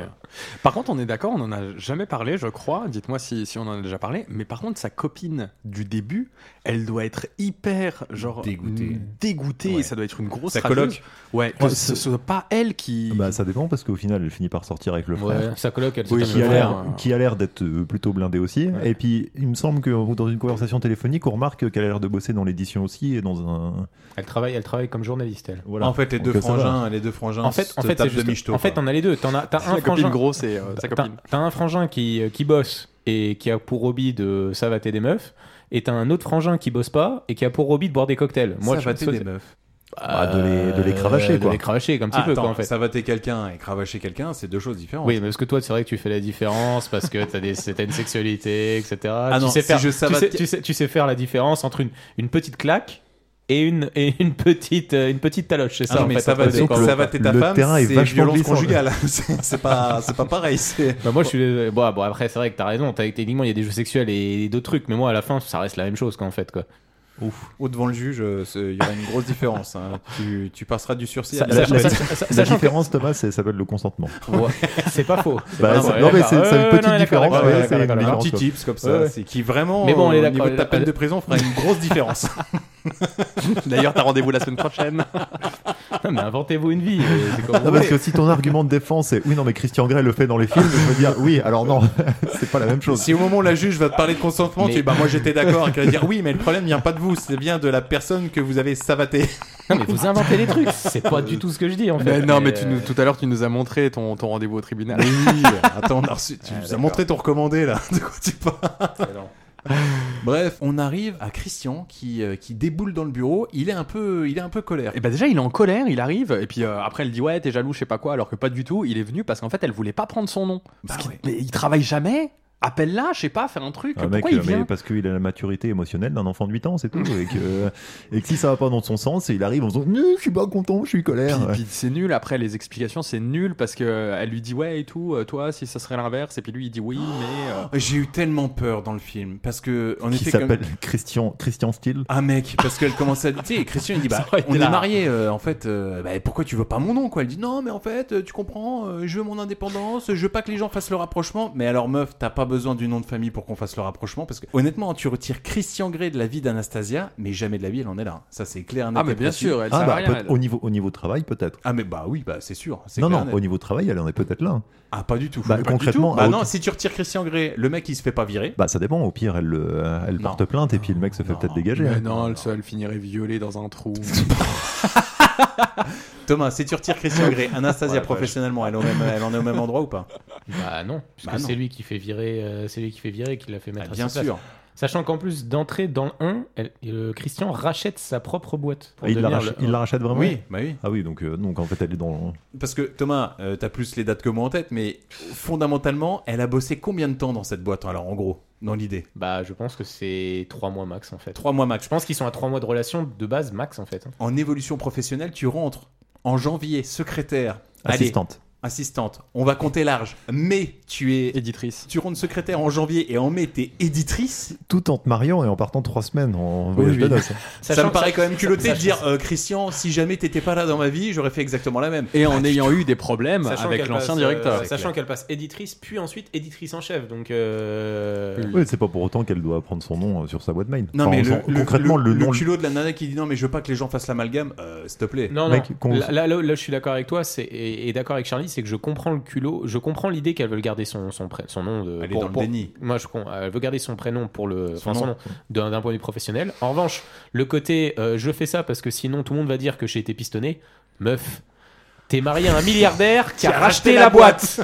[SPEAKER 3] Par contre, on est d'accord, on n'en a jamais parlé, je crois. Dites-moi si, si on en a déjà parlé. Mais par contre, sa copine du début, elle doit être hyper genre dégoûtée. Dégoûtée. Ça doit être une grosse.
[SPEAKER 9] Sa
[SPEAKER 3] rageuse.
[SPEAKER 9] coloc.
[SPEAKER 3] Ouais. Que
[SPEAKER 9] Ouais,
[SPEAKER 3] ce
[SPEAKER 9] c'est-
[SPEAKER 3] soit pas elle
[SPEAKER 11] Ah
[SPEAKER 3] qui.
[SPEAKER 9] Bah, ça dépend parce qu'au final, elle finit par sortir avec le
[SPEAKER 3] Ouais,
[SPEAKER 9] frère.
[SPEAKER 3] sa coloc, elle se tape
[SPEAKER 9] qui,
[SPEAKER 3] le
[SPEAKER 9] a
[SPEAKER 3] frère,
[SPEAKER 9] l'air-
[SPEAKER 3] hein.
[SPEAKER 9] qui a l'air d'être euh, plutôt blindée aussi. Et puis, il me semble que dans une conversation téléphonique, on remarque qu'elle a l'air de bosser dans l'édition aussi et dans un.
[SPEAKER 11] Elle travaille, elle travaille comme journaliste elle.
[SPEAKER 9] Voilà. En fait, les deux
[SPEAKER 11] Donc, ça va.
[SPEAKER 9] frangins-
[SPEAKER 2] les deux frangins
[SPEAKER 11] En fait,
[SPEAKER 2] se
[SPEAKER 11] en fait,
[SPEAKER 2] tapent
[SPEAKER 11] c'est
[SPEAKER 2] de
[SPEAKER 11] juste-
[SPEAKER 2] michto,
[SPEAKER 11] en fait,
[SPEAKER 2] quoi.
[SPEAKER 11] on a les deux. T'en as, t'as
[SPEAKER 3] La
[SPEAKER 11] un
[SPEAKER 3] copine
[SPEAKER 11] frangin
[SPEAKER 3] grosse et, euh, sa
[SPEAKER 11] t'as-
[SPEAKER 3] copine.
[SPEAKER 11] T'as un frangin qui euh, qui bosse et qui a pour hobby de savater des meufs, et t'as un autre frangin qui bosse pas et qui a pour hobby de boire des cocktails. Moi, je
[SPEAKER 2] Savater
[SPEAKER 11] pense-
[SPEAKER 2] des meufs.
[SPEAKER 11] Bah, de les- de les cravacher, de quoi. les cravacher comme petit
[SPEAKER 2] Ah,
[SPEAKER 11] peu, quoi,
[SPEAKER 2] attends,
[SPEAKER 11] en fait.
[SPEAKER 2] Savater quelqu'un et cravacher quelqu'un, c'est deux choses différentes.
[SPEAKER 11] Oui, mais parce que toi, c'est vrai que tu fais la différence parce que t'as des, t'as une sexualité, etc. tu
[SPEAKER 2] Ah non,
[SPEAKER 11] sais
[SPEAKER 2] si
[SPEAKER 11] faire,
[SPEAKER 2] je savate-
[SPEAKER 11] tu sais, tu sais- tu sais faire la différence entre une, une petite claque et une, et une petite, euh, une petite taloche, c'est
[SPEAKER 2] Ah
[SPEAKER 11] ça
[SPEAKER 2] non,
[SPEAKER 11] en
[SPEAKER 2] mais
[SPEAKER 11] fait,
[SPEAKER 2] ça va,
[SPEAKER 11] entre les
[SPEAKER 2] donc,
[SPEAKER 11] corps.
[SPEAKER 2] ça va, t'es ta
[SPEAKER 11] Le
[SPEAKER 2] femme,
[SPEAKER 11] terrain est
[SPEAKER 2] c'est
[SPEAKER 11] vachement
[SPEAKER 2] violence
[SPEAKER 11] glissant.
[SPEAKER 2] conjugale. C'est c'est pas, c'est pas pareil. c'est-
[SPEAKER 11] Bah, moi je suis désolé. bon, bon, après c'est vrai que t'as raison t'as- techniquement il y a des jeux sexuels et d'autres trucs mais moi à la fin ça reste la même chose quoi en fait quoi
[SPEAKER 2] Ouf. Ou devant le juge, euh, c'est- il y aura une grosse différence. hein. Tu, tu passeras du sursis
[SPEAKER 11] Ça-
[SPEAKER 2] à
[SPEAKER 9] La,
[SPEAKER 2] la,
[SPEAKER 9] la- la différence, Thomas, c'est- ça s'appelle le consentement.
[SPEAKER 11] Ouais, c'est pas faux
[SPEAKER 9] Bah,
[SPEAKER 11] Non,
[SPEAKER 9] c'est-
[SPEAKER 11] ouais,
[SPEAKER 9] non, mais
[SPEAKER 11] d'accord.
[SPEAKER 9] c'est c'est
[SPEAKER 11] Ouais,
[SPEAKER 9] une petite
[SPEAKER 11] ouais, non,
[SPEAKER 9] différence. ouais,
[SPEAKER 11] d'accord, d'accord, d'accord,
[SPEAKER 9] c'est une
[SPEAKER 11] d'accord,
[SPEAKER 2] Un
[SPEAKER 9] différence,
[SPEAKER 2] petit
[SPEAKER 9] quoi.
[SPEAKER 2] tips comme ça,
[SPEAKER 11] Ouais, ouais.
[SPEAKER 2] c'est qui vraiment,
[SPEAKER 11] Mais bon, on est
[SPEAKER 2] euh, au
[SPEAKER 11] d'accord,
[SPEAKER 2] niveau de ta
[SPEAKER 11] euh,
[SPEAKER 2] peine
[SPEAKER 11] euh,
[SPEAKER 2] de prison, fera une grosse différence.
[SPEAKER 3] D'ailleurs, t'as rendez-vous la semaine prochaine.
[SPEAKER 11] non mais inventez-vous une vie euh, c'est comme vous
[SPEAKER 9] Non, Ah, parce que
[SPEAKER 11] voulez.
[SPEAKER 9] si ton argument de défense est oui, non, mais Christian Grey le fait dans les films, je veux dire oui, alors non, c'est pas la même chose.
[SPEAKER 2] Si au moment où la juge va te parler de consentement,
[SPEAKER 9] Mais-
[SPEAKER 2] tu dis bah moi j'étais d'accord, et qu'elle va dire oui, mais le problème vient pas de vous, c'est bien de la personne que vous avez savatée.
[SPEAKER 11] Non mais vous inventez des trucs, c'est pas du tout ce que je dis en fait.
[SPEAKER 3] Mais non, mais, tu
[SPEAKER 11] euh,
[SPEAKER 3] nous, tout à l'heure, tu nous as montré ton, ton rendez-vous au tribunal.
[SPEAKER 2] Oui, attends, on a reçu- tu nous as montré ton recommandé là. De quoi tu parles Bref, on arrive à Christian qui, euh, qui déboule dans le bureau. Il est un peu, il est un peu colère.
[SPEAKER 3] Et bah déjà, il est en colère, il arrive, et puis euh, après, elle dit ouais, t'es jaloux, je sais pas quoi, alors que pas du tout. Il est venu parce qu'en fait, elle voulait pas prendre son nom. Parce qu'il- mais il travaille jamais. Appelle-la, je sais pas, fais un truc.
[SPEAKER 9] Ah, mec,
[SPEAKER 3] Pourquoi il
[SPEAKER 9] euh, mais
[SPEAKER 3] vient
[SPEAKER 9] parce qu'il a la maturité émotionnelle d'un enfant de 8 ans, c'est tout. Et que, et que si ça va pas dans son sens, il arrive en disant Non, Je suis pas content, je suis colère.
[SPEAKER 3] Puis, puis c'est nul, après les explications, c'est nul parce que euh, elle lui dit ouais et tout, euh, toi si ça serait l'inverse, et puis lui il dit oui, mais. euh,
[SPEAKER 2] ben, J'ai eu tellement peur dans le film parce que en
[SPEAKER 9] Qui
[SPEAKER 2] effet, comme-
[SPEAKER 9] s'appelle Christian, Christian Steele.
[SPEAKER 2] Ah mec, parce qu'elle commence à dire, tu sais, Christian il dit bah
[SPEAKER 9] Ça aurait été
[SPEAKER 2] on est
[SPEAKER 9] la-
[SPEAKER 2] mariés euh, en fait, euh, bah, pourquoi tu veux pas mon nom quoi Elle dit non mais en fait euh, tu comprends, euh, je veux mon indépendance, je veux pas que les gens fassent le rapprochement. Mais alors meuf, t'as pas besoin du nom de famille pour qu'on fasse le rapprochement parce que honnêtement tu retires Christian Grey de la vie d'Anastasia, mais jamais de la vie elle en est là. Ça c'est clair. net
[SPEAKER 3] mais
[SPEAKER 2] et
[SPEAKER 3] bien
[SPEAKER 2] précis.
[SPEAKER 3] sûr, elle
[SPEAKER 9] Ah, bah, peut- au, niveau, au niveau travail, peut-être.
[SPEAKER 2] Ah, mais bah oui, bah c'est sûr. c'est
[SPEAKER 9] Non,
[SPEAKER 2] clair,
[SPEAKER 9] non,
[SPEAKER 2] net.
[SPEAKER 9] au niveau travail, elle en est peut-être là.
[SPEAKER 2] Ah pas du tout.
[SPEAKER 9] Bah,
[SPEAKER 2] Pas du
[SPEAKER 9] concrètement,
[SPEAKER 2] tout. Bah
[SPEAKER 9] à
[SPEAKER 2] non,
[SPEAKER 9] aucun-
[SPEAKER 2] si tu retires Christian Grey, le mec il se fait pas virer.
[SPEAKER 9] Bah, ça dépend. Au pire, elle, le- elle porte plainte et puis le mec se fait peut-être dégager.
[SPEAKER 3] mais
[SPEAKER 9] hein.
[SPEAKER 3] non, elle, elle finirait violée dans un trou.
[SPEAKER 2] Thomas, si tu retires Christian Grey, Anastasia
[SPEAKER 11] Ouais, bah, je-
[SPEAKER 2] professionnellement, elle, est au même- elle en est au même endroit ou pas
[SPEAKER 11] Bah non, parce
[SPEAKER 2] Bah
[SPEAKER 11] que
[SPEAKER 2] non.
[SPEAKER 11] c'est lui qui fait virer, euh, c'est lui qui fait virer, qui l'a fait mettre.
[SPEAKER 2] Ah,
[SPEAKER 11] à
[SPEAKER 2] bien
[SPEAKER 11] sa place.
[SPEAKER 2] sûr.
[SPEAKER 11] Sachant qu'en plus d'entrée dans le 1, elle- euh, Christian rachète sa propre boîte. pour
[SPEAKER 9] Ah, il, la
[SPEAKER 11] devenir
[SPEAKER 9] rach-
[SPEAKER 11] le-
[SPEAKER 9] il la rachète vraiment
[SPEAKER 2] Oui, bah oui.
[SPEAKER 9] Ah oui, donc, euh, donc en fait, elle est dans.
[SPEAKER 2] Parce que Thomas, euh, t'as plus les dates que moi en tête, mais fondamentalement, elle a bossé combien de temps dans cette boîte Alors en gros, dans l'idée
[SPEAKER 11] Bah je pense que c'est 3 mois max en fait.
[SPEAKER 2] 3 mois max.
[SPEAKER 11] Je pense qu'ils sont à 3 mois de relation de base max en fait. hein.
[SPEAKER 2] En évolution professionnelle, tu rentres en janvier, secrétaire.
[SPEAKER 9] Assistante.
[SPEAKER 2] Allez, assistante. On va compter large. Mais tu es.
[SPEAKER 3] Éditrice.
[SPEAKER 2] Tu rentres secrétaire en janvier et en mai, t'es éditrice.
[SPEAKER 9] Tout en te mariant et en partant trois semaines en voyage de noces.
[SPEAKER 2] Ça me paraît quand même culotté de dire, euh, Christian, si jamais t'étais pas là dans ma vie, j'aurais fait exactement la même. Bah,
[SPEAKER 3] Et en ayant eu des problèmes
[SPEAKER 11] Sachant
[SPEAKER 3] avec
[SPEAKER 11] qu'elle
[SPEAKER 3] l'ancien
[SPEAKER 11] passe,
[SPEAKER 3] directeur.
[SPEAKER 11] euh, sachant qu'elle passe éditrice, puis ensuite éditrice en chef. Donc. euh,
[SPEAKER 9] Oui, c'est pas pour autant qu'elle doit prendre son nom euh, sur sa boîte mail.
[SPEAKER 2] Non,
[SPEAKER 9] Enfin,
[SPEAKER 2] mais
[SPEAKER 9] son-
[SPEAKER 2] le, le-
[SPEAKER 9] concrètement, le,
[SPEAKER 2] le,
[SPEAKER 9] nom.
[SPEAKER 2] culot de la nana qui dit non, mais je veux pas que les gens fassent l'amalgame, euh, s'il te plaît.
[SPEAKER 11] Non,
[SPEAKER 9] Mec,
[SPEAKER 11] non.
[SPEAKER 9] qu'on-
[SPEAKER 11] Là, là, là, là, je suis d'accord avec toi c'est, et, et d'accord avec Charlie, c'est que je comprends le culot, je comprends l'idée qu'elle veut garder son, son, pré- son nom. De,
[SPEAKER 2] Elle est dans le déni.
[SPEAKER 11] Moi, je, con- elle veut garder son prénom pour le,
[SPEAKER 2] Son
[SPEAKER 11] enfin, son
[SPEAKER 2] nom.
[SPEAKER 11] nom, d'un, d'un point de vue professionnel. En revanche, le côté euh, je fais ça parce que sinon tout le monde va dire que j'ai été pistonné, meuf. T'es marié à un milliardaire qui a
[SPEAKER 3] Qui a
[SPEAKER 11] racheté
[SPEAKER 3] racheté
[SPEAKER 11] la
[SPEAKER 3] la
[SPEAKER 11] boîte.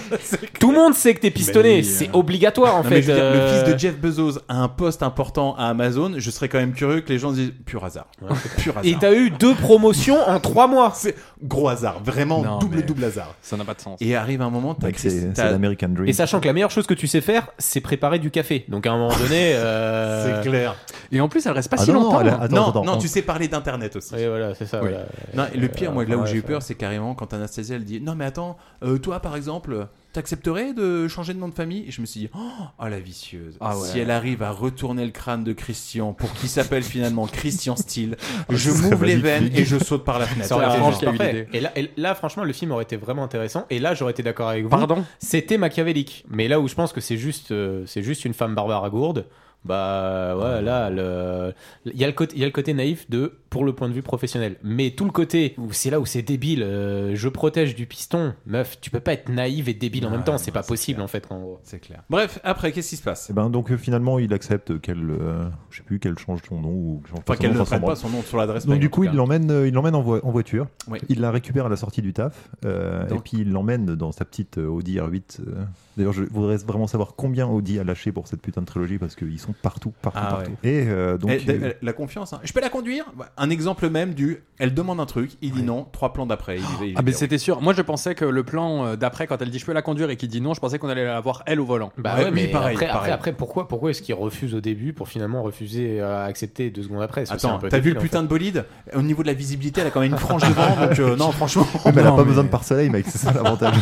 [SPEAKER 11] Tout le monde sait que t'es
[SPEAKER 2] Mais
[SPEAKER 11] pistonné.
[SPEAKER 2] oui,
[SPEAKER 11] C'est
[SPEAKER 2] euh.
[SPEAKER 11] obligatoire en
[SPEAKER 2] Non, mais
[SPEAKER 11] fait.
[SPEAKER 2] je veux dire,
[SPEAKER 11] euh,
[SPEAKER 2] Le fils de Jeff Bezos a un poste important à Amazon. Je serais quand même curieux que les gens se disent pur hasard. Pur
[SPEAKER 11] Et
[SPEAKER 2] hasard.
[SPEAKER 11] t'as eu deux promotions en trois mois.
[SPEAKER 2] C'est gros hasard, vraiment
[SPEAKER 11] Non,
[SPEAKER 2] double
[SPEAKER 11] mais
[SPEAKER 2] double hasard.
[SPEAKER 3] Ça n'a pas de sens.
[SPEAKER 2] Et arrive un moment, t'as
[SPEAKER 9] Mec, c'est-
[SPEAKER 2] Christ-
[SPEAKER 9] c'est
[SPEAKER 2] t'as-
[SPEAKER 9] l'American Dream.
[SPEAKER 11] Et sachant que la meilleure chose que tu sais faire, c'est préparer du café. Donc à un moment donné, euh,
[SPEAKER 2] C'est clair.
[SPEAKER 3] Et en plus, elle reste pas
[SPEAKER 11] Ah
[SPEAKER 3] si
[SPEAKER 11] non,
[SPEAKER 3] longtemps.
[SPEAKER 11] elle a-
[SPEAKER 3] hein.
[SPEAKER 11] attends,
[SPEAKER 2] non,
[SPEAKER 11] attends,
[SPEAKER 2] non,
[SPEAKER 11] attends.
[SPEAKER 2] tu sais parler d'internet aussi.
[SPEAKER 11] Oui, voilà, c'est ça.
[SPEAKER 2] Oui.
[SPEAKER 11] voilà.
[SPEAKER 2] Non, et le
[SPEAKER 11] Euh,
[SPEAKER 2] pire, moi, là où
[SPEAKER 11] bref,
[SPEAKER 2] j'ai eu
[SPEAKER 11] euh,
[SPEAKER 2] peur, c'est carrément quand Anastasia elle dit Non, mais attends, euh, toi par exemple, t'accepterais de changer de nom de famille Et je me suis dit Oh, oh, la vicieuse.
[SPEAKER 3] Ah ouais.
[SPEAKER 2] Si elle arrive à retourner le crâne de Christian pour qu'il s'appelle finalement Christian Steele, je
[SPEAKER 9] ce serait
[SPEAKER 2] m'ouvre les veines
[SPEAKER 9] magnifique.
[SPEAKER 2] et je saute par la fenêtre. Ah,
[SPEAKER 11] Ça aurait été
[SPEAKER 2] Franchement,
[SPEAKER 11] juste
[SPEAKER 2] parfait.
[SPEAKER 11] parfait. Et là, et là, franchement, le film aurait été vraiment intéressant. Et là, j'aurais été d'accord avec vous.
[SPEAKER 3] Pardon
[SPEAKER 11] C'était machiavélique. Mais là où je pense que c'est juste, euh, c'est juste une femme barbare à gourde. Bah ouais, là, le- il y, a le côté- il y a le côté naïf de pour le point de vue professionnel. Mais tout le côté où c'est là où c'est débile, euh, je protège du piston, meuf, tu peux pas être naïve et débile en même temps, c'est pas possible en fait. En gros.
[SPEAKER 2] C'est clair. Bref, après, qu'est-ce qui se passe
[SPEAKER 9] Et ben donc euh, finalement il accepte qu'elle, euh, je sais plus qu'elle change son nom ou qu'elle change
[SPEAKER 2] Enfin,
[SPEAKER 9] son
[SPEAKER 2] qu'elle
[SPEAKER 9] nom,
[SPEAKER 2] ne
[SPEAKER 9] s'en
[SPEAKER 2] prenne pas
[SPEAKER 9] branle.
[SPEAKER 2] son nom sur l'adresse
[SPEAKER 9] Donc
[SPEAKER 2] mail,
[SPEAKER 9] du
[SPEAKER 2] en
[SPEAKER 9] coup
[SPEAKER 2] tout
[SPEAKER 9] il
[SPEAKER 2] cas.
[SPEAKER 9] l'emmène, euh, il l'emmène en, voi- en voiture.
[SPEAKER 2] Oui.
[SPEAKER 9] Il la récupère à la sortie du taf euh,
[SPEAKER 2] Donc-
[SPEAKER 9] et puis il l'emmène dans sa petite euh, Audi R8. euh. D'ailleurs je voudrais vraiment savoir combien Audi a lâché pour cette putain de trilogie parce qu'ils sont partout, partout,
[SPEAKER 2] Ah
[SPEAKER 9] partout. Et euh, donc
[SPEAKER 2] Elle- elle-
[SPEAKER 9] euh,
[SPEAKER 2] elle- la confiance, hein. je peux la conduire Bah, Un exemple même du elle demande un truc, il dit non, trois plans d'après. il y va, il y
[SPEAKER 3] Ah, mais
[SPEAKER 2] va.
[SPEAKER 3] c'était sûr. Moi, je pensais que le plan euh, d'après, quand elle dit je peux la conduire et qu'il dit non, je pensais qu'on allait la voir elle au volant.
[SPEAKER 11] Bah ouais, mais après, après, après, pourquoi, pourquoi est-ce qu'il refuse au début pour finalement refuser à accepter deux secondes après Parce que c'est un
[SPEAKER 2] Attends,
[SPEAKER 11] peu
[SPEAKER 2] t'as vu
[SPEAKER 11] débile,
[SPEAKER 2] le
[SPEAKER 11] en
[SPEAKER 2] putain de bolide Au niveau de la visibilité, elle a quand même une frange devant, donc euh, non, franchement.
[SPEAKER 9] ouais, Ah, mais elle a
[SPEAKER 2] non,
[SPEAKER 9] pas
[SPEAKER 2] mais-
[SPEAKER 9] besoin de pare-soleil mec, c'est ça l'avantage.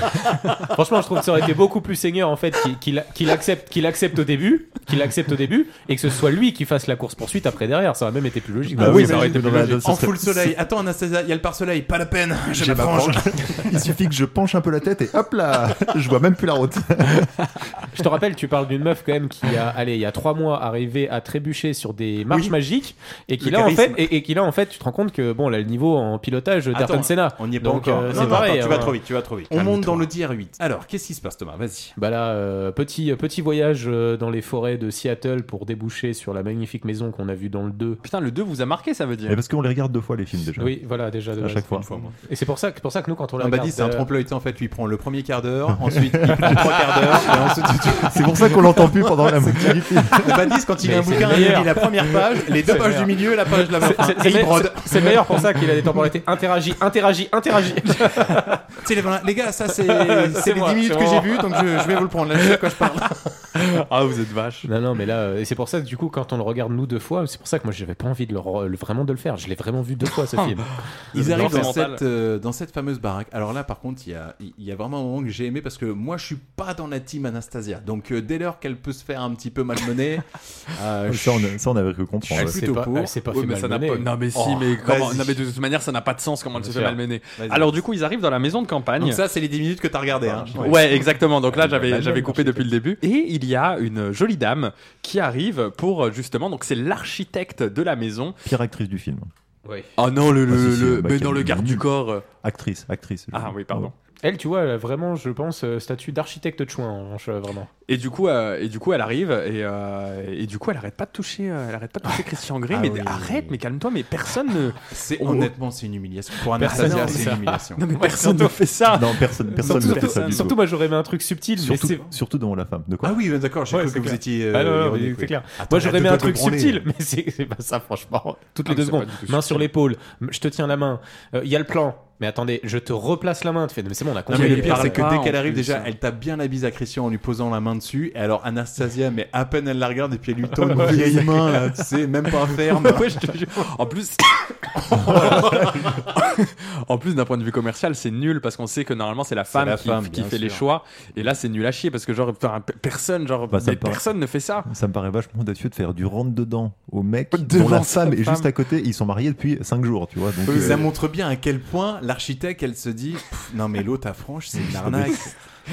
[SPEAKER 11] Franchement, je trouve que ça aurait été beaucoup plus seigneur en fait qu'il qu'il- qu'il accepte, qu'il accepte au début, qu'il accepte au début, et que ce soit lui qui fasse la course poursuite après derrière. Ça aurait même été plus logique.
[SPEAKER 9] Bah oui, mais
[SPEAKER 11] aurait été
[SPEAKER 9] dans
[SPEAKER 11] plus
[SPEAKER 9] la-
[SPEAKER 11] logique.
[SPEAKER 9] ce
[SPEAKER 2] En
[SPEAKER 9] serait-
[SPEAKER 2] full soleil. Attends, Anastasia, il y a le pare-soleil, pas la peine, j'ai
[SPEAKER 9] J'ai
[SPEAKER 2] ma
[SPEAKER 9] ma
[SPEAKER 2] frange.
[SPEAKER 9] frange. il suffit que je penche un peu la tête et hop là, je vois même plus la route.
[SPEAKER 11] Je te rappelle, tu parles d'une meuf quand même qui a, allez, il y a trois mois, arrivé à trébucher sur des marches
[SPEAKER 2] Oui.
[SPEAKER 11] magiques, et qui
[SPEAKER 2] Le
[SPEAKER 11] là en fait,
[SPEAKER 2] charisme.
[SPEAKER 11] et, et qui là en fait, tu te rends compte que bon, là le niveau en pilotage d'Ayrton
[SPEAKER 2] Attends,
[SPEAKER 11] Senna.
[SPEAKER 2] On n'y est pas
[SPEAKER 11] Donc,
[SPEAKER 2] encore.
[SPEAKER 11] euh,
[SPEAKER 2] Non,
[SPEAKER 11] c'est
[SPEAKER 2] non,
[SPEAKER 11] pareil.
[SPEAKER 2] attends, tu vas
[SPEAKER 11] euh,
[SPEAKER 2] trop vite, tu vas trop vite. On monte dans le dr 8 Alors, qu'est-ce qui se passe, Thomas Vas-y.
[SPEAKER 11] Bah là, euh, petit, euh, petit voyage euh, dans les forêts de Seattle pour déboucher sur la magnifique maison qu'on a vue dans le 2.
[SPEAKER 3] Putain, le 2 vous a marqué, ça veut dire.
[SPEAKER 9] Mais parce qu'on les regarde deux fois les films déjà.
[SPEAKER 11] Oui, voilà, déjà de
[SPEAKER 9] À
[SPEAKER 11] base.
[SPEAKER 9] chaque fois.
[SPEAKER 11] Et c'est pour ça, que- pour ça que nous, quand on la
[SPEAKER 2] On m'a
[SPEAKER 11] regarde,
[SPEAKER 2] dit, Ah, bah, c'est un
[SPEAKER 11] euh,
[SPEAKER 2] trompe-l'œil. tu sais, En fait, lui, il prend le premier quart d'heure, ensuite il prend trois quarts d'heure, et ensuite tu- tu-
[SPEAKER 9] Ah, C'est pour ça qu'on l'entend plus pendant la moitié du film.
[SPEAKER 2] Le Badis, quand il
[SPEAKER 11] Mais
[SPEAKER 2] a un
[SPEAKER 11] c'est
[SPEAKER 2] bouquin,
[SPEAKER 11] le
[SPEAKER 2] il
[SPEAKER 11] meilleur.
[SPEAKER 2] lit la première page, les deux
[SPEAKER 11] C'est
[SPEAKER 2] pages
[SPEAKER 11] le
[SPEAKER 2] du milieu, la page de la
[SPEAKER 11] c'est-
[SPEAKER 2] fin.
[SPEAKER 11] c'est-
[SPEAKER 2] Et
[SPEAKER 11] c'est-
[SPEAKER 2] il brode.
[SPEAKER 11] c'est- C'est meilleur pour ça qu'il a des temporalités. Interagit, interagit, interagit.
[SPEAKER 2] Tu sais, les- voilà, Les gars, ça, c'est c'est les
[SPEAKER 11] moi,
[SPEAKER 2] 10 minutes
[SPEAKER 11] c'est
[SPEAKER 2] que j'ai
[SPEAKER 11] moi.
[SPEAKER 2] vues, donc je je vais vous le prendre. Là, je sais de quoi je parle.
[SPEAKER 3] Ah, vous êtes vache.
[SPEAKER 11] non, non, mais là, euh, et c'est pour ça que du coup, quand on le regarde nous deux fois, c'est pour ça que moi, j'avais pas envie de le re- le- vraiment de le faire. Je l'ai vraiment vu deux fois ce film.
[SPEAKER 2] Ils arrivent
[SPEAKER 3] L'enfer
[SPEAKER 2] dans
[SPEAKER 3] mental.
[SPEAKER 2] cette, euh, dans cette fameuse baraque. Alors là, par contre, il y a, il y a vraiment un moment que j'ai aimé parce que moi, je suis pas dans la team Anastasia. Donc, euh, dès lors qu'elle peut se faire un petit peu malmener, euh, je
[SPEAKER 9] Ça on, ça, on avait cru comprendre.
[SPEAKER 2] suis
[SPEAKER 11] c'est
[SPEAKER 2] plutôt
[SPEAKER 11] pas-
[SPEAKER 2] pour.
[SPEAKER 11] elle s'est pas
[SPEAKER 3] Oui,
[SPEAKER 11] fait
[SPEAKER 3] mais ça n'a
[SPEAKER 11] malmener.
[SPEAKER 3] pas- Non, mais si,
[SPEAKER 2] Oh,
[SPEAKER 3] mais comment-
[SPEAKER 2] vas-y.
[SPEAKER 3] non, mais de toute manière, ça n'a pas de sens comment elle se fait
[SPEAKER 11] Bien sûr.
[SPEAKER 3] malmener.
[SPEAKER 2] Vas-y.
[SPEAKER 3] Alors, du coup, ils arrivent dans la maison de campagne.
[SPEAKER 2] Donc ça, c'est les 10 minutes que t'as regardé. Hein.
[SPEAKER 3] Ouais, bah, exactement. Donc là, j'avais,
[SPEAKER 11] Madame
[SPEAKER 3] j'avais coupé depuis le début. Et il y a une jolie dame qui arrive pour euh, justement. Donc c'est l'architecte de la maison.
[SPEAKER 9] Pire actrice du film.
[SPEAKER 3] Oh non, le,
[SPEAKER 9] Ah, si, si, le mec
[SPEAKER 3] mais
[SPEAKER 9] est
[SPEAKER 3] non, le garde du
[SPEAKER 9] nul.
[SPEAKER 3] corps. euh.
[SPEAKER 9] Actrice, actrice. Oh.
[SPEAKER 3] Ah oui, pardon.
[SPEAKER 11] Elle, tu vois, elle a vraiment, je pense, euh, statut d'architecte de chouin, en revanche, euh, vraiment.
[SPEAKER 3] Et du coup, euh, et du coup, elle arrive et, euh, et du coup, elle arrête pas de toucher, euh, elle arrête pas de toucher Christian Grey.
[SPEAKER 2] Ah
[SPEAKER 3] mais
[SPEAKER 2] oui.
[SPEAKER 3] arrête, mais calme-toi, mais personne ne,
[SPEAKER 2] C'est
[SPEAKER 3] Oh.
[SPEAKER 2] honnêtement, c'est une humiliation. Pour
[SPEAKER 11] Personne
[SPEAKER 2] Anastasia,
[SPEAKER 11] n'a fait
[SPEAKER 2] c'est
[SPEAKER 11] ça.
[SPEAKER 2] une humiliation.
[SPEAKER 3] non, mais personne ne fait ça.
[SPEAKER 9] Non, personne, personne ne
[SPEAKER 11] surtout,
[SPEAKER 9] fait ça du
[SPEAKER 11] surtout,
[SPEAKER 9] tout.
[SPEAKER 11] moi, j'aurais aimé un truc subtil,
[SPEAKER 9] Surtout,
[SPEAKER 11] mais c'est.
[SPEAKER 9] surtout devant la femme. De quoi
[SPEAKER 2] Ah oui, d'accord. J'ai
[SPEAKER 11] Ouais,
[SPEAKER 2] cru
[SPEAKER 11] c'est
[SPEAKER 2] que vous
[SPEAKER 11] clair.
[SPEAKER 2] étiez. euh,
[SPEAKER 11] Ah non, non,
[SPEAKER 2] ironique,
[SPEAKER 11] mais
[SPEAKER 2] oui.
[SPEAKER 11] c'est clair.
[SPEAKER 2] Attends,
[SPEAKER 11] Moi, j'aurais
[SPEAKER 2] arrête
[SPEAKER 11] aimé
[SPEAKER 2] de
[SPEAKER 11] un
[SPEAKER 2] te
[SPEAKER 11] truc
[SPEAKER 2] branler.
[SPEAKER 11] subtil, mais c'est c'est pas ça, franchement. Toutes
[SPEAKER 3] Ah,
[SPEAKER 11] les
[SPEAKER 3] mais
[SPEAKER 11] deux
[SPEAKER 3] c'est
[SPEAKER 11] secondes,
[SPEAKER 3] pas du tout
[SPEAKER 11] main
[SPEAKER 3] subtil.
[SPEAKER 11] sur l'épaule, m- je te tiens la main, Euh, il y a le plan. Mais attendez, je te replace la main. Tu fais, mais c'est bon, on a
[SPEAKER 2] Non,
[SPEAKER 11] compris.
[SPEAKER 2] mais le
[SPEAKER 3] Il
[SPEAKER 2] pire,
[SPEAKER 3] parle
[SPEAKER 2] c'est que
[SPEAKER 3] pas,
[SPEAKER 2] dès
[SPEAKER 3] en
[SPEAKER 2] qu'elle arrive,
[SPEAKER 3] plus.
[SPEAKER 2] déjà, elle tape bien la bise à Christian en lui posant la main dessus. Et alors, Anastasia, mais à peine elle la regarde, et puis elle lui tend une vieille main, là, tu sais, même pas ferme.
[SPEAKER 3] Ouais, je te jure. En plus, en plus d'un point de vue commercial, c'est nul parce qu'on sait que normalement c'est la femme
[SPEAKER 2] la
[SPEAKER 3] qui,
[SPEAKER 2] femme,
[SPEAKER 3] qui
[SPEAKER 2] bien
[SPEAKER 3] fait les
[SPEAKER 2] sûr.
[SPEAKER 3] choix. Et là, c'est nul à chier parce que genre enfin, pe- personne, genre
[SPEAKER 9] Bah, ça
[SPEAKER 3] mais
[SPEAKER 9] me paraît-
[SPEAKER 3] personne ne fait ça.
[SPEAKER 9] Ça me paraît vachement audacieux de faire du rentre dedans au mec
[SPEAKER 3] Devant
[SPEAKER 9] dont la
[SPEAKER 3] sa
[SPEAKER 9] femme est
[SPEAKER 3] femme.
[SPEAKER 9] juste à côté. Ils sont mariés depuis 5 jours, tu vois. Donc,
[SPEAKER 2] Et
[SPEAKER 9] euh,
[SPEAKER 2] ça montre bien à quel point l'architecte, elle se dit Pff, Non, mais l'autre à Franche, c'est une arnaque.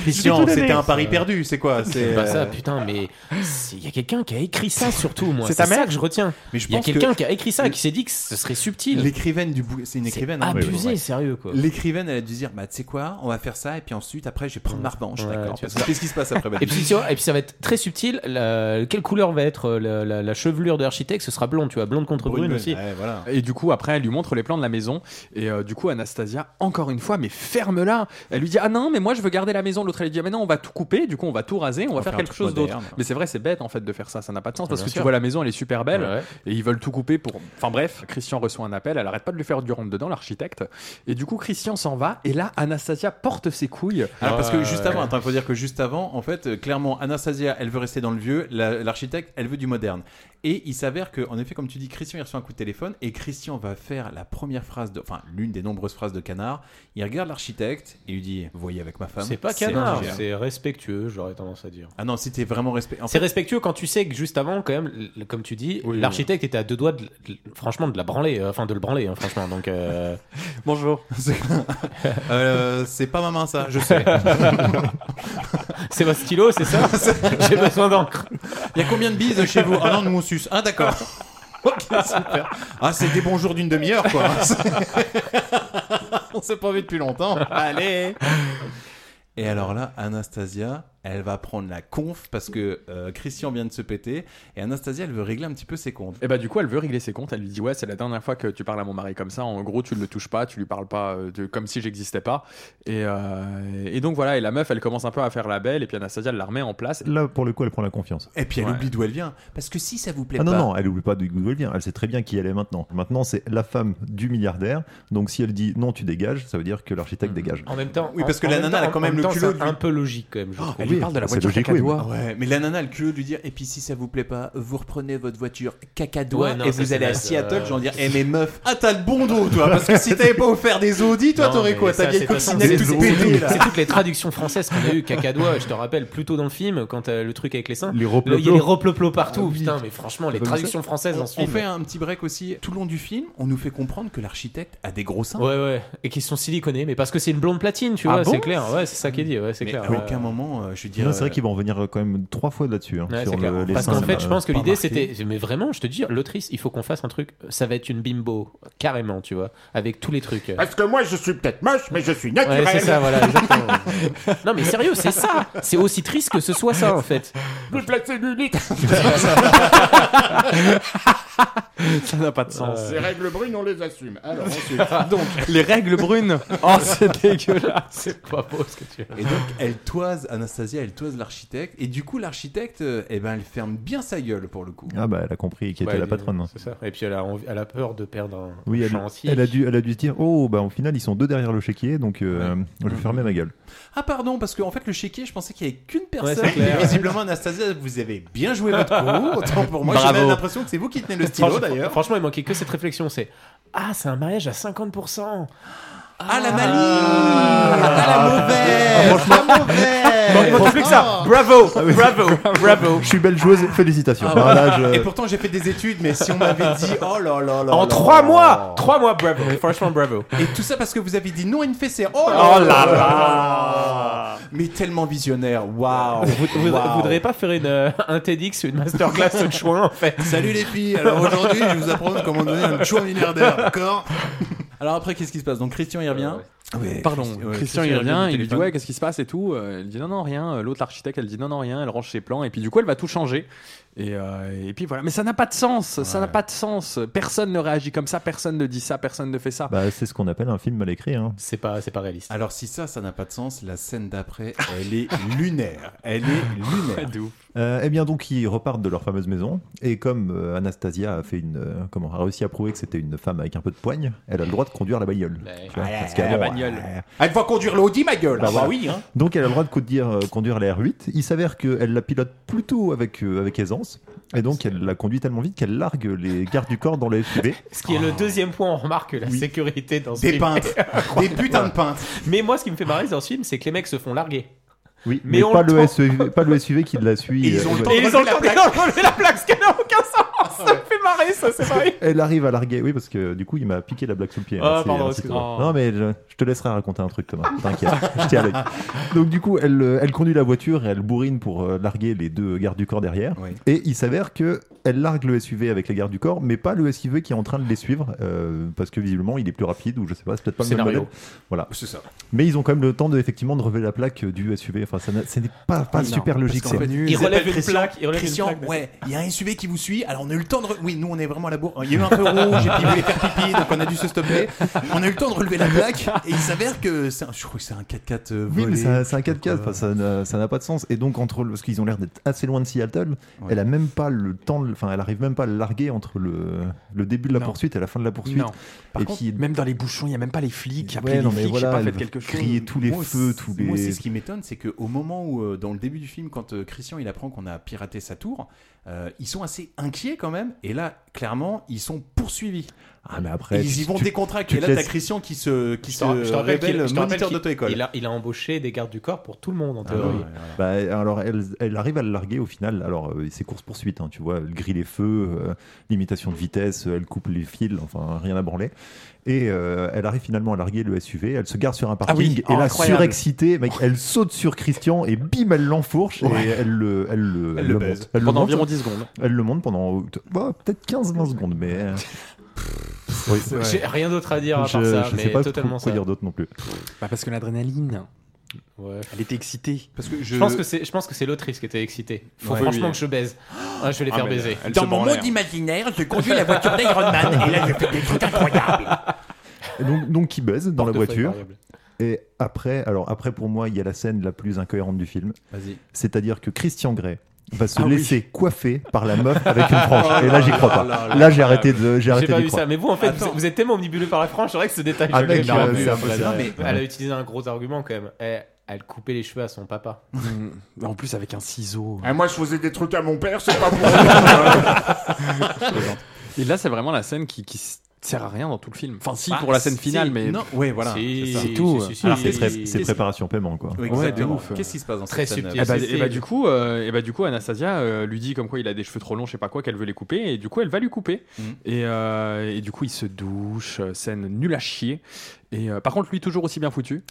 [SPEAKER 2] Christian, c'était un pari perdu, c'est quoi C'est
[SPEAKER 11] Pas
[SPEAKER 2] euh,
[SPEAKER 11] ça, putain, mais c'est- il y a quelqu'un qui a écrit ça surtout, moi.
[SPEAKER 3] C'est
[SPEAKER 11] C'est
[SPEAKER 3] ta mère
[SPEAKER 11] ça que je retiens.
[SPEAKER 2] Mais je
[SPEAKER 11] Il y a
[SPEAKER 2] pense que-
[SPEAKER 11] quelqu'un qui a écrit ça et qui s'est dit que ce serait subtil.
[SPEAKER 2] L'écrivaine du bouquin, c'est une
[SPEAKER 11] C'est
[SPEAKER 2] écrivaine. hein,
[SPEAKER 11] abusé,
[SPEAKER 2] ouais.
[SPEAKER 11] sérieux, quoi.
[SPEAKER 2] L'écrivaine, elle a dû dire Bah, tu sais quoi, on va faire ça, et puis ensuite, après, je vais prendre ma revanche.
[SPEAKER 11] Ouais,
[SPEAKER 2] D'accord.
[SPEAKER 11] tu
[SPEAKER 2] Parce
[SPEAKER 11] vois,
[SPEAKER 2] que Qu'est-ce qui se passe après
[SPEAKER 11] Et
[SPEAKER 2] Baptiste
[SPEAKER 11] puis, tu vois, et puis ça va être très subtil. la- Quelle couleur va être euh, la, la- la chevelure de l'architecte Ce sera blonde, tu vois, blonde contre brune, aussi.
[SPEAKER 2] Ouais, voilà.
[SPEAKER 3] Et du coup, après, elle lui montre les plans de la maison. Et euh, du coup, Anasta- Anastasia, encore une fois, mais ferme-la. Elle lui dit Ah non, mais moi je veux garder la maison. L'autre elle lui dit Ah, Mais non, on va tout couper, du coup on va tout raser, on va faire,
[SPEAKER 2] faire un
[SPEAKER 3] quelque
[SPEAKER 2] truc
[SPEAKER 3] chose d'autre.
[SPEAKER 2] moderne.
[SPEAKER 3] Mais c'est vrai, c'est bête en fait de faire ça, ça n'a pas de sens parce
[SPEAKER 2] bien
[SPEAKER 3] que tu
[SPEAKER 2] sûr.
[SPEAKER 3] vois la maison, elle est super belle
[SPEAKER 2] Ouais.
[SPEAKER 3] et ils veulent tout couper pour. Enfin bref, Christian reçoit un appel, elle arrête pas de lui faire du rentre dedans, l'architecte. Et du coup, Christian s'en va et là, Anastasia porte ses couilles.
[SPEAKER 2] Alors Ah, parce que juste avant, attends, il faut dire que juste avant, en fait, euh, clairement, Anastasia, elle veut rester dans le vieux, la- l'architecte, elle veut du moderne. Et il s'avère que, en effet, comme tu dis, Christian il reçoit un coup de téléphone et Christian va faire la première phrase, de, enfin l'une des nombreuses phrases de Canard. Il regarde l'architecte et lui dit "Voyez avec ma femme."
[SPEAKER 11] C'est pas canard,
[SPEAKER 2] indigère.
[SPEAKER 11] c'est respectueux, j'aurais tendance à dire.
[SPEAKER 2] Ah non, c'était vraiment respect. en
[SPEAKER 11] C'est
[SPEAKER 2] fait-
[SPEAKER 11] respectueux quand tu sais que juste avant, quand même, l- l- comme tu dis,
[SPEAKER 2] Oui,
[SPEAKER 11] l'architecte était à deux doigts, de, de- franchement, de la branler, euh, enfin de le branler, hein, franchement. Donc euh,
[SPEAKER 3] bonjour.
[SPEAKER 2] Euh, c'est pas ma main ça, je sais.
[SPEAKER 11] c'est votre stylo, c'est ça J'ai besoin d'encre.
[SPEAKER 2] Il y a combien de bises chez vous Ah non, nous on suce. Ah d'accord. Ok, super. Ah, c'est des bons jours d'une demi-heure, quoi. on s'est pas vu depuis longtemps. Allez. Et alors là, Anastasia, elle va prendre la conf parce que euh, Christian vient de se péter et Anastasia, elle veut régler un petit peu ses comptes.
[SPEAKER 3] Et bah du coup, elle veut régler ses comptes. Elle lui dit ouais, c'est la dernière fois que tu parles à mon mari comme ça. En gros, tu ne le touches pas, tu lui parles pas, euh, de- comme si j'existais pas. Et, euh, et donc voilà. Et la meuf, elle commence un peu à faire la belle. Et puis Anastasia elle la remet en place.
[SPEAKER 9] Là, pour le coup, elle prend la confiance.
[SPEAKER 2] Et puis elle
[SPEAKER 3] Ouais.
[SPEAKER 2] oublie d'où elle vient. Parce que si ça vous plaît
[SPEAKER 9] Ah non,
[SPEAKER 2] pas.
[SPEAKER 9] non, elle oublie pas d'où elle vient. Elle sait très bien qui elle est maintenant. Maintenant, c'est la femme du milliardaire. Donc, si elle dit non, tu dégages, ça veut dire que l'architecte dégage.
[SPEAKER 11] En même temps,
[SPEAKER 2] Oui, parce
[SPEAKER 11] en-
[SPEAKER 2] que
[SPEAKER 11] en
[SPEAKER 2] la
[SPEAKER 11] même
[SPEAKER 2] nana,
[SPEAKER 11] temps-
[SPEAKER 2] elle a quand
[SPEAKER 11] en
[SPEAKER 2] même Oh, le
[SPEAKER 11] temps,
[SPEAKER 2] culot
[SPEAKER 11] C'est
[SPEAKER 2] de-
[SPEAKER 11] un peu logique quand même. je trouve.
[SPEAKER 2] elle lui parle de la
[SPEAKER 9] c'est
[SPEAKER 2] voiture
[SPEAKER 9] logique,
[SPEAKER 2] cacadois.
[SPEAKER 9] oui, mais-
[SPEAKER 2] Ouais, mais la nana, elle culot de lui dire Et puis si ça vous plaît pas, vous reprenez votre voiture cacadois
[SPEAKER 11] Ouais, non,
[SPEAKER 2] et
[SPEAKER 11] ça,
[SPEAKER 2] vous
[SPEAKER 11] c'est
[SPEAKER 2] allez à
[SPEAKER 11] naze,
[SPEAKER 2] Seattle.
[SPEAKER 11] euh.
[SPEAKER 2] Genre dire Eh, mais meuf, ah, t'as le bon dos, toi. Parce que si t'avais pas offert des Audi, toi,
[SPEAKER 11] Non,
[SPEAKER 2] t'aurais
[SPEAKER 11] mais
[SPEAKER 2] quoi
[SPEAKER 11] ça,
[SPEAKER 2] Ta vieille
[SPEAKER 11] c'est- c'est-
[SPEAKER 2] coccinelle
[SPEAKER 11] c'est-
[SPEAKER 2] toute
[SPEAKER 11] c'est-
[SPEAKER 2] pétée, là.
[SPEAKER 11] C'est toutes les traductions françaises qu'on a eues, cacadois. Je te rappelle, plus tôt dans le film, quand euh, le truc avec les seins.
[SPEAKER 9] Les
[SPEAKER 11] le- Il y a
[SPEAKER 9] roploplos.
[SPEAKER 11] les roploplos partout.
[SPEAKER 2] Ah oui.
[SPEAKER 11] Putain, mais franchement, les
[SPEAKER 2] Comme
[SPEAKER 11] traductions
[SPEAKER 2] ça.
[SPEAKER 11] françaises
[SPEAKER 2] on,
[SPEAKER 11] dans ce film.
[SPEAKER 2] On fait un petit break aussi. Tout le long du film, on nous fait comprendre que l'architecte a des gros seins.
[SPEAKER 11] Ouais, ouais. Et qui sont siliconés, mais parce que c'est une blonde platine, tu
[SPEAKER 2] Ah
[SPEAKER 11] vois,
[SPEAKER 2] bon
[SPEAKER 11] c'est clair. Ouais, c'est ça qui est dit, ouais, c'est
[SPEAKER 2] Mais
[SPEAKER 11] clair.
[SPEAKER 2] à
[SPEAKER 11] ouais.
[SPEAKER 2] aucun moment, euh, je veux
[SPEAKER 9] Il y en
[SPEAKER 2] dire.
[SPEAKER 9] a, C'est vrai qu'ils vont revenir quand même trois fois là-dessus. hein,
[SPEAKER 11] Ouais,
[SPEAKER 9] sur
[SPEAKER 11] c'est clair.
[SPEAKER 9] le- les
[SPEAKER 11] Parce
[SPEAKER 9] seins,
[SPEAKER 11] qu'en fait, je
[SPEAKER 9] euh,
[SPEAKER 11] pense que
[SPEAKER 9] pas
[SPEAKER 11] l'idée
[SPEAKER 9] marqués.
[SPEAKER 11] c'était. Mais vraiment, je te dis, l'autrice, il faut qu'on fasse un truc. Ça va être une bimbo, carrément, tu vois, avec tous les trucs.
[SPEAKER 5] Parce que moi, je suis peut-être moche, mais je suis naturel.
[SPEAKER 11] Ouais, c'est ça, voilà, exactement. non, mais sérieux, c'est ça. C'est aussi triste que ce soit ça, en fait.
[SPEAKER 5] Le placé du lit.
[SPEAKER 3] Ça n'a pas de sens.
[SPEAKER 5] Ces règles brunes, on les assume. Alors ensuite.
[SPEAKER 3] Donc les règles brunes. Oh, c'est dégueulasse.
[SPEAKER 11] C'est pas beau ce que tu as.
[SPEAKER 2] euh, Et donc, elle toise Anastasia, elle toise l'architecte. Et du coup, l'architecte, euh, eh ben, elle ferme bien sa gueule pour le coup.
[SPEAKER 9] Ah bah, elle a compris qui était la patronne. hein.
[SPEAKER 11] C'est ça. Et puis elle a, envie- elle a peur de perdre un
[SPEAKER 9] Oui, elle,
[SPEAKER 11] chantier.
[SPEAKER 9] elle a dû, elle a dû se dire, oh, bah au final, ils sont deux derrière le chéquier, donc euh, je vais
[SPEAKER 11] Mhm.
[SPEAKER 9] fermer ma gueule.
[SPEAKER 2] Ah pardon, parce qu'en fait le chéquier, je pensais qu'il n'y avait qu'une personne.
[SPEAKER 11] Ouais, c'est clair.
[SPEAKER 2] Et visiblement Anastasia, vous avez bien joué votre coup. Autant pour moi, j'ai
[SPEAKER 11] Bravo.
[SPEAKER 2] même l'impression que c'est vous qui tenez le stylo
[SPEAKER 11] Franchement-
[SPEAKER 2] d'ailleurs.
[SPEAKER 11] Franchement, il manquait que cette réflexion c'est Ah, c'est un mariage à 50%.
[SPEAKER 2] Ah la maligne Ah la mauvaise La mauvaise
[SPEAKER 11] Il manque plus que ça. Ah. Bravo,
[SPEAKER 9] Ah
[SPEAKER 11] bravo, bravo.
[SPEAKER 9] Je suis belle joueuse, félicitations.
[SPEAKER 2] Ah,
[SPEAKER 9] Voilà,
[SPEAKER 2] voilà.
[SPEAKER 9] je-
[SPEAKER 2] Et pourtant j'ai fait des études, mais si on m'avait dit oh là là là
[SPEAKER 11] euh, En
[SPEAKER 2] là
[SPEAKER 11] trois
[SPEAKER 2] là.
[SPEAKER 11] mois, trois mois, bravo. Franchement, bravo.
[SPEAKER 2] Et tout ça parce que vous avez dit non à une fessée. Oh là
[SPEAKER 11] Oh
[SPEAKER 2] là,
[SPEAKER 11] là
[SPEAKER 2] là. Mais tellement visionnaire, waouh
[SPEAKER 11] Vous, vous-
[SPEAKER 2] Waouh.
[SPEAKER 11] vous voudrez pas faire une, euh, un TEDx ou une masterclass de chouin en fait
[SPEAKER 2] Salut les filles, alors aujourd'hui je vais vous apprendre comment donner un chou milliardaire, d'accord Alors après qu'est-ce qui se passe Donc Christian il revient. Ouais,
[SPEAKER 3] Pardon,
[SPEAKER 2] Christi- ouais,
[SPEAKER 3] Christian il revient,
[SPEAKER 2] du
[SPEAKER 3] il lui dit
[SPEAKER 2] téléphone.
[SPEAKER 3] ouais qu'est-ce qui se passe et tout. Euh, Elle dit non non rien. Euh, L'autre architecte elle dit non non rien. Elle range ses plans et puis du coup elle va tout changer. Et, euh, et puis voilà. Mais ça n'a pas de sens. Ça n'a pas de sens. Personne ne réagit comme ça. Personne ne dit ça. Personne ne fait ça.
[SPEAKER 9] Bah, c'est ce qu'on appelle un film mal écrit. Hein.
[SPEAKER 11] C'est pas, c'est pas réaliste.
[SPEAKER 2] Alors si ça, ça n'a pas de sens, la scène d'après, elle est lunaire. Elle est lunaire.
[SPEAKER 9] Euh, eh bien, donc, ils repartent de leur fameuse maison. Et comme euh, Anastasia a, fait une, euh, comment, a réussi à prouver que c'était une femme avec un peu de poigne, elle a le droit de conduire la bagnole. Tu vois, parce qu'avant, euh,
[SPEAKER 2] Elle va conduire l'Audi, ma gueule.
[SPEAKER 9] Bah voilà.
[SPEAKER 2] oui, hein.
[SPEAKER 9] donc, elle a le droit de conduire, euh, conduire la R8. Il s'avère qu'elle la pilote plutôt avec, euh, avec aisance. Et donc, elle la conduit tellement vite qu'elle largue les gardes du corps dans les SUV.
[SPEAKER 11] Ce qui est le deuxième point, on remarque la sécurité dans ce
[SPEAKER 2] Des
[SPEAKER 11] film.
[SPEAKER 2] peintres, des putains de peintres.
[SPEAKER 11] Mais moi, ce qui me fait marrer dans ce film, c'est que les mecs se font larguer.
[SPEAKER 9] Oui,
[SPEAKER 11] Mais
[SPEAKER 9] mais,
[SPEAKER 11] on
[SPEAKER 9] pas,
[SPEAKER 11] le
[SPEAKER 9] le
[SPEAKER 11] prend.
[SPEAKER 9] SUV, pas le SUV qui la suit.
[SPEAKER 2] Et ils ont le
[SPEAKER 9] euh, ouais.
[SPEAKER 2] temps
[SPEAKER 11] Et ils ont
[SPEAKER 2] Enlever
[SPEAKER 11] le
[SPEAKER 2] la
[SPEAKER 11] temps d'enlever la plaque, ce qui n'a aucun sens. Ça me fait marrer, ça, c'est pareil.
[SPEAKER 9] Elle arrive à larguer, oui, parce que du coup, il m'a piqué la blague sous le pied.
[SPEAKER 11] Ah,
[SPEAKER 9] C'est-
[SPEAKER 11] pardon,
[SPEAKER 9] c'est-
[SPEAKER 11] excuse-moi.
[SPEAKER 9] Non, mais je, je te laisserai raconter un truc, Thomas. T'inquiète, je t'y allais. Donc, du coup, elle, euh, elle conduit la voiture et elle bourrine pour euh, larguer les deux gardes du corps derrière.
[SPEAKER 2] Oui.
[SPEAKER 9] Et il s'avère que elle largue le SUV avec la garde du corps, mais pas le SUV qui est en train de les suivre, euh, parce que visiblement il est plus rapide ou je sais pas, c'est peut-être pas le même
[SPEAKER 2] Scénario.
[SPEAKER 9] modèle. Voilà.
[SPEAKER 2] C'est ça.
[SPEAKER 9] Mais ils ont quand même le temps de effectivement de relever la plaque du SUV. Enfin, ça n'a- ce n'est pas, pas
[SPEAKER 2] Non,
[SPEAKER 9] super
[SPEAKER 2] parce
[SPEAKER 9] logique.
[SPEAKER 2] qu'en
[SPEAKER 9] c'est
[SPEAKER 2] fait,
[SPEAKER 9] nul.
[SPEAKER 2] ils appellent Christian,
[SPEAKER 11] il relève une
[SPEAKER 2] Christian,
[SPEAKER 11] plaque, d'accord.
[SPEAKER 2] ouais, il y a un SUV qui vous suit, alors on a eu le temps de. re- Oui, nous on est vraiment à la bourre. Il y a eu un feu rouge, et puis il voulait faire pipi, donc on a dû se stopper. On a eu le temps de relever la plaque, et il s'avère que c'est un, je crois que c'est un 4x4 euh,
[SPEAKER 9] Oui,
[SPEAKER 2] volé.
[SPEAKER 9] mais c'est un- c'est un 4 4 ça n'a ça n'a pas de sens. Et donc, entre, le- parce qu'ils ont l'air d'être assez loin de Seattle, elle a même pas le temps, de- enfin, elle arrive même pas à le larguer entre le, le début de la
[SPEAKER 3] Non.
[SPEAKER 9] poursuite et la fin de la poursuite.
[SPEAKER 3] Non. Par
[SPEAKER 9] et
[SPEAKER 3] contre,
[SPEAKER 9] puis,
[SPEAKER 3] même dans les bouchons, il n'y a même pas les flics. Après,
[SPEAKER 9] Ouais,
[SPEAKER 3] les
[SPEAKER 9] non, mais
[SPEAKER 3] flics,
[SPEAKER 9] voilà,
[SPEAKER 3] j'ai pas
[SPEAKER 9] elle
[SPEAKER 3] fait
[SPEAKER 9] va
[SPEAKER 3] quelque chose.
[SPEAKER 9] crier tous les
[SPEAKER 2] Moi,
[SPEAKER 9] feux,
[SPEAKER 2] c'est-
[SPEAKER 9] tous les.
[SPEAKER 2] Moi, c'est ce qui m'étonne, c'est qu'au moment où, euh, dans le début du film, quand euh, Christian il apprend qu'on a piraté sa tour, euh, ils sont assez inquiets quand même. Et là, clairement, ils sont poursuivis.
[SPEAKER 9] Ah, mais après,
[SPEAKER 2] Et ils y
[SPEAKER 9] tu-
[SPEAKER 2] vont
[SPEAKER 9] tu-
[SPEAKER 2] décontractés.
[SPEAKER 9] tu
[SPEAKER 2] Et là,
[SPEAKER 9] te
[SPEAKER 2] t'as
[SPEAKER 9] laisses-
[SPEAKER 2] Christian qui se, qui
[SPEAKER 11] Je
[SPEAKER 2] se
[SPEAKER 11] te ra- je te rappelle qu'il-
[SPEAKER 2] révèle
[SPEAKER 11] je te rappelle
[SPEAKER 2] moniteur
[SPEAKER 11] qu'il-
[SPEAKER 2] d'auto-école.
[SPEAKER 11] Il a, euh, il a embauché des gardes du corps pour tout le monde en
[SPEAKER 9] Ah
[SPEAKER 11] théorie.
[SPEAKER 9] oui. Bah, alors, elle, elle arrive à le larguer au final. Alors, euh, c'est course-poursuite, hein, tu vois. Elle grille les feux, euh, limitation de vitesse, euh, elle coupe les fils, enfin, rien à branler. Et euh, elle arrive finalement à larguer le SUV. Elle se gare sur un
[SPEAKER 11] Ah
[SPEAKER 9] parking.
[SPEAKER 3] oui,
[SPEAKER 9] et là,
[SPEAKER 3] incroyable.
[SPEAKER 9] surexcitée, mec, elle saute sur Christian et bim, elle l'enfourche.
[SPEAKER 3] Ouais.
[SPEAKER 9] Et elle le, elle le,
[SPEAKER 3] Elle le
[SPEAKER 9] monte.
[SPEAKER 3] baise.
[SPEAKER 9] Elle le
[SPEAKER 3] Pendant
[SPEAKER 9] monte.
[SPEAKER 3] environ 10 secondes.
[SPEAKER 9] Elle le monte pendant bah, peut-être 15-20 secondes, mais. euh, oui.
[SPEAKER 3] c'est-
[SPEAKER 11] J'ai rien d'autre à dire à
[SPEAKER 9] Je-
[SPEAKER 11] part ça,
[SPEAKER 9] je
[SPEAKER 11] mais
[SPEAKER 9] sais pas
[SPEAKER 11] totalement
[SPEAKER 9] quoi
[SPEAKER 11] ça.
[SPEAKER 9] dire d'autre non plus.
[SPEAKER 3] Bah, parce que l'adrénaline,
[SPEAKER 11] Ouais.
[SPEAKER 3] elle était excitée.
[SPEAKER 2] Parce que
[SPEAKER 11] Je... pense que c'est, je pense que c'est l'autrice qui était excitée. Faut
[SPEAKER 3] Ouais.
[SPEAKER 11] franchement
[SPEAKER 3] Oui.
[SPEAKER 11] que je baise. Ah, je vais les
[SPEAKER 3] Ah,
[SPEAKER 11] faire
[SPEAKER 3] mais
[SPEAKER 11] baiser.
[SPEAKER 3] elle se Dans mon branlait, monde hein.
[SPEAKER 2] imaginaire, je
[SPEAKER 3] conduis la voiture d'Iron Man, et là, je fais
[SPEAKER 2] des trucs incroyables.
[SPEAKER 9] Et Donc, donc il baise dans la
[SPEAKER 11] Portefeuille
[SPEAKER 9] voiture.
[SPEAKER 11] variable.
[SPEAKER 9] Et après, alors après pour moi, il y a la scène la plus incohérente du film.
[SPEAKER 2] Vas-y.
[SPEAKER 9] C'est-à-dire que Christian Grey va se
[SPEAKER 11] Ah oui.
[SPEAKER 9] laisser coiffer par la meuf avec une frange.
[SPEAKER 11] Oh
[SPEAKER 9] Et là, j'y crois
[SPEAKER 11] là
[SPEAKER 9] pas.
[SPEAKER 11] là
[SPEAKER 9] Là,
[SPEAKER 11] là
[SPEAKER 9] j'ai
[SPEAKER 11] là.
[SPEAKER 9] arrêté de, j'ai arrêté
[SPEAKER 11] pas
[SPEAKER 9] d'y
[SPEAKER 11] vu
[SPEAKER 9] croire.
[SPEAKER 11] ça, mais vous en fait, vous, vous êtes tellement omnibulé par la frange, c'est vrai que ce détail. je
[SPEAKER 9] Ah, mec,
[SPEAKER 11] l'ai pas
[SPEAKER 9] euh,
[SPEAKER 11] vu,
[SPEAKER 9] c'est
[SPEAKER 11] hein,
[SPEAKER 9] impossible.
[SPEAKER 11] parce que
[SPEAKER 9] Non, mais-
[SPEAKER 11] Elle a utilisé un gros argument quand même. Elle, elle coupait les cheveux à son papa.
[SPEAKER 3] Mm. En plus, avec un ciseau.
[SPEAKER 5] Ah, moi, je faisais des trucs à mon père, c'est pas pour rien.
[SPEAKER 3] Et là, c'est vraiment la scène qui, qui s- sert à rien dans tout le film. Enfin,
[SPEAKER 5] Bah,
[SPEAKER 2] ah,
[SPEAKER 3] si, pour la scène finale, mais.
[SPEAKER 11] Si,
[SPEAKER 3] c'est
[SPEAKER 11] si,
[SPEAKER 3] tout.
[SPEAKER 11] si, si,
[SPEAKER 9] Alors,
[SPEAKER 11] si,
[SPEAKER 9] c'est
[SPEAKER 11] si,
[SPEAKER 9] pré-
[SPEAKER 11] si,
[SPEAKER 9] c'est
[SPEAKER 11] si.
[SPEAKER 9] préparation paiement, quoi.
[SPEAKER 2] Oui,
[SPEAKER 3] Ouais,
[SPEAKER 2] exactement.
[SPEAKER 3] de ouf.
[SPEAKER 2] Qu'est-ce qui se passe dans
[SPEAKER 11] Très
[SPEAKER 2] cette scène
[SPEAKER 11] subtil.
[SPEAKER 3] Et bah,
[SPEAKER 11] C'est-
[SPEAKER 3] et bah, du coup, euh, et bah, du coup, Anastasia euh, lui dit comme quoi il a des cheveux trop longs, je sais pas quoi, qu'elle veut les couper, et du coup, elle va lui couper.
[SPEAKER 2] Mhm.
[SPEAKER 3] Et, euh, et du coup, il se douche, euh, scène nulle à chier. Et euh, par contre, lui toujours aussi bien foutu.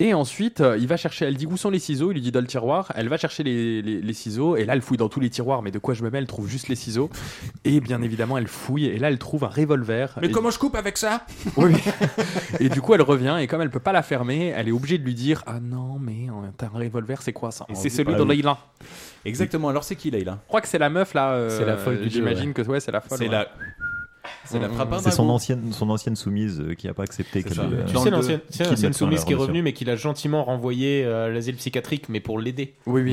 [SPEAKER 3] Et ensuite, euh, il va chercher. Elle dit où sont les ciseaux. Il lui dit dans le tiroir. Elle va chercher les, les- les ciseaux. Et là, elle fouille dans tous les tiroirs. Mais de quoi je me mêle Elle trouve juste les ciseaux. Et bien évidemment, elle fouille. Et là, elle trouve un revolver.
[SPEAKER 2] Mais
[SPEAKER 3] Et-
[SPEAKER 2] comment je coupe avec ça
[SPEAKER 3] oui. Et du coup, elle revient et comme elle peut pas la fermer, elle est obligée de lui dire Ah non, mais euh, t'as un revolver, c'est quoi ça bah
[SPEAKER 2] Et
[SPEAKER 3] C'est
[SPEAKER 2] c'est
[SPEAKER 3] celui
[SPEAKER 2] pas
[SPEAKER 3] de
[SPEAKER 2] lui.
[SPEAKER 3] Leila.
[SPEAKER 2] Exactement, alors c'est qui Leïla
[SPEAKER 3] Je crois que c'est la meuf là. euh,
[SPEAKER 2] C'est la folle du jeu,
[SPEAKER 3] J'imagine
[SPEAKER 2] ouais.
[SPEAKER 3] que ouais, c'est la folle.
[SPEAKER 2] C'est
[SPEAKER 3] ouais.
[SPEAKER 2] la- Mmh, c'est la
[SPEAKER 3] Mm,
[SPEAKER 2] frappe
[SPEAKER 3] mm.
[SPEAKER 9] C'est son ancienne, son ancienne soumise euh, qui a pas accepté qu'elle.
[SPEAKER 2] ça.
[SPEAKER 9] euh,
[SPEAKER 11] Tu
[SPEAKER 9] dans
[SPEAKER 11] sais,
[SPEAKER 9] le-
[SPEAKER 11] l'ancienne
[SPEAKER 9] qui
[SPEAKER 11] tiens, l'ancienne
[SPEAKER 9] mette sur la
[SPEAKER 11] soumise qui est
[SPEAKER 9] relation.
[SPEAKER 11] revenue, mais qui l'a gentiment renvoyé euh, à l'asile psychiatrique, mais pour l'aider.
[SPEAKER 3] Oui, oui.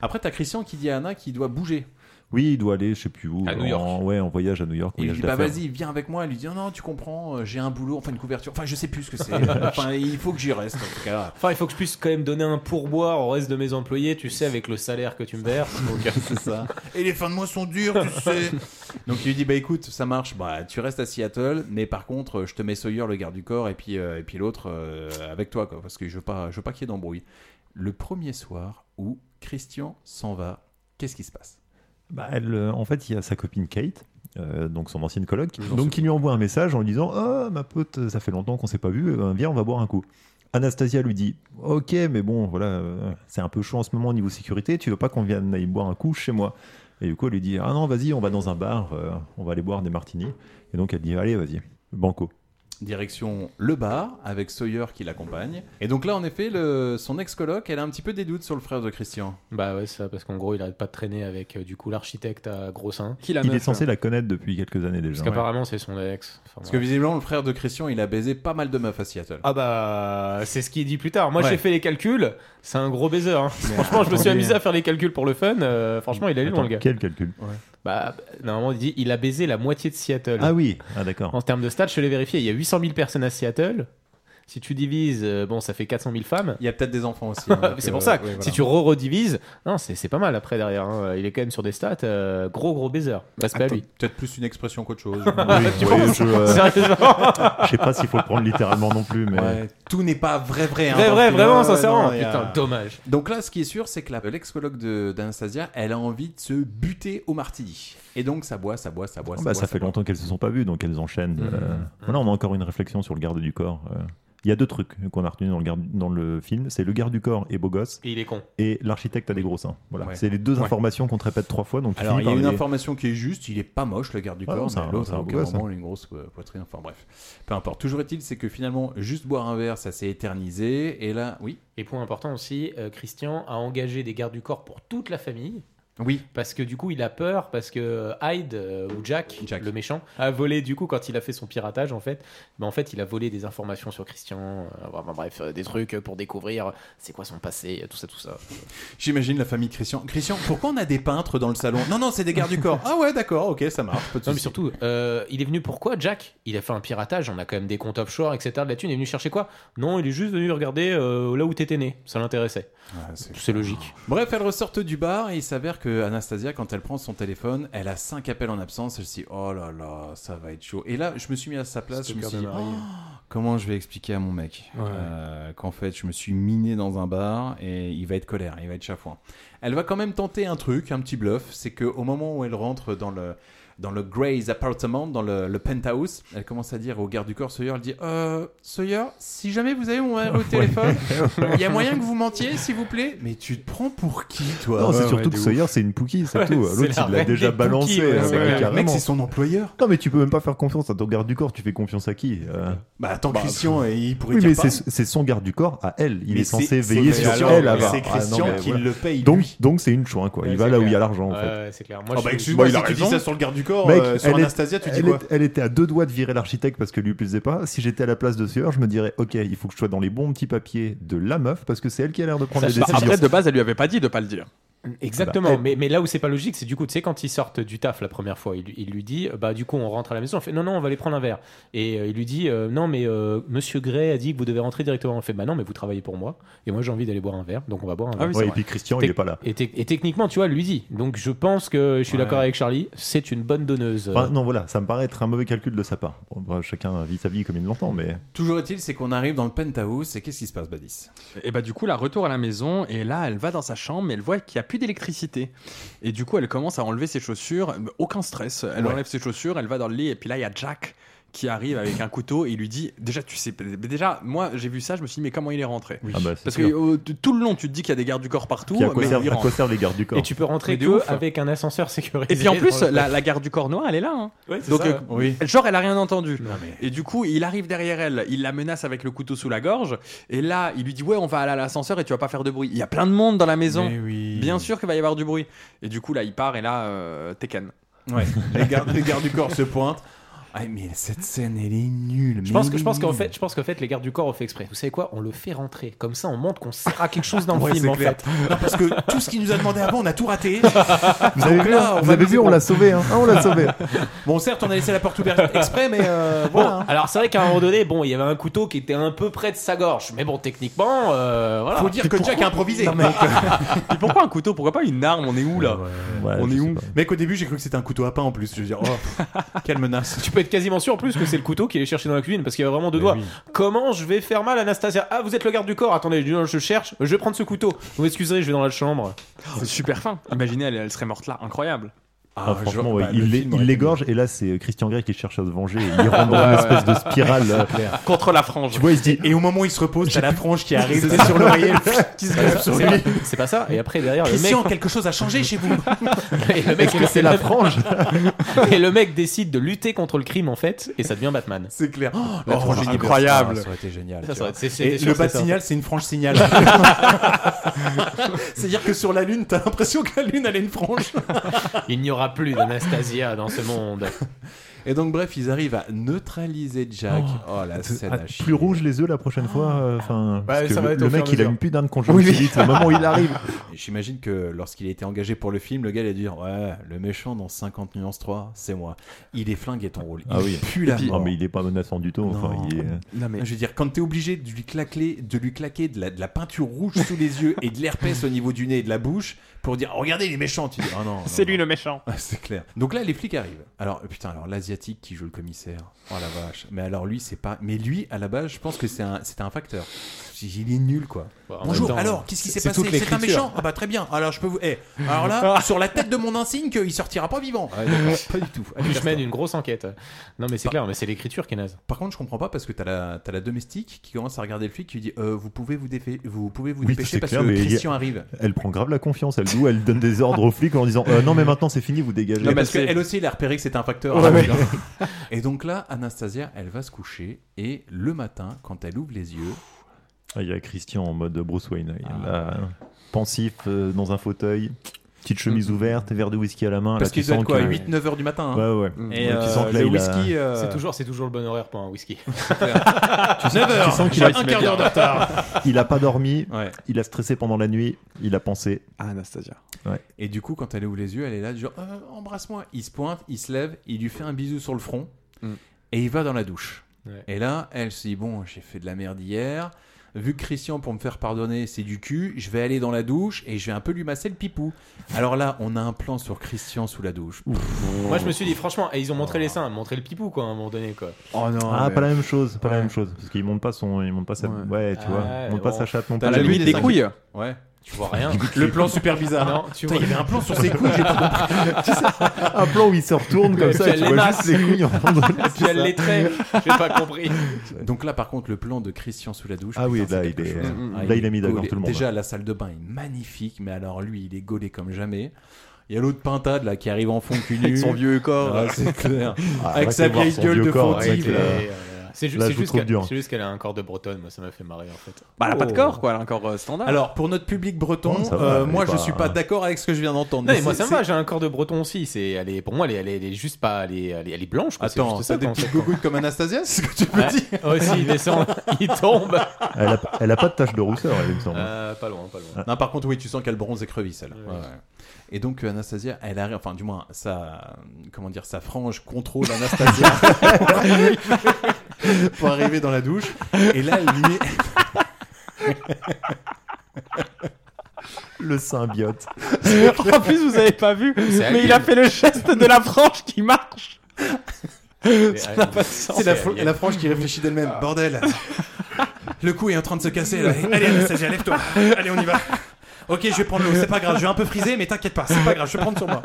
[SPEAKER 2] Après, t'as Christian qui dit à Anna qu'il doit bouger.
[SPEAKER 9] Oui, il doit aller, je sais plus où.
[SPEAKER 11] À New
[SPEAKER 9] en-
[SPEAKER 11] York.
[SPEAKER 9] ouais, en voyage à New York.
[SPEAKER 2] Il lui
[SPEAKER 9] voyage
[SPEAKER 2] dit bah
[SPEAKER 9] d'affaires.
[SPEAKER 2] vas-y viens avec moi. Elle lui dit non non tu comprends euh, j'ai un boulot enfin une couverture enfin je sais plus ce que c'est enfin il faut que j'y reste en tout cas.
[SPEAKER 11] Enfin, il faut que je puisse quand même donner un pourboire au reste de mes employés, tu sais, avec le salaire que tu me verses. donc, euh,
[SPEAKER 2] C'est ça. Et les fins de mois sont dures tu sais. Donc il lui dit bah écoute ça marche bah tu restes à Seattle mais par contre euh, je te mets Sawyer le garde du corps et puis euh, et puis l'autre euh, avec toi quoi parce que je veux pas je veux pas qu'il y ait d'embrouille. Le premier soir où Christian s'en va qu'est-ce qui se passe
[SPEAKER 9] Bah, elle, euh, en fait, il y a sa copine Kate, euh, donc son ancienne coloc, donc qui lui envoie un message en lui disant Ah, ma pote, ça fait longtemps qu'on s'est pas vu, euh, viens, on va boire un coup. Anastasia lui dit Ok, mais bon, voilà, euh, c'est un peu chaud en ce moment au niveau sécurité, tu veux pas qu'on vienne aller boire un coup chez moi Et du coup, elle lui dit Ah non, vas-y, on va dans un bar, euh, on va aller boire des martinis. Et donc, elle dit Allez, vas-y, banco.
[SPEAKER 11] Ah,
[SPEAKER 2] Direction le bar avec Sawyer qui l'accompagne. Et donc là, en effet, le- son ex-coloc, elle a un petit peu des doutes sur le frère de Christian.
[SPEAKER 11] Bah ouais, ça, parce qu'en gros, il arrête pas de traîner avec euh, du coup l'architecte à gros seins.
[SPEAKER 3] Qui la
[SPEAKER 9] Il
[SPEAKER 3] meuf,
[SPEAKER 9] est censé
[SPEAKER 3] là
[SPEAKER 9] la connaître depuis quelques années déjà.
[SPEAKER 11] Parce qu'apparemment, c'est son ex. Enfin,
[SPEAKER 2] Parce que
[SPEAKER 11] voilà.
[SPEAKER 2] visiblement, le frère de Christian, il a baisé pas mal de meufs à Seattle.
[SPEAKER 11] Ah bah, c'est ce qu'il dit plus tard. Moi,
[SPEAKER 2] Ouais.
[SPEAKER 11] j'ai fait les calculs. C'est un gros baiser. hein. Franchement, je me suis
[SPEAKER 3] attendez.
[SPEAKER 11] amusé à faire les calculs pour le fun. euh, franchement, il a lu
[SPEAKER 9] Attends,
[SPEAKER 11] le gars.
[SPEAKER 9] Quel calcul
[SPEAKER 11] Bah, normalement, il dit il a baisé la moitié de Seattle.
[SPEAKER 9] Ah oui, ah d'accord.
[SPEAKER 11] En termes de stats, je te l'ai vérifié. Il y a 800 000 personnes à Seattle. Si tu divises, euh, bon, ça fait 400 000 femmes.
[SPEAKER 2] Il y a peut-être des enfants aussi. hein,
[SPEAKER 11] Ah,
[SPEAKER 2] donc,
[SPEAKER 11] mais c'est
[SPEAKER 2] euh,
[SPEAKER 11] pour ça que
[SPEAKER 2] ouais, voilà.
[SPEAKER 11] si tu re-redivises, non, c'est c'est pas mal après derrière. hein. Il est quand même sur des stats. euh, gros gros baiser. Respect à
[SPEAKER 2] Attends,
[SPEAKER 11] lui.
[SPEAKER 2] Peut-être plus une expression qu'autre chose.
[SPEAKER 11] Tu
[SPEAKER 9] Oui,
[SPEAKER 11] penses
[SPEAKER 9] je, euh,
[SPEAKER 11] Sérieusement
[SPEAKER 9] je sais pas s'il faut le prendre littéralement non plus, mais.
[SPEAKER 2] Ouais, tout n'est pas vrai, vrai. hein,
[SPEAKER 11] Vrai,
[SPEAKER 2] dans
[SPEAKER 11] vrai,
[SPEAKER 2] le film.
[SPEAKER 11] vraiment,
[SPEAKER 2] Ouais, ouais,
[SPEAKER 11] sincèrement.
[SPEAKER 2] non, il y a-
[SPEAKER 11] Putain, dommage.
[SPEAKER 2] Donc là, ce qui est sûr, c'est que la- l'ex-coloc de- d'Anastasia, elle a envie de se buter au martini. Et donc, ça boit, ça boit, ça boit.
[SPEAKER 9] Ah bah,
[SPEAKER 2] boit,
[SPEAKER 9] ça fait
[SPEAKER 2] boit. Mmh.
[SPEAKER 9] longtemps qu'elles se sont pas vues, donc elles enchaînent. euh, Voilà, on a encore une réflexion sur le garde du corps. euh. Il y a deux trucs qu'on a retenus dans le, garde- dans le film c'est le garde du corps est beau gosse.
[SPEAKER 11] Et il est con.
[SPEAKER 9] Et l'architecte a des gros seins. Voilà.
[SPEAKER 2] Ouais.
[SPEAKER 9] C'est les deux
[SPEAKER 2] Ouais.
[SPEAKER 9] informations qu'on te répète trois fois. Donc tu
[SPEAKER 2] Alors,
[SPEAKER 9] finis
[SPEAKER 2] il y a
[SPEAKER 9] par
[SPEAKER 2] une
[SPEAKER 9] les-
[SPEAKER 2] information qui est juste, il est pas moche, le garde du
[SPEAKER 9] Ah non,
[SPEAKER 2] corps,
[SPEAKER 9] c'est
[SPEAKER 2] mais
[SPEAKER 9] un-
[SPEAKER 2] l'autre,
[SPEAKER 9] c'est un
[SPEAKER 2] à
[SPEAKER 9] beau
[SPEAKER 2] aucun
[SPEAKER 9] gosse,
[SPEAKER 2] moment, il a une grosse euh, poitrine. Enfin bref, peu importe. Toujours est-il, c'est que finalement, juste boire un verre, ça s'est éternisé, et là, oui.
[SPEAKER 11] Et point important aussi, euh, Christian a engagé des gardes du corps pour toute la famille.
[SPEAKER 2] Oui.
[SPEAKER 11] Parce que du coup, il a peur, parce que Hyde, euh, ou Jack, le méchant, a volé, du coup, quand il a fait son piratage, en fait, mais en fait, il a volé des informations sur Christian, euh, vraiment, bref, euh, des trucs pour découvrir euh, c'est quoi son passé, euh, tout ça, tout ça.
[SPEAKER 2] J'imagine la famille Christian. Christian, pourquoi on a des peintres dans le salon Non, non, c'est des gardes du corps. Ah ouais, d'accord, ok, ça marche. pas de
[SPEAKER 11] Non, mais
[SPEAKER 2] souci.
[SPEAKER 11] surtout, euh, il est venu pourquoi, Jack Il a fait un piratage, on a quand même des comptes offshore, etc. De la thune, il est venu chercher quoi Non, il est juste venu regarder euh, là où t'étais né, ça l'intéressait. c'est logique.
[SPEAKER 2] Ah, Bref, elles ressortent du bar et il s'avère que Anastasia, quand elle prend son téléphone, elle a cinq appels en absence. Elle se dit Oh là là, ça va être chaud. Et là, je me suis mis à sa place. Je me suis dit Oh, Comment je vais expliquer à mon mec
[SPEAKER 11] Ouais.
[SPEAKER 2] euh, qu'en fait je me suis miné dans un bar et il va être colère, il va être chafouin. Elle va quand même tenter un truc, un petit bluff, c'est qu'au moment où elle rentre dans le dans le Grey's Apartment, dans le, le penthouse, elle commence à dire au garde du corps Sawyer, elle dit euh, Sawyer, si jamais vous avez mon numéro de téléphone, il y a moyen que vous mentiez, s'il vous plaît. Mais tu te prends pour qui, toi
[SPEAKER 9] Non, c'est
[SPEAKER 2] Ouais,
[SPEAKER 9] surtout
[SPEAKER 2] ouais,
[SPEAKER 9] que
[SPEAKER 2] de
[SPEAKER 9] Sawyer,
[SPEAKER 2] ouf.
[SPEAKER 9] c'est une pouquille, c'est
[SPEAKER 2] Ouais,
[SPEAKER 9] tout.
[SPEAKER 2] c'est
[SPEAKER 9] L'autre,
[SPEAKER 2] la
[SPEAKER 9] il l'a
[SPEAKER 2] reine
[SPEAKER 9] déjà
[SPEAKER 2] des
[SPEAKER 9] balancé.
[SPEAKER 2] Pookies, ouais,
[SPEAKER 9] euh,
[SPEAKER 2] c'est clair.
[SPEAKER 9] carrément.
[SPEAKER 2] Mec, c'est son employeur.
[SPEAKER 9] Non, mais tu peux même pas faire confiance à ton garde du corps. Tu fais confiance à qui euh
[SPEAKER 2] Bah, attends, Christian, et il pourrait
[SPEAKER 9] Oui,
[SPEAKER 2] dire
[SPEAKER 9] mais
[SPEAKER 2] pas.
[SPEAKER 9] c'est c'est son garde du corps à elle. Il
[SPEAKER 2] Mais
[SPEAKER 9] est censé
[SPEAKER 2] c'est-
[SPEAKER 9] veiller
[SPEAKER 2] c'est
[SPEAKER 9] sur
[SPEAKER 2] Christian,
[SPEAKER 9] elle. à
[SPEAKER 2] mais
[SPEAKER 9] voir.
[SPEAKER 2] c'est
[SPEAKER 9] Ah, non,
[SPEAKER 2] Christian
[SPEAKER 9] mais
[SPEAKER 2] qui le paye,
[SPEAKER 9] Donc, donc c'est une chouin, quoi. Il va là où il y a l'argent, en
[SPEAKER 11] Ouais,
[SPEAKER 9] fait.
[SPEAKER 11] ouais, c'est clair. Moi,
[SPEAKER 2] Ah
[SPEAKER 11] je
[SPEAKER 2] bah,
[SPEAKER 11] suis-
[SPEAKER 2] excuse-moi,
[SPEAKER 11] Bah,
[SPEAKER 2] si
[SPEAKER 11] il a
[SPEAKER 2] tu dis
[SPEAKER 11] raison.
[SPEAKER 2] ça sur le garde du corps,
[SPEAKER 9] Mec,
[SPEAKER 2] euh, sur
[SPEAKER 9] elle est-
[SPEAKER 2] Anastasia, tu dis
[SPEAKER 9] elle
[SPEAKER 2] quoi
[SPEAKER 9] est- Elle était à deux doigts de virer l'architecte parce que lui plaisait pas. Si j'étais à la place de Sawyer, je me dirais, ok, il faut que je sois dans les bons petits papiers de la meuf parce que c'est elle qui a l'air de prendre les
[SPEAKER 3] Bah,
[SPEAKER 9] décisions.
[SPEAKER 3] après, de base, elle lui avait pas dit de pas le dire.
[SPEAKER 11] Exactement,
[SPEAKER 3] Ah bah,
[SPEAKER 11] mais, mais là où c'est pas logique, c'est du coup, tu sais, quand ils sortent du taf la première fois, il, lui- il lui dit, euh, bah du coup, on rentre à la maison, on fait, non, non, on va aller prendre un verre. Et euh, il lui dit, euh, non, mais euh, monsieur Gray a dit que vous devez rentrer directement. On fait, bah non, mais vous travaillez pour moi, et moi j'ai envie d'aller boire un verre, donc on va
[SPEAKER 3] Ah
[SPEAKER 11] boire un verre.
[SPEAKER 9] Ah oui, c'est Ouais, et vrai. puis Christian, il est pas là.
[SPEAKER 11] Et, tec- et techniquement, tu vois, lui dit. Donc je pense que je suis
[SPEAKER 9] Ouais.
[SPEAKER 11] d'accord avec Charlie, c'est une bonne donneuse.
[SPEAKER 9] Enfin, non, voilà, ça me paraît être un mauvais calcul de sa part. Bon, bah, chacun vit sa vie comme il l'entend, mais.
[SPEAKER 2] Toujours est-il, c'est qu'on arrive dans le penthouse et qu'est-ce qui se passe, Badis
[SPEAKER 3] Et bah du coup, la retour à la maison et là, elle va dans sa chambre, mais elle voit qu'il n'y a plus d'électricité. Et du coup, elle commence à enlever ses chaussures, Mais aucun stress. Elle
[SPEAKER 2] Ouais.
[SPEAKER 3] enlève ses chaussures, elle va dans le lit et puis là, il y a Jack qui arrive avec un couteau et il lui dit déjà tu sais mais déjà moi j'ai vu ça je me suis dit mais comment il est rentré
[SPEAKER 9] Oui. Ah bah, c'est
[SPEAKER 3] parce que
[SPEAKER 9] sûr.
[SPEAKER 3] euh, t- tout le long tu te dis qu'il y a des gardes du corps partout
[SPEAKER 9] Puis à quoi
[SPEAKER 3] mais
[SPEAKER 9] servent-
[SPEAKER 3] il
[SPEAKER 9] à quoi
[SPEAKER 3] rentre.
[SPEAKER 9] servent les gardes du corps
[SPEAKER 11] Et tu peux rentrer
[SPEAKER 3] Mais de
[SPEAKER 11] que
[SPEAKER 3] ouf. hein.
[SPEAKER 11] avec un ascenseur sécurisé.
[SPEAKER 3] Et puis en plus,
[SPEAKER 11] dans le-
[SPEAKER 3] la, la garde du corps noir, elle est là. hein.
[SPEAKER 11] Ouais, c'est
[SPEAKER 3] Donc,
[SPEAKER 11] ça,
[SPEAKER 3] euh,
[SPEAKER 11] ouais.
[SPEAKER 3] genre, elle a rien entendu. Et du coup, il arrive derrière elle, il la menace avec le couteau sous la gorge. Et là, il lui dit Ouais, on va aller à l'ascenseur et tu vas pas faire de bruit. Il y a plein de monde dans la maison.
[SPEAKER 2] Mais oui.
[SPEAKER 3] Bien sûr qu'il va y avoir du bruit. Et du coup, là, il part et là, euh, Tekken.
[SPEAKER 2] Ouais, les gardes, les gardes du corps se pointent. Ah, mais cette scène, elle est nulle.
[SPEAKER 11] Je pense, que, je pense qu'en fait, je pense qu'en fait, les gardes du corps ont fait exprès. Vous savez quoi On le fait rentrer. Comme ça, on montre qu'on sert à quelque chose dans le film, en fait.
[SPEAKER 2] parce que tout ce qu'il nous a demandé avant, on a tout raté.
[SPEAKER 9] Vous
[SPEAKER 3] Ah,
[SPEAKER 9] avez
[SPEAKER 2] Donc
[SPEAKER 9] vu,
[SPEAKER 2] là,
[SPEAKER 9] hein,
[SPEAKER 2] on
[SPEAKER 9] vous
[SPEAKER 2] va
[SPEAKER 9] avez
[SPEAKER 2] nous-
[SPEAKER 9] vu, on l'a sauvé, hein. Ah, on l'a sauvé.
[SPEAKER 2] Bon, certes, on a laissé la porte ouverte exprès, mais euh,
[SPEAKER 11] Bon,
[SPEAKER 2] voilà. hein.
[SPEAKER 11] alors c'est vrai qu'à un moment donné, bon, il y avait un couteau qui était un peu près de sa gorge, mais bon, techniquement, euh, voilà.
[SPEAKER 2] Faut dire que Jack a improvisé.
[SPEAKER 3] Et pourquoi un couteau Pourquoi pas une arme On est où là On est où
[SPEAKER 2] Mec, au début, j'ai cru que c'était un couteau à pain en plus. Je veux dire, oh, pff, quelle menace.
[SPEAKER 11] Tu peux être quasiment sûr en plus que c'est le couteau qu'il est cherché dans la cuisine parce qu'il y a vraiment deux doigts. Comment je vais faire mal à Anastasia Ah, vous êtes le garde du corps. Attendez, non, je cherche. Je vais prendre ce couteau. Vous m'excuserez, je vais dans la chambre.
[SPEAKER 3] C'est super fin. Imaginez, elle, elle serait morte là. Incroyable.
[SPEAKER 9] Ah, franchement, ouais,
[SPEAKER 3] bah, le
[SPEAKER 9] il l'é-
[SPEAKER 3] film
[SPEAKER 9] il
[SPEAKER 3] aurait
[SPEAKER 9] l'égorge et là c'est Christian Grey qui cherche à se venger. et Il rentre dans
[SPEAKER 3] Ouais,
[SPEAKER 9] une
[SPEAKER 3] ouais.
[SPEAKER 9] espèce de spirale.
[SPEAKER 3] C'est
[SPEAKER 9] euh,
[SPEAKER 3] clair. Contre la frange.
[SPEAKER 9] Tu vois, il se dit.
[SPEAKER 2] Et au moment où il se repose, t'as la frange qui arrive
[SPEAKER 9] C'est ça.
[SPEAKER 2] sur l'oreiller qui se
[SPEAKER 11] C'est pas
[SPEAKER 2] greffe
[SPEAKER 11] ça,
[SPEAKER 2] sur
[SPEAKER 11] c'est
[SPEAKER 2] lui.
[SPEAKER 11] pas- C'est pas ça. Et après, derrière, le mec.
[SPEAKER 2] Christian, quelque chose a changé chez vous.
[SPEAKER 11] Et le mec,
[SPEAKER 2] Est-ce que c'est
[SPEAKER 11] et
[SPEAKER 2] la
[SPEAKER 11] le-
[SPEAKER 2] frange
[SPEAKER 11] Et le mec décide de lutter contre le crime en fait, et ça devient Batman.
[SPEAKER 2] C'est clair.
[SPEAKER 11] La
[SPEAKER 2] Oh,
[SPEAKER 11] frange
[SPEAKER 2] génial.
[SPEAKER 11] universelle.
[SPEAKER 2] Incroyable. Ça aurait été génial,
[SPEAKER 11] Ça,
[SPEAKER 2] tu
[SPEAKER 11] ça aurait
[SPEAKER 2] vois.
[SPEAKER 11] été- c'est-
[SPEAKER 2] Et
[SPEAKER 11] c'est-
[SPEAKER 2] le
[SPEAKER 11] c'est-
[SPEAKER 2] bas de
[SPEAKER 11] c'est-
[SPEAKER 2] signal, c'est une frange signal. C'est-à-dire que sur la Lune, t'as l'impression que la Lune, elle est une frange.
[SPEAKER 11] Il n'y aura plus d'Anastasia dans ce monde.
[SPEAKER 2] Et donc, bref, ils arrivent à neutraliser Jack. Oh, la scène
[SPEAKER 9] Ah,
[SPEAKER 2] à chier.
[SPEAKER 9] plus rouge les yeux la prochaine fois. euh, Enfin, parce que
[SPEAKER 2] ça va
[SPEAKER 9] le,
[SPEAKER 2] être
[SPEAKER 9] le
[SPEAKER 2] au fur et
[SPEAKER 9] mec
[SPEAKER 2] à
[SPEAKER 9] il a
[SPEAKER 2] mesure.
[SPEAKER 9] une putain de conjonctivite au moment où il arrive.
[SPEAKER 2] J'imagine que lorsqu'il a été engagé pour le film, le gars il a dû dire Ouais, le méchant dans 50 nuances 3, c'est moi. Il est flingué ton rôle. Il
[SPEAKER 9] Ah oui.
[SPEAKER 2] pue
[SPEAKER 9] Et
[SPEAKER 2] la
[SPEAKER 9] puis-
[SPEAKER 2] mort. Ah,
[SPEAKER 9] Non, mais il est pas menaçant du tout. Enfin,
[SPEAKER 2] Non.
[SPEAKER 9] il est-
[SPEAKER 2] Je veux dire, quand t'es obligé de lui claquer, de, lui claquer de, la, de la peinture rouge sous les yeux et de l'herpès au niveau du nez et de la bouche pour dire Regardez, il est méchant. Tu dis Oh non. non,
[SPEAKER 3] C'est lui
[SPEAKER 2] non.
[SPEAKER 3] le méchant.
[SPEAKER 2] Ah, c'est clair. Donc là, les flics arrivent. Alors, euh, putain, alors l'asiatique qui joue le commissaire. Oh la vache. Mais alors lui, c'est pas. Mais lui, à la base, je pense que c'est un, c'était un facteur. Il est nul, quoi.
[SPEAKER 11] Bah, en
[SPEAKER 2] Bonjour.
[SPEAKER 11] même temps,
[SPEAKER 2] alors, qu'est-ce qui s'est
[SPEAKER 11] c'est
[SPEAKER 2] passé
[SPEAKER 11] toute
[SPEAKER 2] C'est un
[SPEAKER 11] l'écriture.
[SPEAKER 2] méchant. Ah bah pas très bien. Alors je peux vous. eh, alors là, sur la tête de mon insigne, qu'il sortira pas vivant.
[SPEAKER 11] Ouais, d'accord.
[SPEAKER 2] pas du tout.
[SPEAKER 11] En plus, je mène une grosse enquête. Non, mais c'est
[SPEAKER 2] Bah.
[SPEAKER 11] clair, mais c'est l'écriture qui est naze.
[SPEAKER 2] Par contre, je comprends pas parce que t'as la, t'as la domestique qui commence à regarder le flic qui lui dit euh, Vous pouvez vous, défa- vous, pouvez vous
[SPEAKER 9] Oui,
[SPEAKER 2] dépêcher
[SPEAKER 9] c'est
[SPEAKER 2] parce
[SPEAKER 9] clair,
[SPEAKER 2] que
[SPEAKER 9] mais il y a-
[SPEAKER 2] Christian arrive.
[SPEAKER 9] Elle prend grave la confiance, elle joue, elle donne des ordres aux flics en disant Euh, non mais maintenant c'est fini, vous dégagez.
[SPEAKER 2] Non, parce qu'elle aussi, elle a repéré que c'était un facteur.
[SPEAKER 9] Ouais,
[SPEAKER 2] hein,
[SPEAKER 9] ouais.
[SPEAKER 2] évidemment. Et donc là, Anastasia, elle va se coucher et le matin, quand elle ouvre les yeux,
[SPEAKER 9] Ah, il y a Christian en mode Bruce Wayne, là. Il est là, pensif euh, dans un fauteuil, petite chemise ouverte, verre de whisky à la main.
[SPEAKER 2] Mm. Parce
[SPEAKER 9] là,
[SPEAKER 2] qu'il
[SPEAKER 9] tu
[SPEAKER 2] doit
[SPEAKER 9] sens
[SPEAKER 2] être quoi,
[SPEAKER 9] que-
[SPEAKER 2] 8-9 heures du matin, hein.
[SPEAKER 9] Ouais, ouais.
[SPEAKER 2] Mm.
[SPEAKER 9] Ouais,
[SPEAKER 2] Et,
[SPEAKER 9] tu
[SPEAKER 2] euh,
[SPEAKER 9] sens que là,
[SPEAKER 2] le
[SPEAKER 9] il a-
[SPEAKER 2] whisky, euh,
[SPEAKER 11] C'est toujours, c'est toujours le bon horaire pour un whisky.
[SPEAKER 9] Tu
[SPEAKER 2] Ah, bah,
[SPEAKER 9] sens- tu sens qu'il a- Il a pas dormi, il a stressé pendant la nuit, il a pensé.
[SPEAKER 3] Ah, Anastasia.
[SPEAKER 9] Ouais.
[SPEAKER 2] Et du coup, quand elle ouvre les yeux, elle est là, du genre Euh, embrasse-moi. Il se pointe, il se lève, il lui fait un bisou sur le front
[SPEAKER 3] Mm.
[SPEAKER 2] et il va dans la douche.
[SPEAKER 11] Ouais.
[SPEAKER 2] Et là, elle se dit bon, j'ai fait de la merde hier. Vu que Christian, pour me faire pardonner, c'est du cul, je vais aller dans la douche et je vais un peu lui masser le pipou. Alors là, on a un plan sur Christian sous la douche.
[SPEAKER 11] Moi, je me suis dit, franchement, et ils ont montré les seins, montré le pipou, quoi, à un moment donné, quoi.
[SPEAKER 2] Oh non,
[SPEAKER 9] ah,
[SPEAKER 2] mais-
[SPEAKER 9] pas la même chose, pas la même chose. Parce qu'il monte pas son. Il monte pas sa. Ouais, tu vois.
[SPEAKER 11] Ouais,
[SPEAKER 9] Il monte pas
[SPEAKER 11] bon.
[SPEAKER 9] sa chatte non
[SPEAKER 11] T'as
[SPEAKER 9] plus.
[SPEAKER 11] la limite des couilles.
[SPEAKER 2] Ouais.
[SPEAKER 11] Tu vois rien.
[SPEAKER 2] Le plan super bizarre.
[SPEAKER 11] Non,
[SPEAKER 2] hein.
[SPEAKER 11] tu
[SPEAKER 2] Putain,
[SPEAKER 11] vois-
[SPEAKER 2] Il y avait un plan sur ses couilles, j'ai pas compris.
[SPEAKER 9] Tu sais, un plan où il se retourne comme
[SPEAKER 2] Et
[SPEAKER 9] ça,
[SPEAKER 2] puis
[SPEAKER 9] et
[SPEAKER 2] elle
[SPEAKER 9] tu
[SPEAKER 2] les
[SPEAKER 9] vois
[SPEAKER 2] masse.
[SPEAKER 9] juste les couilles en
[SPEAKER 2] Et puis elle
[SPEAKER 9] C'est ça.
[SPEAKER 2] les traite.
[SPEAKER 11] J'ai pas compris.
[SPEAKER 2] Donc là, par contre, le plan de Christian sous la douche.
[SPEAKER 9] Ah oui,
[SPEAKER 2] putain,
[SPEAKER 9] là,
[SPEAKER 2] c'est
[SPEAKER 9] il
[SPEAKER 2] quelque
[SPEAKER 9] est-
[SPEAKER 2] chose.
[SPEAKER 9] Mm, mm. là, il a mis d'accord
[SPEAKER 2] gaulé.
[SPEAKER 9] tout le monde.
[SPEAKER 2] Déjà, la salle de bain est magnifique, mais alors lui, il est gaulé comme jamais. Il y a l'autre pintade là qui arrive en fond cul nu.
[SPEAKER 3] Avec son vieux corps.
[SPEAKER 2] Ah, c'est clair.
[SPEAKER 3] Ah,
[SPEAKER 2] Avec
[SPEAKER 3] arrêtez
[SPEAKER 2] sa
[SPEAKER 3] de voir
[SPEAKER 2] vieille
[SPEAKER 3] son
[SPEAKER 2] gueule
[SPEAKER 3] vieux
[SPEAKER 2] de
[SPEAKER 3] corps,
[SPEAKER 2] fautive.
[SPEAKER 3] arrêtez.
[SPEAKER 11] Et, euh, C'est ju-
[SPEAKER 3] Là,
[SPEAKER 11] c'est
[SPEAKER 3] je vous
[SPEAKER 11] juste
[SPEAKER 3] trouve
[SPEAKER 11] qu'elle-
[SPEAKER 3] dur.
[SPEAKER 11] c'est juste qu'elle a un corps de bretonne, moi ça m'a fait marrer en fait.
[SPEAKER 3] Bah, elle a pas de corps, quoi, elle a un corps euh, standard.
[SPEAKER 2] Alors, pour notre public breton,
[SPEAKER 3] Bon, ça va,
[SPEAKER 2] euh,
[SPEAKER 3] elle est
[SPEAKER 2] moi, je
[SPEAKER 3] pas-
[SPEAKER 2] suis pas d'accord avec ce que je viens d'entendre.
[SPEAKER 11] Non, mais
[SPEAKER 2] mais
[SPEAKER 11] moi
[SPEAKER 2] c'est-
[SPEAKER 11] ça me va, j'ai un corps de breton aussi. C'est, elle est, pour moi, elle est, elle est, elle est juste pas. Elle est, elle est, elle est blanche. Quoi.
[SPEAKER 2] Attends,
[SPEAKER 11] c'est juste ça,
[SPEAKER 2] t'as des
[SPEAKER 11] quoi, en
[SPEAKER 2] petites
[SPEAKER 11] fait, quoi.
[SPEAKER 2] gougouilles comme Anastasia, c'est ce que tu peux
[SPEAKER 11] Ouais.
[SPEAKER 2] dire
[SPEAKER 11] Aussi, il descend, il tombe.
[SPEAKER 9] Elle a, elle a pas de tache de rousseur, elle, il me semble.
[SPEAKER 11] Euh, pas loin, pas loin.
[SPEAKER 2] Non, par contre, oui, tu sens qu'elle bronze écrevisse, elle. Ouais, ouais. Et donc, euh, Anastasia, elle arrive, enfin, du moins, sa, comment dire, sa frange contrôle Anastasia pour arriver dans la douche. Et là, elle lui
[SPEAKER 9] Le symbiote.
[SPEAKER 3] en plus, vous avez pas vu,
[SPEAKER 9] C'est
[SPEAKER 3] mais il a
[SPEAKER 9] habile.
[SPEAKER 3] fait le geste de la frange qui marche. Ça
[SPEAKER 2] met.
[SPEAKER 3] n'a pas de sens.
[SPEAKER 2] C'est la, fo- la frange qui réfléchit d'elle-même. Bordel Le cou est en train de se casser, là. Allez, Anastasia, lève-toi. Allez, on y va. Ok, je vais prendre l'eau, c'est pas grave, je vais un peu friser, mais t'inquiète pas, c'est pas grave, je vais prendre sur moi.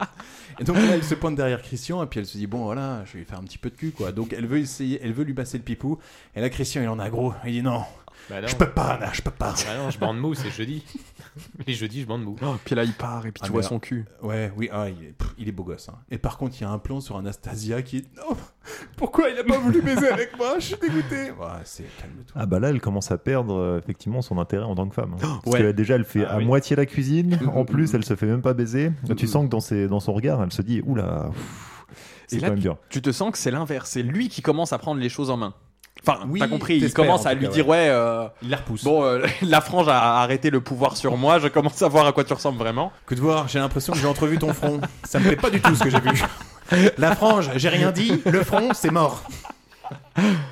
[SPEAKER 2] Et donc là, elle se pointe derrière Christian, et puis elle se dit, bon voilà, je vais lui faire un petit peu de cul, quoi. Donc elle veut essayer, elle veut lui passer le pipou, et là, Christian, il en a gros. Il dit, non,
[SPEAKER 11] Bah non.
[SPEAKER 2] je peux pas, là, je peux pas.
[SPEAKER 11] Bah non, je bande mou, c'est jeudi. Les jeudis, je bande mou.
[SPEAKER 3] puis là, il part, et puis
[SPEAKER 2] Ah,
[SPEAKER 3] tu vois
[SPEAKER 2] mais-
[SPEAKER 3] son cul.
[SPEAKER 2] Ouais, oui, ah, il, est, pff, il est beau gosse. hein. Et par contre, il y a un plan sur Anastasia qui est. Non Pourquoi il a pas voulu baiser avec moi Je suis dégoûté Ouais, c'est calme-toi.
[SPEAKER 9] Ah bah là, elle commence à perdre euh, effectivement son intérêt en tant que femme. hein. Parce
[SPEAKER 2] ouais.
[SPEAKER 9] que déjà, elle fait à moitié la cuisine. En plus, elle se fait même pas baiser. Tu sens que dans, ses, dans son regard, elle se dit oula, pff, c'est
[SPEAKER 3] Et
[SPEAKER 9] quand
[SPEAKER 3] là,
[SPEAKER 9] même
[SPEAKER 3] tu,
[SPEAKER 9] dur.
[SPEAKER 3] tu te sens que c'est l'inverse. C'est lui qui commence à prendre les choses en main. Enfin,
[SPEAKER 2] Oui,
[SPEAKER 3] t'as compris, il
[SPEAKER 2] t'espères,
[SPEAKER 3] commence
[SPEAKER 2] en
[SPEAKER 3] à
[SPEAKER 2] tout
[SPEAKER 3] lui
[SPEAKER 2] cas,
[SPEAKER 3] dire
[SPEAKER 2] ouais.
[SPEAKER 3] ouais. euh, Bon, euh, la frange a arrêté le pouvoir sur moi, je commence à voir à quoi tu ressembles vraiment.
[SPEAKER 2] Que de voir, j'ai l'impression que j'ai entrevu ton front. Ça me plaît pas du tout ce que j'ai vu. La frange, j'ai rien dit. Le front, c'est mort.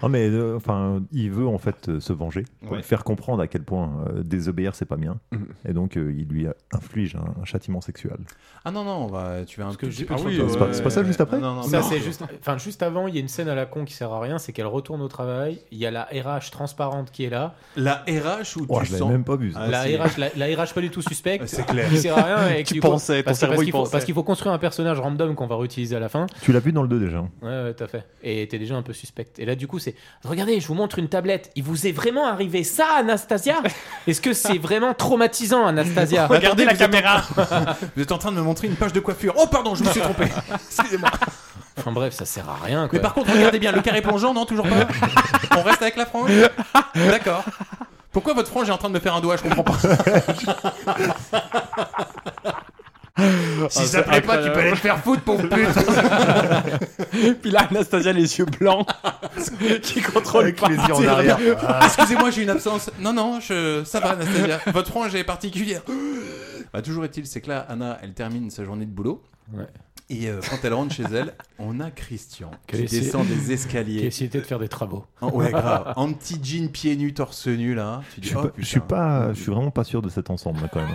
[SPEAKER 9] Non mais euh, enfin, il veut en fait euh, se venger,
[SPEAKER 2] Ouais.
[SPEAKER 9] faire comprendre à quel point euh, désobéir c'est pas bien.
[SPEAKER 3] Mhm.
[SPEAKER 11] Mm.
[SPEAKER 9] Et donc, euh, il lui inflige un, un châtiment sexuel.
[SPEAKER 2] Ah non, non, on va- tu vas un petit peu.
[SPEAKER 9] Ah
[SPEAKER 2] sur
[SPEAKER 9] oui,
[SPEAKER 2] toi.
[SPEAKER 9] c'est pas- c'est pas ça juste après
[SPEAKER 2] Ah Non, non,
[SPEAKER 11] ça
[SPEAKER 2] non.
[SPEAKER 11] c'est juste enfin juste avant il y a une scène à la con qui sert à rien c'est qu'elle retourne au travail il y a la RH transparente qui est là
[SPEAKER 2] La RH ou
[SPEAKER 9] Oh, je l'avais même pas vu, ça.
[SPEAKER 11] la
[SPEAKER 9] Ah, si. Ah,
[SPEAKER 11] RH la, la RH pas du tout suspecte
[SPEAKER 9] C'est clair.
[SPEAKER 11] qui sert à rien et
[SPEAKER 9] Tu
[SPEAKER 11] du coup-
[SPEAKER 9] pensais, ton
[SPEAKER 11] parce que-
[SPEAKER 9] cerveau,
[SPEAKER 11] parce
[SPEAKER 9] il
[SPEAKER 11] qu'il faut,
[SPEAKER 9] pensait.
[SPEAKER 11] parce qu'il faut construire un personnage random qu'on va réutiliser à la fin
[SPEAKER 9] Tu l'as vu dans le 2 déjà. hein.
[SPEAKER 11] Ouais, ouais, tout à fait. Et t'es déjà un peu suspect. Et là, du coup, c'est Regardez, je vous montre une tablette. Il vous est vraiment arrivé ça, Anastasia Est-ce que c'est vraiment traumatisant, Anastasia
[SPEAKER 2] Regardez la caméra. Vous êtes en train de me montrer une page de coiffure. Oh pardon, je me suis trompé. Excusez-moi.
[SPEAKER 11] Enfin bref, ça sert à rien. Quoi.
[SPEAKER 2] Mais par contre, regardez bien, le carré plongeant, non, toujours pas. On reste avec la frange. D'accord. Pourquoi votre frange est en train de me faire un doigt Je comprends pas. si ça
[SPEAKER 3] Ah, c'est
[SPEAKER 2] plaît pas, tu
[SPEAKER 3] incroyable.
[SPEAKER 2] peux aller te faire foutre, pauvre pute.
[SPEAKER 3] Puis là, Anastasia, les yeux blancs, qui contrôle pas.
[SPEAKER 2] C'est vrai. Excusez-moi, j'ai une absence. Non, non, je... ça va, Anastasia. Votre frange est particulière. Bah, toujours est-il, c'est que là, Anna, elle termine sa journée de boulot.
[SPEAKER 11] Ouais.
[SPEAKER 2] Et euh, quand elle rentre chez elle, on a Christian
[SPEAKER 11] Qui a
[SPEAKER 2] qui
[SPEAKER 11] essayé-
[SPEAKER 2] descend des escaliers.
[SPEAKER 11] qui a essayé de faire des travaux.
[SPEAKER 2] En, ouais, grave. En petit jean pieds nus, torse nu, là. Tu dis,
[SPEAKER 9] Je suis
[SPEAKER 2] oh,
[SPEAKER 9] pas- je suis
[SPEAKER 11] hein.
[SPEAKER 2] putain.
[SPEAKER 9] pas, je suis vraiment pas sûr de cet ensemble là, quand même.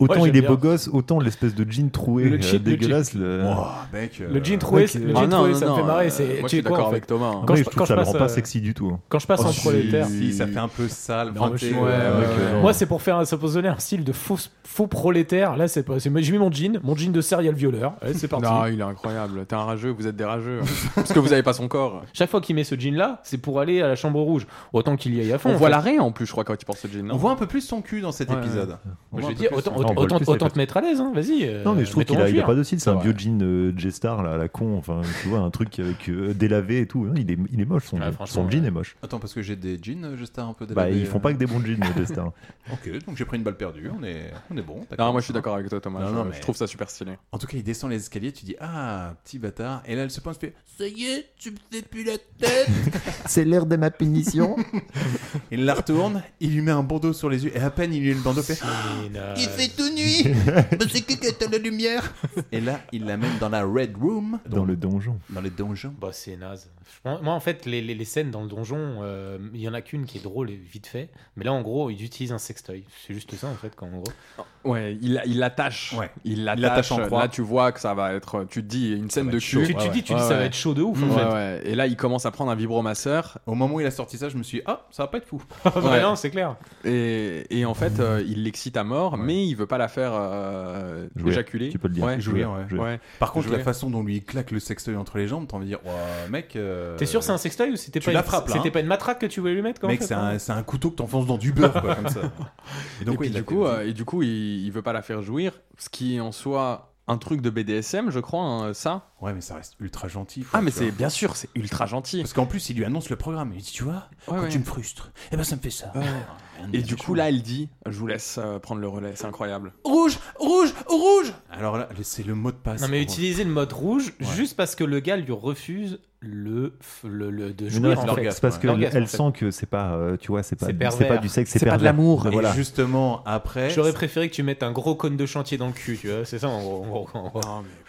[SPEAKER 9] Autant
[SPEAKER 11] Moi,
[SPEAKER 9] il est
[SPEAKER 11] j'aime
[SPEAKER 9] beau
[SPEAKER 11] bien.
[SPEAKER 9] gosse, autant l'espèce de jean troué
[SPEAKER 11] Le
[SPEAKER 9] euh,
[SPEAKER 11] jean- le
[SPEAKER 9] dégueulasse.
[SPEAKER 11] jean-
[SPEAKER 9] Le,
[SPEAKER 11] Oh, mec, euh, Le jean troué,
[SPEAKER 9] mec,
[SPEAKER 11] c'est-
[SPEAKER 9] euh,
[SPEAKER 11] le jean Ah, non, troué, non, ça me non, fait marrer, euh, c'est- moi, tu je suis es quoi, d'accord en fait avec Thomas, hein. Quand
[SPEAKER 9] Ouais,
[SPEAKER 11] je-
[SPEAKER 9] je trouve
[SPEAKER 11] quand
[SPEAKER 9] que ça
[SPEAKER 11] je
[SPEAKER 9] le
[SPEAKER 11] passe,
[SPEAKER 9] rend pas
[SPEAKER 11] euh,
[SPEAKER 9] sexy du tout. hein.
[SPEAKER 11] quand je passe en prolétaire.
[SPEAKER 2] Oh, Si, ça fait un peu sale.
[SPEAKER 11] Non, mais je-
[SPEAKER 2] vanté,
[SPEAKER 11] ouais,
[SPEAKER 2] ouais,
[SPEAKER 11] ouais,
[SPEAKER 2] ouais.
[SPEAKER 11] ouais. Moi, c'est pour faire, ça pose donner un style de faux, faux prolétaire. Là, c'est pas. c'est- J'ai mis mon jean, mon jean de serial violeur. Allez, c'est parti.
[SPEAKER 3] Non, il est incroyable. T'es un rageux, vous êtes des rageux. Parce que vous avez pas son corps.
[SPEAKER 11] Chaque fois qu'il met ce jean là, c'est pour aller à la chambre rouge. Autant qu'il y aille à fond.
[SPEAKER 3] On
[SPEAKER 11] en
[SPEAKER 3] voit
[SPEAKER 11] fait.
[SPEAKER 3] l'arrêt en plus, je crois, quand il porte ce jean.
[SPEAKER 2] On voit un peu plus son cul dans cet
[SPEAKER 3] Ouais.
[SPEAKER 2] épisode.
[SPEAKER 3] On voit
[SPEAKER 11] Je veux
[SPEAKER 3] un peu
[SPEAKER 11] dire,
[SPEAKER 3] plus, ça
[SPEAKER 11] autant,
[SPEAKER 3] fait
[SPEAKER 11] autant,
[SPEAKER 3] pas mal.
[SPEAKER 11] autant,
[SPEAKER 9] plus, ça
[SPEAKER 11] autant
[SPEAKER 9] fait
[SPEAKER 11] te mettre à l'aise, hein, vas-y. euh,
[SPEAKER 9] Non, mais je trouve qu'il
[SPEAKER 11] mettons-le
[SPEAKER 9] a,
[SPEAKER 11] en
[SPEAKER 9] il a
[SPEAKER 11] cuir.
[SPEAKER 9] pas de style, c'est un vieux jean euh, J-Star, là, à la con, enfin, tu vois, un truc avec euh, délavé et tout. Non, Il est, il est moche, son, son jean est moche.
[SPEAKER 2] Attends, parce que j'ai des jeans, euh, juste un peu
[SPEAKER 9] Bah,
[SPEAKER 2] délavés.
[SPEAKER 11] euh,
[SPEAKER 9] ils font pas que des bons jeans, euh, les J-Star.
[SPEAKER 2] Ok, donc j'ai pris une balle perdue, on est, on est bon.
[SPEAKER 3] Non, moi je suis d'accord avec toi, Thomas.
[SPEAKER 2] Non,
[SPEAKER 3] je,
[SPEAKER 2] non,
[SPEAKER 3] je
[SPEAKER 2] mais-
[SPEAKER 3] trouve ça super stylé.
[SPEAKER 2] En tout cas, il descend les escaliers, tu dis Ah, petit bâtard. Et là, elle se penche, fait Ça y est, tu me fais plus la tête.
[SPEAKER 9] C'est l'heure de ma punition.
[SPEAKER 2] il la retourne, il lui met un bandeau sur les yeux, et à peine il lui met le bandeau, fait Il fait tout nuit Bah, C'est qui qui a éteint la lumière Et là, il l'amène dans la Red Room.
[SPEAKER 9] Dans le donjon.
[SPEAKER 2] Dans les donjons.
[SPEAKER 11] Bah, c'est naze. Moi, moi, en fait, les, les- les scènes dans le donjon, euh, il y en a qu'une qui est drôle et vite fait. Mais là, en gros, ils utilisent un sextoy. C'est juste ça, en fait, quand en gros.
[SPEAKER 3] Ouais, il il l'attache. Il
[SPEAKER 11] l'attache
[SPEAKER 3] l'attache
[SPEAKER 11] en croix.
[SPEAKER 3] Là, tu vois que ça va être. euh, Tu te dis une scène
[SPEAKER 11] va
[SPEAKER 3] de
[SPEAKER 11] être chaud.
[SPEAKER 3] cul.
[SPEAKER 11] Tu- tu dis- tu dis, ça va être chaud de ouf, en
[SPEAKER 3] Ouais,
[SPEAKER 11] fait.
[SPEAKER 3] ouais. Et là, il commence à prendre un vibromasseur.
[SPEAKER 2] Au moment où il a sorti ça, je me suis dit Ah, ça va pas être fou.
[SPEAKER 11] Bah non, c'est clair.
[SPEAKER 3] Euh, Et, et en fait, euh, il l'excite à mort, mais il veut pas la faire euh,
[SPEAKER 9] Jouer,
[SPEAKER 3] éjaculer.
[SPEAKER 9] tu peux le dire.
[SPEAKER 3] Ouais,
[SPEAKER 9] Jouer,
[SPEAKER 3] ouais.
[SPEAKER 9] jouer.
[SPEAKER 3] Ouais.
[SPEAKER 2] Par contre,
[SPEAKER 3] Jouer.
[SPEAKER 2] la façon dont lui il claque le sextoy entre les jambes, t'as envie de dire Ouah, mec. euh,
[SPEAKER 11] T'es sûr que c'est un sextoy ou c'était
[SPEAKER 2] tu
[SPEAKER 11] pas,
[SPEAKER 2] la
[SPEAKER 11] une-
[SPEAKER 2] frappes, là,
[SPEAKER 11] c'était
[SPEAKER 2] hein.
[SPEAKER 11] pas une matraque que tu voulais lui mettre quand
[SPEAKER 2] Mec, c'est un, c'est un couteau que t'enfonces dans du beurre, quoi, comme ça.
[SPEAKER 3] Et, puis, du coup, euh, et du coup, il, il veut pas la faire jouir, ce qui est en soi un truc de BDSM, je crois, hein, ça.
[SPEAKER 2] Ouais, mais ça reste ultra gentil.
[SPEAKER 3] Ah, mais
[SPEAKER 2] tu
[SPEAKER 3] c'est
[SPEAKER 2] vois.
[SPEAKER 3] bien sûr, c'est ultra gentil.
[SPEAKER 2] Parce qu'en plus, il lui annonce le programme. Il dit, tu vois,
[SPEAKER 3] Ouais,
[SPEAKER 2] quand
[SPEAKER 3] ouais.
[SPEAKER 2] tu me frustres, eh ben ça me fait ça.
[SPEAKER 3] Et du coup, là, elle dit Je vous laisse euh, prendre le relais, c'est incroyable.
[SPEAKER 2] Rouge, rouge, rouge Alors là, c'est le mot de passe.
[SPEAKER 11] Non, mais
[SPEAKER 2] Ouais.
[SPEAKER 11] utiliser le mode rouge juste parce que le gars lui refuse le, le, le- de
[SPEAKER 9] Mais non,
[SPEAKER 11] jouer
[SPEAKER 9] c'est
[SPEAKER 11] en fait.
[SPEAKER 9] parce- parce que
[SPEAKER 11] L'orgasme,
[SPEAKER 9] elle
[SPEAKER 11] en fait.
[SPEAKER 9] sent que c'est pas, euh, tu vois, c'est pas,
[SPEAKER 11] C'est
[SPEAKER 9] du- c'est
[SPEAKER 11] pervers.
[SPEAKER 9] pas du sexe, c'est
[SPEAKER 11] C'est pas de
[SPEAKER 9] pervers.
[SPEAKER 11] l'amour.
[SPEAKER 2] Et
[SPEAKER 9] Voilà.
[SPEAKER 2] justement, après.
[SPEAKER 11] J'aurais préféré que tu mettes un gros cône de chantier dans le cul, tu vois. C'est ça, en gros. en gros, en gros.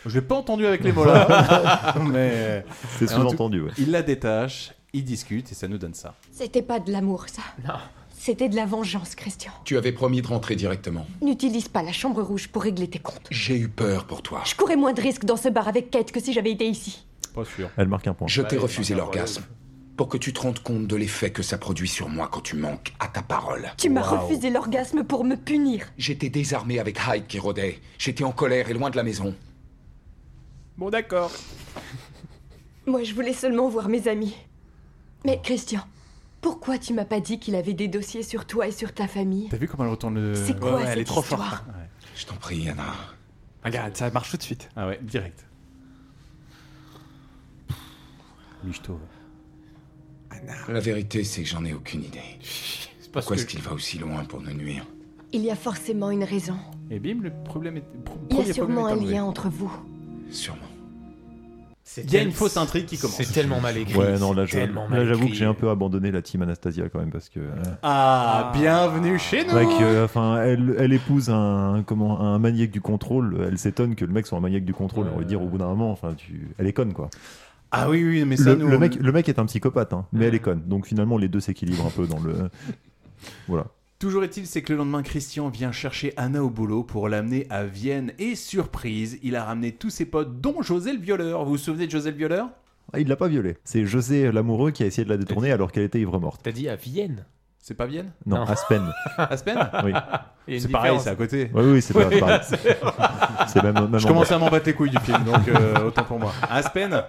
[SPEAKER 2] Je l'ai pas entendu avec les mots là. mais.
[SPEAKER 9] C'est
[SPEAKER 2] En tout-
[SPEAKER 9] sous-entendu, ouais.
[SPEAKER 2] Il la détache, il discute et ça nous donne ça.
[SPEAKER 10] C'était pas de l'amour, ça.
[SPEAKER 11] Non.
[SPEAKER 10] C'était de la vengeance, Christian.
[SPEAKER 7] Tu avais promis de rentrer directement.
[SPEAKER 10] N'utilise pas la chambre rouge pour régler tes comptes.
[SPEAKER 7] J'ai eu peur pour toi.
[SPEAKER 10] Je courais moins de risques dans ce bar avec Kate que si j'avais été ici.
[SPEAKER 2] Pas sûr.
[SPEAKER 9] Elle marque un point.
[SPEAKER 7] Je t'ai refusé l'orgasme pour que tu te rendes compte de l'effet que ça produit sur moi quand tu manques à ta parole.
[SPEAKER 10] Tu m'as refusé l'orgasme pour me punir.
[SPEAKER 7] J'étais désarmé avec Hyde qui rôdait. J'étais en colère et loin de la maison.
[SPEAKER 3] Bon, d'accord.
[SPEAKER 10] Moi, je voulais seulement voir mes amis. Mais Christian, pourquoi tu m'as pas dit qu'il avait des dossiers sur toi et sur ta famille
[SPEAKER 2] T'as vu comment elle retourne le.
[SPEAKER 10] C'est quoi cette
[SPEAKER 3] Euh, elle est trop
[SPEAKER 10] histoire
[SPEAKER 3] forte.
[SPEAKER 7] Je t'en prie, Anna.
[SPEAKER 3] Regarde, ça marche tout de suite.
[SPEAKER 2] Ah ouais, direct. Michto.
[SPEAKER 7] La vérité, c'est que j'en ai aucune idée.
[SPEAKER 11] parce
[SPEAKER 7] Pourquoi
[SPEAKER 11] que-
[SPEAKER 7] est-ce qu'il va aussi loin pour nous nuire
[SPEAKER 10] Il y a forcément une raison.
[SPEAKER 2] Et bim, le problème est. pro-
[SPEAKER 10] Il y
[SPEAKER 2] premier
[SPEAKER 10] a sûrement
[SPEAKER 2] problème est
[SPEAKER 10] un
[SPEAKER 2] enlevé.
[SPEAKER 10] lien entre vous.
[SPEAKER 7] Sûrement.
[SPEAKER 11] C'est
[SPEAKER 2] Il y a
[SPEAKER 11] tel-
[SPEAKER 2] une fausse intrigue qui commence.
[SPEAKER 11] C'est tellement mal écrit.
[SPEAKER 9] Ouais, non, là,
[SPEAKER 11] c'est
[SPEAKER 9] je-
[SPEAKER 11] tellement
[SPEAKER 9] là,
[SPEAKER 11] mal
[SPEAKER 9] j'avoue que
[SPEAKER 11] écrit.
[SPEAKER 9] j'ai un peu abandonné la team Anastasia quand même parce que. euh,
[SPEAKER 2] Ah, bienvenue chez nous
[SPEAKER 9] Ouais, que, euh, enfin, elle, elle épouse un, comment, un maniaque du contrôle. Elle s'étonne que le mec soit un maniaque du contrôle. On va dire au bout d'un moment, enfin, tu... elle est conne quoi.
[SPEAKER 2] Ah oui, oui, mais ça
[SPEAKER 9] Le,
[SPEAKER 2] nous.
[SPEAKER 9] le mec, le mec est un psychopathe, hein, mais elle est conne. Donc finalement, les deux s'équilibrent un peu dans le. Voilà.
[SPEAKER 2] Toujours est-il, c'est que le lendemain, Christian vient chercher Anna au boulot pour l'amener à Vienne. Et surprise, il a ramené tous ses potes, dont José le violeur. Vous vous souvenez de José le violeur
[SPEAKER 9] Ah, il l'a pas violée. C'est José l'amoureux qui a essayé de la détourner alors qu'elle était ivre morte.
[SPEAKER 11] T'as dit à Vienne.
[SPEAKER 2] C'est pas Vienne
[SPEAKER 9] Non,
[SPEAKER 11] Non.
[SPEAKER 9] Aspen.
[SPEAKER 2] Aspen
[SPEAKER 9] Oui.
[SPEAKER 11] Ah. Il y a une
[SPEAKER 2] C'est pareil,
[SPEAKER 11] différence.
[SPEAKER 2] c'est à côté.
[SPEAKER 9] Oui, oui, c'est pas
[SPEAKER 11] Oui,
[SPEAKER 9] pareil.
[SPEAKER 11] c'est-
[SPEAKER 9] C'est même, même
[SPEAKER 2] Je
[SPEAKER 9] en-
[SPEAKER 2] commence à m'en battre les couilles du film, donc euh, autant pour moi. Aspen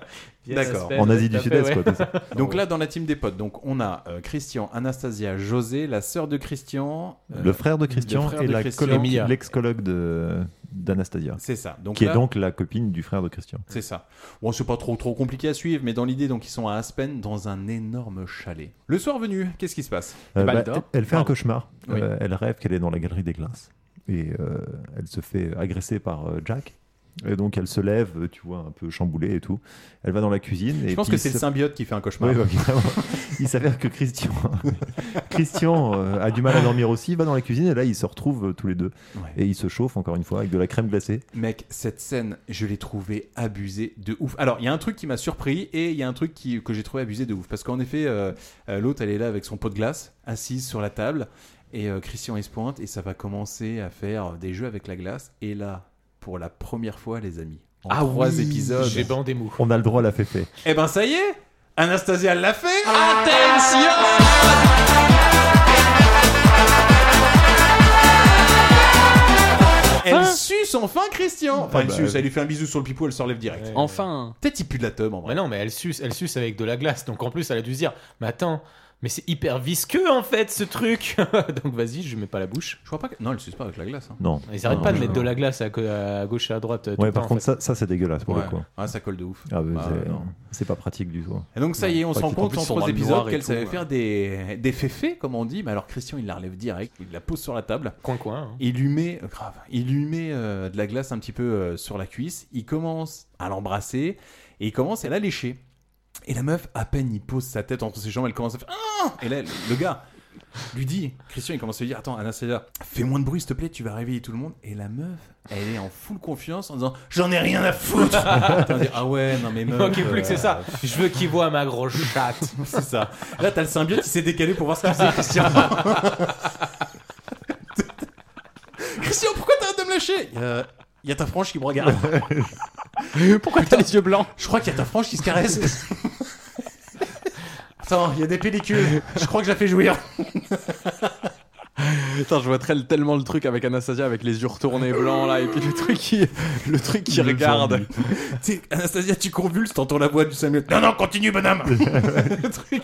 [SPEAKER 11] Yes,
[SPEAKER 2] D'accord.
[SPEAKER 11] Aspen.
[SPEAKER 9] en Asie
[SPEAKER 11] Tout
[SPEAKER 9] du
[SPEAKER 11] à fait,
[SPEAKER 9] Sud-Est, quoi.
[SPEAKER 11] ouais.
[SPEAKER 9] c'est ça.
[SPEAKER 2] Donc là, dans la team des potes, donc on a euh, Christian, Anastasia, José, la sœur de Christian. euh,
[SPEAKER 9] Le frère de
[SPEAKER 2] le
[SPEAKER 9] Christian
[SPEAKER 2] frère
[SPEAKER 9] et
[SPEAKER 2] de
[SPEAKER 9] la
[SPEAKER 2] Christian.
[SPEAKER 9] coloc-
[SPEAKER 2] Et Mia.
[SPEAKER 9] l'ex-colloque de- d'Anastasia.
[SPEAKER 2] C'est ça. Donc
[SPEAKER 9] qui
[SPEAKER 2] là-
[SPEAKER 9] est donc la copine du frère de Christian.
[SPEAKER 2] C'est ça. Bon, c'est pas trop trop compliqué à suivre, mais dans l'idée, donc ils sont à Aspen dans un énorme chalet. Le soir venu, qu'est-ce qui se passe
[SPEAKER 9] Euh,
[SPEAKER 2] Bah,
[SPEAKER 9] bah,
[SPEAKER 2] elle dort.
[SPEAKER 9] elle fait un
[SPEAKER 2] Pardon.
[SPEAKER 9] cauchemar.
[SPEAKER 2] Oui.
[SPEAKER 9] Euh, elle rêve qu'elle est dans la galerie des glaces. Et euh, elle se fait agresser par euh, Jack. Et donc elle se lève, euh, tu vois, un peu chamboulée et tout. Elle va dans la cuisine.
[SPEAKER 2] Je
[SPEAKER 9] et
[SPEAKER 2] pense
[SPEAKER 9] puis
[SPEAKER 2] que c'est
[SPEAKER 9] il
[SPEAKER 2] le
[SPEAKER 9] se-
[SPEAKER 2] symbiote qui fait un cauchemar.
[SPEAKER 9] Oui, oui, vraiment. il s'avère que Christian, Christian euh, a du mal à dormir aussi, va dans la cuisine et là ils se retrouvent euh, tous les deux.
[SPEAKER 2] Ouais.
[SPEAKER 9] Et ils se chauffent encore une fois avec de la crème glacée.
[SPEAKER 2] Mec, cette scène, je l'ai trouvée abusée de ouf. Alors, il y a un truc qui m'a surpris et il y a un truc qui- que j'ai trouvé abusé de ouf. Parce qu'en effet, euh, euh, l'autre, elle est là avec son pot de glace, assise sur la table. Et euh, Christian Espointe, et ça va commencer à faire des jeux avec la glace. Et là, pour la première fois, les amis, en
[SPEAKER 11] Ah
[SPEAKER 2] trois
[SPEAKER 11] oui,
[SPEAKER 2] épisodes,
[SPEAKER 11] j'ai bandé mou.
[SPEAKER 9] On a le droit à la féfé.
[SPEAKER 2] Eh ben ça y est, Anastasia l'a fait. Elle suce enfin Christian. Enfin,
[SPEAKER 11] Ah
[SPEAKER 2] elle
[SPEAKER 11] bah,
[SPEAKER 9] euh,
[SPEAKER 2] suce, elle lui fait un bisou sur le pipou, elle sort lève direct.
[SPEAKER 11] Enfin
[SPEAKER 2] Peut-être il pue de la tome en vrai.
[SPEAKER 11] Mais non, mais elle suce, elle suce avec de la glace. Donc en plus, elle a dû se dire Mais attends, mais c'est hyper visqueux en fait ce truc. donc vas-y, je mets pas la bouche.
[SPEAKER 2] Je crois pas que. Non, elle suce pas avec la glace. hein.
[SPEAKER 9] Non.
[SPEAKER 11] Ils arrêtent
[SPEAKER 2] Non,
[SPEAKER 11] pas de
[SPEAKER 2] je-
[SPEAKER 11] mettre de la glace à, à gauche et à droite. euh, tout
[SPEAKER 9] Ouais,
[SPEAKER 11] le
[SPEAKER 9] par
[SPEAKER 11] temps,
[SPEAKER 9] contre,
[SPEAKER 11] en fait.
[SPEAKER 9] ça, ça c'est dégueulasse pour
[SPEAKER 2] Ouais.
[SPEAKER 9] le coup.
[SPEAKER 2] Ah, ça colle de ouf.
[SPEAKER 9] Ah, bah,
[SPEAKER 2] Ah,
[SPEAKER 9] c'est-
[SPEAKER 2] non.
[SPEAKER 9] c'est pas pratique du tout. hein.
[SPEAKER 2] Et donc ça y est, on
[SPEAKER 9] Pas
[SPEAKER 2] se rend
[SPEAKER 9] du tout. En
[SPEAKER 2] compte
[SPEAKER 9] plus,
[SPEAKER 2] en
[SPEAKER 9] ils sont dans
[SPEAKER 2] trois
[SPEAKER 9] le
[SPEAKER 2] épisodes
[SPEAKER 9] noir et
[SPEAKER 2] qu'elle
[SPEAKER 9] tout,
[SPEAKER 2] savait
[SPEAKER 9] ouais.
[SPEAKER 2] faire des, des féfés, comme on dit. Mais alors Christian, il la relève direct, il la pose sur la table.
[SPEAKER 11] Coin coin.
[SPEAKER 2] Il lui met, euh, grave, il lui met euh, de la glace un petit peu euh, sur la cuisse. Il commence à l'embrasser et il commence à la lécher. Et la meuf, à peine il pose sa tête entre ses jambes, elle commence à faire Ah Et là, le- le gars lui dit, Christian, il commence à lui dire Attends, Anastasia, fais moins de bruit s'il te plaît, tu vas réveiller tout le monde. Et la meuf, elle est en full confiance en disant J'en ai rien à foutre Putain, on dit, Ah ouais, non mais
[SPEAKER 11] Il
[SPEAKER 2] meuf. euh,
[SPEAKER 11] manquait plus que c'est ça.
[SPEAKER 2] Je veux qu'il voit ma grosse chatte. c'est ça. Là, t'as le symbiote qui s'est décalé pour voir ce que c'est, Christian. Christian, pourquoi t'arrêtes de me lâcher Il y a ta frange qui me regarde. pourquoi t'as les yeux blancs Je crois qu'il y a ta frange qui se caresse. Attends, il y a des pellicules. Je crois que je la fais jouir.
[SPEAKER 3] Putain, je vois très- tellement le truc avec Anastasia avec les yeux retournés blancs là et puis le truc qui le truc qui
[SPEAKER 2] Le
[SPEAKER 3] regarde.
[SPEAKER 2] zombie. Tu sais, Anastasia, tu convulses, t'entends la voix du Samuel. Non, non, continue, bonhomme Le truc.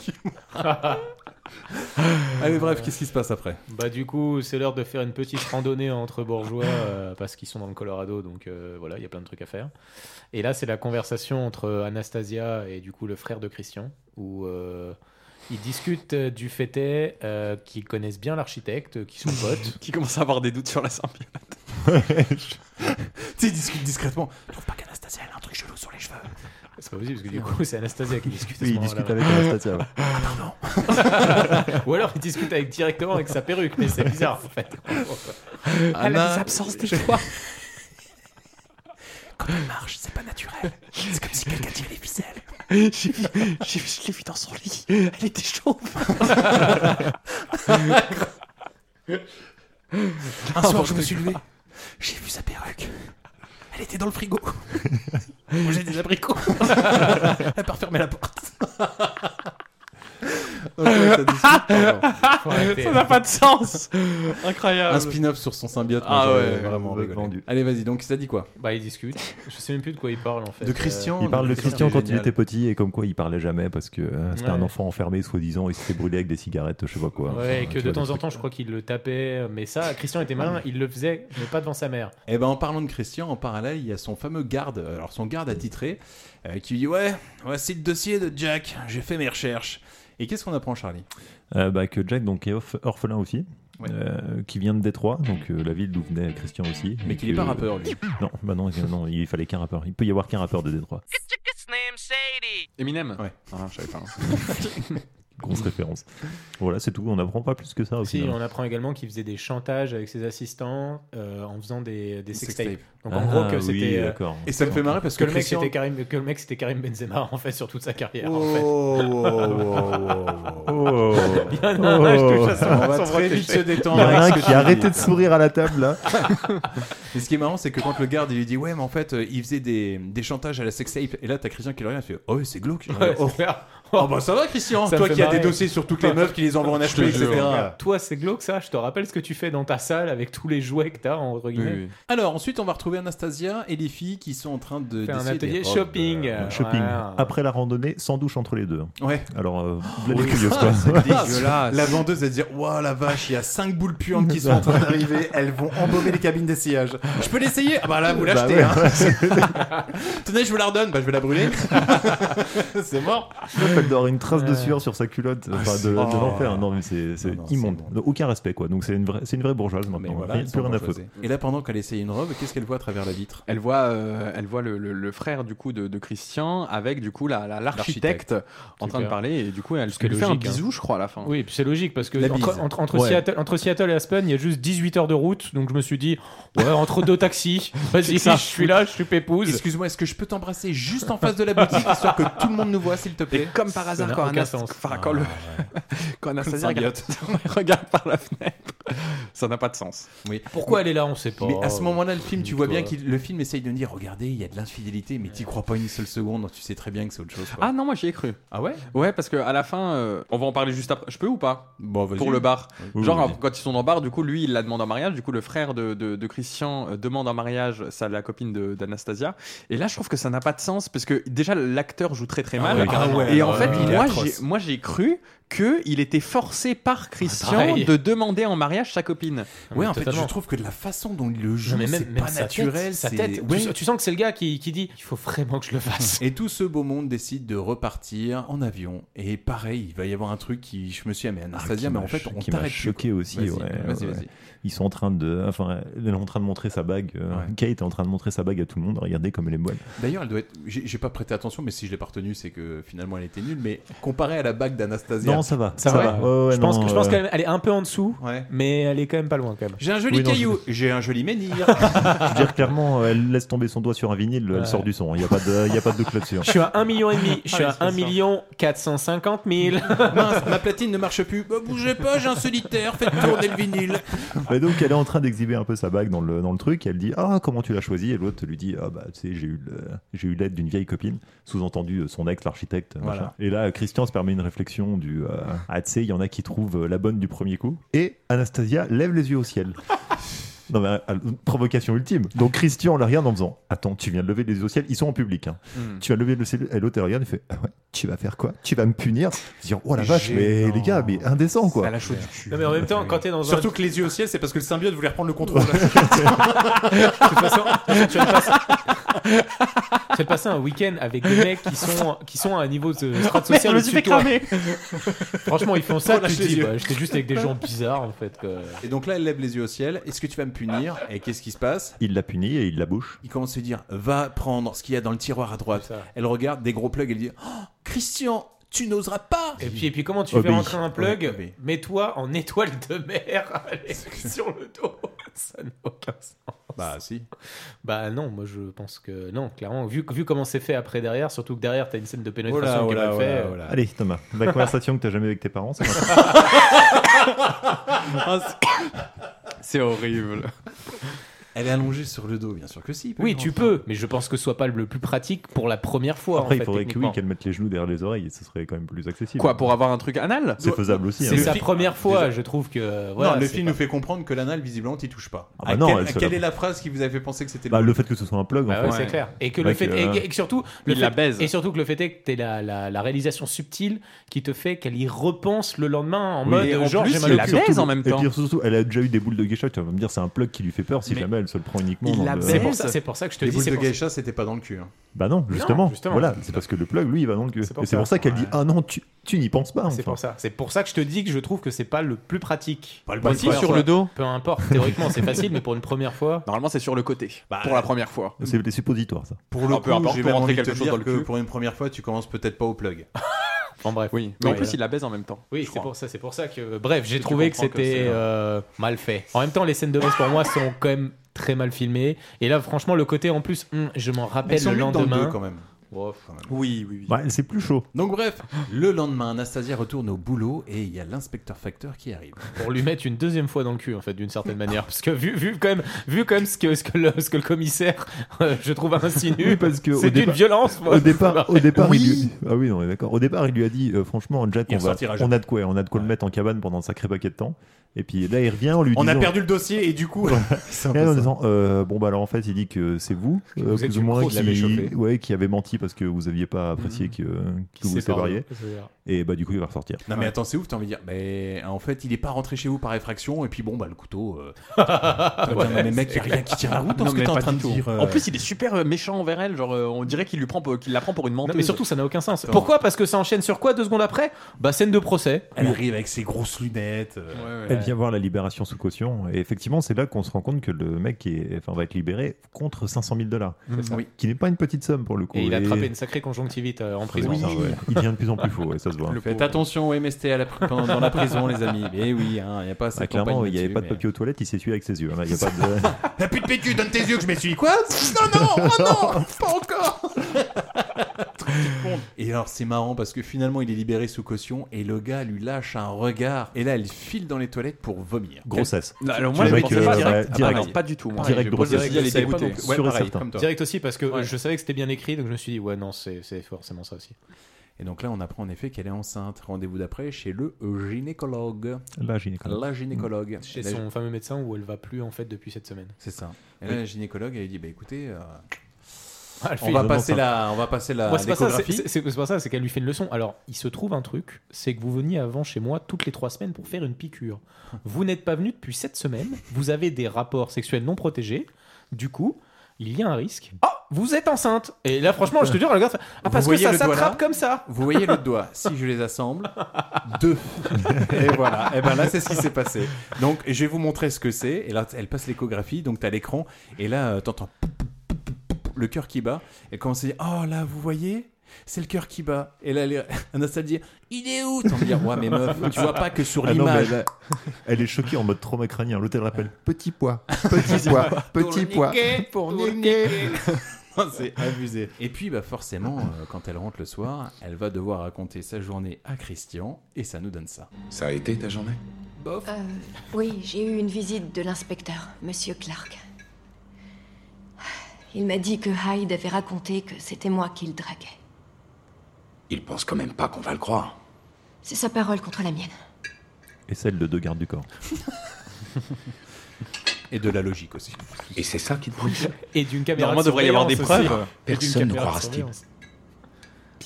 [SPEAKER 2] Allez, bref, qu'est-ce qui se passe après
[SPEAKER 11] Bah du coup, c'est l'heure de faire une petite randonnée entre bourgeois euh, parce qu'ils sont dans le Colorado, donc euh, voilà, il y a plein de trucs à faire. Et là, c'est la conversation entre Anastasia et du coup le frère de Christian où euh, ils discutent euh, du fait est, euh, qu'ils connaissent bien l'architecte, euh, qu'ils sont potes,
[SPEAKER 3] qui commence à avoir des doutes sur la symbiote.
[SPEAKER 2] Tu sais, ils discutent discrètement. Je trouve pas qu'Anastasia, elle a un truc chelou sur les cheveux.
[SPEAKER 11] C'est pas possible parce que du coup, c'est Anastasia qui discute. à
[SPEAKER 9] Oui,
[SPEAKER 11] ce
[SPEAKER 9] il
[SPEAKER 11] moment-là.
[SPEAKER 9] discute avec Anastasia, ouais.
[SPEAKER 11] Ah, pardon. Ou alors il discute avec directement avec sa perruque, mais c'est bizarre en fait. Elle a
[SPEAKER 2] Anna-
[SPEAKER 11] des absences des
[SPEAKER 2] je-
[SPEAKER 11] fois.
[SPEAKER 2] Quand elle marche, c'est pas naturel. C'est comme si quelqu'un tirait les ficelles.
[SPEAKER 3] J'ai vu, j'ai vu- je l'ai vu dans son lit. Elle était chauve.
[SPEAKER 2] Un soir, je me suis levé. J'ai vu sa perruque. Elle était dans le frigo. J'ai des abricots. Elle part fermer la porte. Donc, ouais, ça discute, pardon. Faut arrêter.
[SPEAKER 3] Ça n'a pas de sens. Incroyable.
[SPEAKER 2] Un spin-off sur son symbiote.
[SPEAKER 3] Ah
[SPEAKER 2] moi,
[SPEAKER 3] ouais,
[SPEAKER 2] j'aurais vraiment
[SPEAKER 3] vous êtes
[SPEAKER 2] rigolé.
[SPEAKER 3] vendu.
[SPEAKER 2] Allez, vas-y, donc ça dit quoi
[SPEAKER 11] Bah, ils discutent. Je sais même plus de quoi ils parlent en fait.
[SPEAKER 2] De Christian,
[SPEAKER 9] Il parle de Christian quand il
[SPEAKER 2] Génial.
[SPEAKER 9] était petit et comme quoi il parlait jamais parce que euh, c'était un
[SPEAKER 11] Ouais.
[SPEAKER 9] enfant enfermé, soi-disant, il s'était brûlé avec des cigarettes, je sais pas quoi.
[SPEAKER 11] Euh,
[SPEAKER 9] Ah,
[SPEAKER 11] Ouais, et que
[SPEAKER 9] Tu
[SPEAKER 11] de
[SPEAKER 9] vois,
[SPEAKER 11] temps
[SPEAKER 9] des
[SPEAKER 11] en temps, je crois qu'il le tapait. euh, Mais ça, Christian était malin, il le faisait, mais pas devant sa mère.
[SPEAKER 2] Eh ben, en parlant de Christian, en parallèle, il y a son fameux garde, alors son garde attitré, euh, qui lui dit Ouais, voici le dossier de Jack, j'ai fait mes recherches. Et qu'est-ce qu'on apprend, Charlie
[SPEAKER 9] Euh, bah, que Jack donc est orph- orphelin aussi,
[SPEAKER 2] Ouais.
[SPEAKER 9] euh, qui vient de Détroit, donc euh, la ville d'où venait Christian aussi.
[SPEAKER 2] Mais
[SPEAKER 9] Et
[SPEAKER 2] qu'il est
[SPEAKER 9] que-
[SPEAKER 2] pas rappeur, lui.
[SPEAKER 9] Non, bah non, il- non, il fallait qu'un rappeur. Il peut y avoir qu'un rappeur de Détroit.
[SPEAKER 3] Eminem. Ouais. Ah, je savais pas.
[SPEAKER 9] Grosse référence. Voilà, c'est tout. On n'apprend pas plus que ça aussi.
[SPEAKER 11] Si, on apprend également qu'il faisait des chantages avec ses assistants euh, en faisant des, des sextapes.
[SPEAKER 9] Sextape.
[SPEAKER 11] Donc en
[SPEAKER 9] Ah,
[SPEAKER 11] gros, que
[SPEAKER 9] oui,
[SPEAKER 11] c'était. euh,
[SPEAKER 9] d'accord.
[SPEAKER 2] Et ça me fait marrer parce que
[SPEAKER 11] le mec
[SPEAKER 2] Christian-
[SPEAKER 11] c'était Karim, que le mec c'était Karim Benzema en fait sur toute sa carrière. en fait.
[SPEAKER 9] Oh.
[SPEAKER 11] Il y en a un, je touche à son-
[SPEAKER 2] On va
[SPEAKER 11] son
[SPEAKER 2] très
[SPEAKER 11] bras
[SPEAKER 2] vite se
[SPEAKER 11] caché.
[SPEAKER 2] détendre.
[SPEAKER 9] Il y en a
[SPEAKER 2] avec
[SPEAKER 9] un
[SPEAKER 2] ce que tu
[SPEAKER 9] qui
[SPEAKER 2] dis.
[SPEAKER 9] a arrêté de sourire à la table là.
[SPEAKER 2] Mais ce qui est marrant, c'est que quand le garde il lui dit Ouais, mais en fait, euh, il faisait des, des chantages à la sextape, et là, t'as Christian qui le regarde et fait Oh, ouais, c'est glauque.
[SPEAKER 11] Ouais,
[SPEAKER 2] oh.
[SPEAKER 11] c'est clair.
[SPEAKER 2] Oh, bah ça va, Christian,
[SPEAKER 11] Ça me
[SPEAKER 2] toi
[SPEAKER 11] fait
[SPEAKER 2] qui as des
[SPEAKER 11] marrer.
[SPEAKER 2] dossiers sur toutes les meufs qui les envoient en
[SPEAKER 11] Je te
[SPEAKER 2] HP, etc.
[SPEAKER 11] jure. Toi, c'est glauque ça. Je te rappelle ce que tu fais dans ta salle avec tous les jouets que t'as entre guillemets.
[SPEAKER 2] Alors, ensuite, on va retrouver Anastasia et les filles qui sont en train de.
[SPEAKER 11] Faire un
[SPEAKER 2] d'essayer des
[SPEAKER 11] atelier
[SPEAKER 2] robes,
[SPEAKER 11] shopping.
[SPEAKER 2] euh,
[SPEAKER 9] Oh, bah, Shopping. Ah, Après la randonnée, sans douche entre les deux.
[SPEAKER 2] Ouais.
[SPEAKER 9] Alors, euh,
[SPEAKER 2] Oh,
[SPEAKER 9] blâme les couilles, quoi.
[SPEAKER 2] c'est dégueulasse. La vendeuse, elle dit Waouh, la vache, il y a 5 boules puantes qui sont en train d'arriver. Elles vont embaumer les cabines d'essayage. Je peux l'essayer Ah, bah là, vous
[SPEAKER 9] Bah
[SPEAKER 2] l'achetez.
[SPEAKER 9] ouais.
[SPEAKER 2] hein. Tenez, je vous la redonne. Bah, je vais la brûler. c'est mort.
[SPEAKER 9] Elle doit avoir une trace de sueur sur sa culotte, enfin de, de
[SPEAKER 2] Oh.
[SPEAKER 9] l'enfer. Non, mais c'est c'est immonde. Aucun respect, quoi. Donc c'est une vraie, c'est une vraie bourgeoise maintenant.
[SPEAKER 2] Voilà,
[SPEAKER 9] Rien-
[SPEAKER 2] elles
[SPEAKER 9] plus
[SPEAKER 2] sont
[SPEAKER 9] rien à foutre.
[SPEAKER 2] bourgeoisées. Et là, pendant qu'elle essaye une robe, qu'est-ce qu'elle voit à travers la vitre
[SPEAKER 3] Elle voit, euh, elle voit le, le- le frère du coup de, de Christian avec du coup la- la- l'architecte en train de
[SPEAKER 11] Super.
[SPEAKER 3] parler et du coup elle,
[SPEAKER 11] Ce qui est
[SPEAKER 3] elle lui fait un
[SPEAKER 11] logique, hein.
[SPEAKER 3] bisou je crois à la fin.
[SPEAKER 11] Oui, et puis c'est logique parce que
[SPEAKER 3] La
[SPEAKER 11] entre,
[SPEAKER 3] bise.
[SPEAKER 11] entre, entre
[SPEAKER 3] Ouais.
[SPEAKER 11] Seattle, entre Seattle et Aspen, il y a juste 18 heures de route, donc je me suis dit, ouais, entre deux taxis, vas-y,
[SPEAKER 2] Ça.
[SPEAKER 11] je suis là, je suis pépouze.
[SPEAKER 2] Excuse-moi, est-ce que je peux t'embrasser juste en face de la boutique histoire que tout le monde nous voit, s'il te plaît
[SPEAKER 3] Comme comme par
[SPEAKER 11] Ça
[SPEAKER 3] hasard
[SPEAKER 11] n'a
[SPEAKER 3] quand,
[SPEAKER 11] aucun
[SPEAKER 3] Anas-
[SPEAKER 11] sens. Ah.
[SPEAKER 3] enfin, quand, le... quand Anastasia
[SPEAKER 11] Comme
[SPEAKER 3] regarde, regarde par la fenêtre, ça n'a pas de sens.
[SPEAKER 2] Oui.
[SPEAKER 11] Pourquoi elle est là, on sait pas.
[SPEAKER 2] Mais à ce moment-là, le film, tu vois bien
[SPEAKER 11] Nicolas.
[SPEAKER 2] que le film essaye de me dire regardez, il y a de l'infidélité, mais t'y crois pas une seule seconde, tu sais très bien que c'est autre chose. quoi.
[SPEAKER 3] Ah non, moi j'y ai cru.
[SPEAKER 2] Ah ouais
[SPEAKER 3] Ouais, parce que à la fin, euh, on va en parler juste après. Je peux ou pas
[SPEAKER 2] Bon, vas-y.
[SPEAKER 3] Pour le bar.
[SPEAKER 2] Oui,
[SPEAKER 3] Genre,
[SPEAKER 2] vas-y.
[SPEAKER 3] quand ils sont dans le bar, du coup, lui, il la demande en mariage. Du coup, le frère de, de- de Christian euh, demande en mariage ça, la copine de- d'Anastasia. Et là, je trouve que ça n'a pas de sens parce que déjà, l'acteur joue très très
[SPEAKER 11] Ah
[SPEAKER 3] mal.
[SPEAKER 11] ouais, carrément. Ah ouais,
[SPEAKER 3] et en
[SPEAKER 11] ouais,
[SPEAKER 3] fait,
[SPEAKER 11] ouais, il est
[SPEAKER 3] moi,
[SPEAKER 11] atroce.
[SPEAKER 3] j'ai- moi, j'ai cru qu'il était forcé par Christian
[SPEAKER 11] Ah, pareil.
[SPEAKER 3] de demander en mariage sa copine.
[SPEAKER 2] Ouais, en fait, je trouve que de la façon dont il le joue,
[SPEAKER 11] Non, mais même,
[SPEAKER 2] c'est
[SPEAKER 11] même
[SPEAKER 2] pas
[SPEAKER 11] sa
[SPEAKER 2] naturel.
[SPEAKER 11] Tête, sa
[SPEAKER 2] c'est-
[SPEAKER 11] tête, tu-
[SPEAKER 2] Ouais.
[SPEAKER 11] tu, sens que c'est le gars qui, qui dit il faut vraiment que je le fasse.
[SPEAKER 2] Et tout ce beau monde décide de repartir en avion. Et pareil, il va y avoir un truc qui. Je me suis dit, ah, mais Anastasia, mais en fait, on
[SPEAKER 9] qui m'a
[SPEAKER 2] t'arrête. plus,
[SPEAKER 9] choqué
[SPEAKER 2] quoi.
[SPEAKER 9] aussi.
[SPEAKER 2] Vas-y,
[SPEAKER 9] ouais,
[SPEAKER 2] vas-y,
[SPEAKER 9] ouais.
[SPEAKER 2] vas-y.
[SPEAKER 9] Ils sont en train de, enfin, elle est en train de montrer sa bague. euh, Kate est en train de montrer sa bague à tout le monde. Regardez comme elle est moelle.
[SPEAKER 2] D'ailleurs, elle doit être. J'ai j'ai pas prêté attention, mais si je l'ai pas retenue, c'est que finalement, elle était nulle. Mais comparée à la bague d'Anastasia.
[SPEAKER 9] Non, ça va, Ça ça va. va. Ouais, ouais,
[SPEAKER 11] je pense,
[SPEAKER 9] non,
[SPEAKER 11] que- je pense
[SPEAKER 9] euh,
[SPEAKER 11] qu'elle elle est un peu en dessous, mais elle est quand même pas loin quand même.
[SPEAKER 2] J'ai un joli
[SPEAKER 11] Oui, non,
[SPEAKER 2] caillou, j'ai un joli menhir.
[SPEAKER 9] Je veux dire clairement, euh, elle laisse tomber son doigt sur un vinyle, elle
[SPEAKER 11] Ouais.
[SPEAKER 9] sort du son. Il n'y a pas de, il y a pas de hein. club sur.
[SPEAKER 11] Je suis à 1 million et demi, je suis
[SPEAKER 2] Ah,
[SPEAKER 11] à 1 million 450 000.
[SPEAKER 2] Mince, ma platine ne marche plus. Bah, bougez pas, j'ai un solitaire, faites tourner le vinyle.
[SPEAKER 9] Et donc elle est en train d'exhiber un peu sa bague dans le, dans le truc. Elle dit ah comment tu l'as choisi et l'autre lui dit ah bah tu sais j'ai eu le- j'ai eu l'aide d'une vieille copine, sous-entendu euh, son ex l'architecte. machin.
[SPEAKER 2] Voilà.
[SPEAKER 9] Et là Christian se permet une réflexion du euh, ah tu sais il y en a qui trouvent euh, la bonne du premier coup et Anastasia lève les yeux au ciel. Non mais euh, provocation ultime. Donc Christian la regarde en faisant attends tu viens de lever les yeux au ciel ils sont en public hein.
[SPEAKER 3] Mm.
[SPEAKER 9] tu vas lever le ciel et l'autre elle regarde et fait ah ouais tu vas faire quoi tu vas me punir dire oh la vache mais les gars mais indécent quoi.
[SPEAKER 11] Non, mais en même temps, quand t'es dans
[SPEAKER 2] Surtout que les yeux au ciel, c'est parce que le symbiote voulait reprendre le contrôle.
[SPEAKER 11] un. De toute façon, tu vas, passer... tu vas passer un week-end avec des mecs qui sont, qui sont à un niveau de strate
[SPEAKER 3] Merde,
[SPEAKER 11] sociale
[SPEAKER 3] je me suis
[SPEAKER 11] au-dessus de
[SPEAKER 3] fait
[SPEAKER 11] toi.
[SPEAKER 3] cramer.
[SPEAKER 11] Franchement, ils font ça,
[SPEAKER 2] Relâche
[SPEAKER 11] tu te
[SPEAKER 2] les
[SPEAKER 11] dis,
[SPEAKER 2] yeux.
[SPEAKER 11] bah, j'étais juste avec des gens bizarres en fait. quoi.
[SPEAKER 2] Et donc là, elle lève les yeux au ciel. Est-ce que tu vas me punir Et qu'est-ce qui se passe
[SPEAKER 9] Il la punit et il la bouche.
[SPEAKER 2] Il commence à lui dire Va prendre ce qu'il y a dans le tiroir à droite. Elle regarde des gros plugs. Elle dit Oh, Christian, tu n'oseras pas
[SPEAKER 11] Et puis, et puis comment tu fais
[SPEAKER 2] Obéis.
[SPEAKER 11] rentrer un plug
[SPEAKER 2] Ouais, obéis.
[SPEAKER 11] Mets-toi en étoile de mer allez, sur le dos. Ça n'a aucun sens.
[SPEAKER 2] Bah, si.
[SPEAKER 11] Bah non, moi je pense que non, clairement. Vu, vu comment c'est fait après derrière, surtout que derrière t'as une scène de pénétration
[SPEAKER 2] Oh là, oh
[SPEAKER 11] qui est
[SPEAKER 2] là,
[SPEAKER 11] mal
[SPEAKER 2] oh
[SPEAKER 11] faite.
[SPEAKER 2] là, oh là.
[SPEAKER 9] Allez Thomas, la conversation que t'as jamais avec tes parents, c'est quoi
[SPEAKER 3] C'est horrible.
[SPEAKER 2] Elle est allongée sur le dos, bien sûr que si.
[SPEAKER 11] Oui, tu peux, mais je pense que ce soit pas le plus pratique pour la première fois.
[SPEAKER 9] Après,
[SPEAKER 11] en fait,
[SPEAKER 9] il faudrait que oui,
[SPEAKER 11] techniquement.
[SPEAKER 9] qu'elle mette les genoux derrière les oreilles, et ce serait quand même plus accessible.
[SPEAKER 3] Quoi, pour avoir un truc anal
[SPEAKER 9] C'est faisable aussi.
[SPEAKER 11] C'est
[SPEAKER 9] hein.
[SPEAKER 11] sa
[SPEAKER 9] Le-
[SPEAKER 11] première fois,
[SPEAKER 2] déjà-
[SPEAKER 11] je trouve que. Voilà,
[SPEAKER 2] non, le
[SPEAKER 11] c'est
[SPEAKER 2] film
[SPEAKER 11] pas-
[SPEAKER 2] nous fait comprendre que l'anal, visiblement, t'y touche pas.
[SPEAKER 9] Ah bah
[SPEAKER 2] À
[SPEAKER 9] non,
[SPEAKER 2] quel-
[SPEAKER 9] elle se
[SPEAKER 2] à quelle
[SPEAKER 9] la-
[SPEAKER 2] est la phrase qui vous a fait penser que c'était
[SPEAKER 9] Bah,
[SPEAKER 2] le
[SPEAKER 9] le fait que ce soit un plug,
[SPEAKER 11] Bah
[SPEAKER 9] en
[SPEAKER 11] ouais,
[SPEAKER 9] fait.
[SPEAKER 11] c'est clair. Et que
[SPEAKER 9] Bah,
[SPEAKER 11] le fait,
[SPEAKER 9] euh,
[SPEAKER 11] et, et que surtout, le
[SPEAKER 3] il
[SPEAKER 11] fait-
[SPEAKER 3] la baise.
[SPEAKER 11] Et surtout que le fait est que t'es la, la, la réalisation subtile qui te fait qu'elle y repense le lendemain en
[SPEAKER 9] oui.
[SPEAKER 11] mode genre j'ai mal au cul.
[SPEAKER 9] surtout- Et puis surtout, elle a déjà eu des boules de geisha, tu vas me dire, c'est un plug qui lui fait peur si
[SPEAKER 11] Mais
[SPEAKER 9] jamais elle se le prend uniquement.
[SPEAKER 11] il
[SPEAKER 9] dans
[SPEAKER 11] la
[SPEAKER 9] le-
[SPEAKER 11] baise. C'est pour ça- c'est pour ça que je te
[SPEAKER 2] Les
[SPEAKER 11] dis,
[SPEAKER 2] boules
[SPEAKER 11] c'est
[SPEAKER 2] de
[SPEAKER 11] pour ça-
[SPEAKER 2] geisha, c'était pas dans le cul. hein.
[SPEAKER 9] Bah non, justement.
[SPEAKER 11] justement.
[SPEAKER 9] Voilà, c'est parce que le plug, lui, il va dans le cul.
[SPEAKER 11] pour
[SPEAKER 9] Et c'est
[SPEAKER 11] ça.
[SPEAKER 9] pour ça qu'elle dit, ah non, tu tu n'y penses pas.
[SPEAKER 11] C'est
[SPEAKER 9] enfin.
[SPEAKER 11] pour ça. C'est pour ça que je te dis que je trouve que c'est pas le plus pratique.
[SPEAKER 2] Bah, le
[SPEAKER 11] Pour une
[SPEAKER 3] voici
[SPEAKER 11] première
[SPEAKER 3] sur
[SPEAKER 11] fois.
[SPEAKER 3] le dos.
[SPEAKER 11] Peu importe. Théoriquement, c'est facile, mais pour une première fois.
[SPEAKER 3] Normalement, c'est sur le côté. pour la première fois.
[SPEAKER 9] C'est les suppositoires, ça.
[SPEAKER 2] Pour le
[SPEAKER 3] Ah, peu
[SPEAKER 2] coup,
[SPEAKER 3] importe,
[SPEAKER 2] j'ai
[SPEAKER 3] peut
[SPEAKER 2] même
[SPEAKER 3] rentrer
[SPEAKER 2] envie de te
[SPEAKER 3] quelque chose
[SPEAKER 2] dire
[SPEAKER 3] dans le
[SPEAKER 2] que
[SPEAKER 3] cul.
[SPEAKER 2] pour une première fois, tu commences peut-être pas au plug.
[SPEAKER 11] Enfin bref. Oui.
[SPEAKER 3] Mais en plus, il la baise en même temps.
[SPEAKER 11] Oui,
[SPEAKER 3] je
[SPEAKER 11] c'est
[SPEAKER 3] crois.
[SPEAKER 11] pour ça. C'est pour ça que. Bref, j'ai
[SPEAKER 3] Tu
[SPEAKER 11] trouvé que
[SPEAKER 3] comprends que
[SPEAKER 11] c'était
[SPEAKER 3] c'est, euh,
[SPEAKER 11] euh, mal fait. En même temps, les scènes de baisse pour moi sont quand même très mal filmées. Et là, franchement, le côté en plus, hum, je m'en
[SPEAKER 2] Mais
[SPEAKER 11] rappelle
[SPEAKER 2] ils sont
[SPEAKER 11] le
[SPEAKER 2] nuls dans le
[SPEAKER 11] lendemain.
[SPEAKER 2] deux, quand même.
[SPEAKER 11] Wow.
[SPEAKER 2] Quand même.
[SPEAKER 3] Oui, oui, oui.
[SPEAKER 9] Bah, c'est plus chaud.
[SPEAKER 2] Donc bref, le lendemain, Anastasia retourne au boulot et il y a l'inspecteur Facteur qui arrive.
[SPEAKER 11] pour lui mettre une deuxième fois dans le cul en fait d'une certaine manière parce que vu, vu quand même vu quand même ce que ce que le, ce que le commissaire euh, je trouve insinue
[SPEAKER 9] Oui, parce que au
[SPEAKER 11] c'est d'une
[SPEAKER 9] départ-
[SPEAKER 11] violence Bah, moi.
[SPEAKER 9] Au départ, au départ
[SPEAKER 11] Oui.
[SPEAKER 9] il lui... ah oui, non, mais d'accord. Au départ, il lui a dit euh, franchement, Jack,
[SPEAKER 2] Il
[SPEAKER 9] on, va...
[SPEAKER 2] ressortira jamais.
[SPEAKER 9] on a de quoi, on a de quoi le mettre en cabane pendant un sacré paquet de temps. Et puis là, il revient, on lui
[SPEAKER 2] On
[SPEAKER 9] dit
[SPEAKER 2] a perdu le dossier et du coup. C'est un
[SPEAKER 9] Et
[SPEAKER 2] peu
[SPEAKER 9] là, en
[SPEAKER 2] ça.
[SPEAKER 9] disant, euh, bon bah alors en fait il dit que c'est vous, euh,
[SPEAKER 11] Vous êtes
[SPEAKER 9] plus ou
[SPEAKER 11] une
[SPEAKER 9] moins
[SPEAKER 11] grosse, il avait chauffé. Mm.
[SPEAKER 9] qui, ouais, qui avez menti parce que vous aviez pas apprécié que, que
[SPEAKER 11] Qui
[SPEAKER 9] vous
[SPEAKER 11] s'est
[SPEAKER 9] sépariez.
[SPEAKER 11] pardonné, c'est-à-dire.
[SPEAKER 9] Et bah du coup il va ressortir.
[SPEAKER 2] Non mais attends, c'est ouf, t'as envie de dire, mais en fait, il est pas rentré chez vous par effraction, et puis bon, bah le couteau... euh, putain,
[SPEAKER 3] Ouais,
[SPEAKER 2] mais mec,
[SPEAKER 3] c'est
[SPEAKER 2] y a rien
[SPEAKER 3] clair.
[SPEAKER 2] qui tient la route dans
[SPEAKER 3] Non,
[SPEAKER 2] ce que
[SPEAKER 3] mais
[SPEAKER 2] t'es en
[SPEAKER 3] pas
[SPEAKER 2] train
[SPEAKER 3] du
[SPEAKER 2] de
[SPEAKER 3] tout.
[SPEAKER 2] dire. euh.
[SPEAKER 3] En plus, il est super euh, méchant envers elle. Genre, euh, on dirait qu'il lui prend, pour- qu'il la prend pour une menteuse.
[SPEAKER 11] Non, mais surtout ça n'a aucun sens pourquoi parce que ça enchaîne sur quoi deux secondes après bah scène de procès
[SPEAKER 2] Elle arrive avec ses grosses lunettes. euh.
[SPEAKER 9] Elle vient voir la libération sous caution et effectivement c'est là qu'on se rend compte que le mec qui est- enfin, va être libéré contre 500 000 dollars,
[SPEAKER 11] C'est ça. Oui.
[SPEAKER 9] qui n'est pas une petite somme pour le coup.
[SPEAKER 11] et il a attrapé une sacrée conjonctivite euh, en prison
[SPEAKER 9] Oui,
[SPEAKER 11] ça, ouais.
[SPEAKER 9] Il devient de plus en plus faux, ouais, ça se voit.
[SPEAKER 2] Faites attention au MST à la pri- pendant- dans la prison, les amis. Mais oui, il n'y a pas assez
[SPEAKER 9] Bah,
[SPEAKER 2] de
[SPEAKER 9] clairement,
[SPEAKER 2] campagne
[SPEAKER 9] il n'y avait
[SPEAKER 2] là-dessus,
[SPEAKER 9] pas de
[SPEAKER 2] mais-
[SPEAKER 9] papier aux toilettes, il s'essuie avec ses yeux. hein, il y a pas de-
[SPEAKER 2] T'as plus de PQ, donne tes yeux que je m'essuie. Quoi Non, non, oh non, pas encore Et alors c'est marrant parce que finalement il est libéré sous caution et le gars lui lâche un regard et là elle file dans les toilettes pour vomir.
[SPEAKER 9] Grossesse.
[SPEAKER 3] Non, alors moi,
[SPEAKER 9] Tu
[SPEAKER 3] je
[SPEAKER 9] dirais
[SPEAKER 3] pensais
[SPEAKER 9] que,
[SPEAKER 3] pas
[SPEAKER 9] ouais,
[SPEAKER 3] direct. Ah,
[SPEAKER 9] direct.
[SPEAKER 3] bah non, pas du tout, moi. Pareil,
[SPEAKER 9] Direct grossesse.
[SPEAKER 3] je pensais qu'il allait
[SPEAKER 9] Direct,
[SPEAKER 3] dégoûter. Ouais,
[SPEAKER 9] sûr et
[SPEAKER 3] pareil,
[SPEAKER 9] certain.
[SPEAKER 3] comme toi.
[SPEAKER 11] Direct aussi, parce que euh,
[SPEAKER 3] Ouais.
[SPEAKER 11] je savais que c'était bien écrit, donc je me suis dit, ouais, non, c'est c'est forcément ça aussi.
[SPEAKER 2] Et donc là on apprend en effet qu'elle est enceinte. Rendez-vous d'après chez le gynécologue.
[SPEAKER 9] La gynécologue.
[SPEAKER 2] La gynécologue.
[SPEAKER 11] Mmh. Chez
[SPEAKER 2] La-
[SPEAKER 11] son fameux médecin où elle va plus, en fait, depuis cette semaine.
[SPEAKER 2] C'est ça. Et là, la gynécologue, elle dit bah écoutez, euh,
[SPEAKER 11] Ah, elle fait
[SPEAKER 2] on, va
[SPEAKER 11] une
[SPEAKER 2] passer
[SPEAKER 11] enceinte.
[SPEAKER 2] la, on va passer la
[SPEAKER 7] Euh,
[SPEAKER 11] Moi, c'est pas ça, c'est-
[SPEAKER 2] l'échographie.
[SPEAKER 11] c'est- c'est- c'est pas ça, c'est qu'elle lui fait une leçon. Alors, il se trouve un truc, c'est que vous veniez avant chez moi toutes les trois semaines pour faire une piqûre. Vous n'êtes pas venu depuis sept semaines, vous avez des rapports sexuels non protégés, du coup, il y a un risque. Oh, vous êtes enceinte Et là, franchement, je te jure, le gars fait, Ah,
[SPEAKER 2] Vous
[SPEAKER 11] parce que
[SPEAKER 2] voyez
[SPEAKER 11] ça
[SPEAKER 2] le doigt là
[SPEAKER 11] s'attrape comme ça
[SPEAKER 2] Vous voyez le doigt, si je les assemble, deux. Et voilà, et ben là c'est ce qui s'est passé. Donc je vais vous montrer ce que c'est. Et là elle passe l'échographie, donc t'as l'écran, et là euh, t'entends pou, pou, pou, pou, pou, pou, le cœur qui bat. Elle commence à dire Oh là, vous voyez c'est le cœur qui bat. Et là, elle- Anastasia dit Il est où T'en dire Ouais, mais meuf, tu vois pas que sur
[SPEAKER 9] Ah non, mais
[SPEAKER 2] l'image.
[SPEAKER 9] elle, elle est choquée en mode trauma crânien. L'hôtel rappelle petit poids, petit poids, petit
[SPEAKER 2] Tourniquet,
[SPEAKER 9] poids.
[SPEAKER 2] pour niquer. Non, C'est abusé. Et puis, bah forcément, euh, quand elle rentre le soir, elle va devoir raconter sa journée à Christian, et ça nous donne ça.
[SPEAKER 7] Ça a été ta journée
[SPEAKER 10] Euh, oui, j'ai eu une visite de l'inspecteur, Monsieur Clark. Il m'a dit que Hyde avait raconté que c'était moi qui le draguais.
[SPEAKER 7] Il pense quand même pas qu'on va le croire.
[SPEAKER 10] C'est sa parole contre la mienne.
[SPEAKER 9] Et celle de deux gardes du corps.
[SPEAKER 2] Et de la logique aussi.
[SPEAKER 7] Et c'est ça qui te brûle
[SPEAKER 11] Et d'une caméra.
[SPEAKER 7] Normalement,
[SPEAKER 11] de
[SPEAKER 7] devrait y avoir des
[SPEAKER 11] surveillance
[SPEAKER 7] preuves.
[SPEAKER 11] aussi. Et d'une
[SPEAKER 7] Personne ne
[SPEAKER 11] caméra de
[SPEAKER 7] croira ce type.
[SPEAKER 11] surveillance.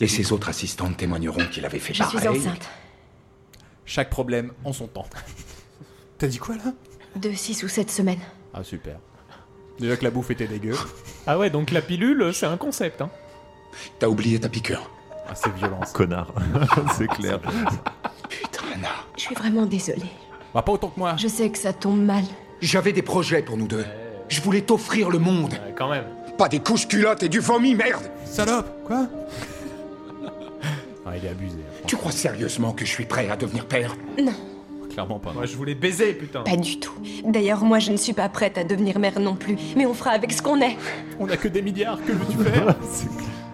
[SPEAKER 7] Et ses autres assistantes témoigneront qu'il avait fait
[SPEAKER 10] Je
[SPEAKER 7] pareil.
[SPEAKER 10] suis enceinte
[SPEAKER 2] Chaque problème en son temps. T'as dit quoi là
[SPEAKER 10] de 6 ou 7 semaines.
[SPEAKER 2] Ah super. Déjà que la bouffe était dégueu.
[SPEAKER 11] Ah ouais, donc la pilule, c'est un concept. Hein.
[SPEAKER 7] T'as oublié ta piqûre.
[SPEAKER 2] Ah, c'est violent.
[SPEAKER 9] Connard, Bah c'est clair.
[SPEAKER 10] Je suis vraiment désolée.
[SPEAKER 2] Bah, pas autant que moi.
[SPEAKER 10] Je sais que ça tombe mal.
[SPEAKER 7] J'avais des projets pour nous deux. Je voulais t'offrir le monde.
[SPEAKER 11] quand même.
[SPEAKER 7] Pas des couches culottes et du vomi, merde
[SPEAKER 2] Salope Quoi Ah, il est abusé.
[SPEAKER 7] Tu crois sérieusement que je suis prêt à devenir père
[SPEAKER 10] Non,
[SPEAKER 2] Clairement pas.
[SPEAKER 11] Moi, je voulais baiser, putain.
[SPEAKER 10] pas du tout. D'ailleurs, moi, je ne suis pas prête à devenir mère non plus. Mais on fera avec ce qu'on est.
[SPEAKER 2] On a que des milliards, que veux-tu faire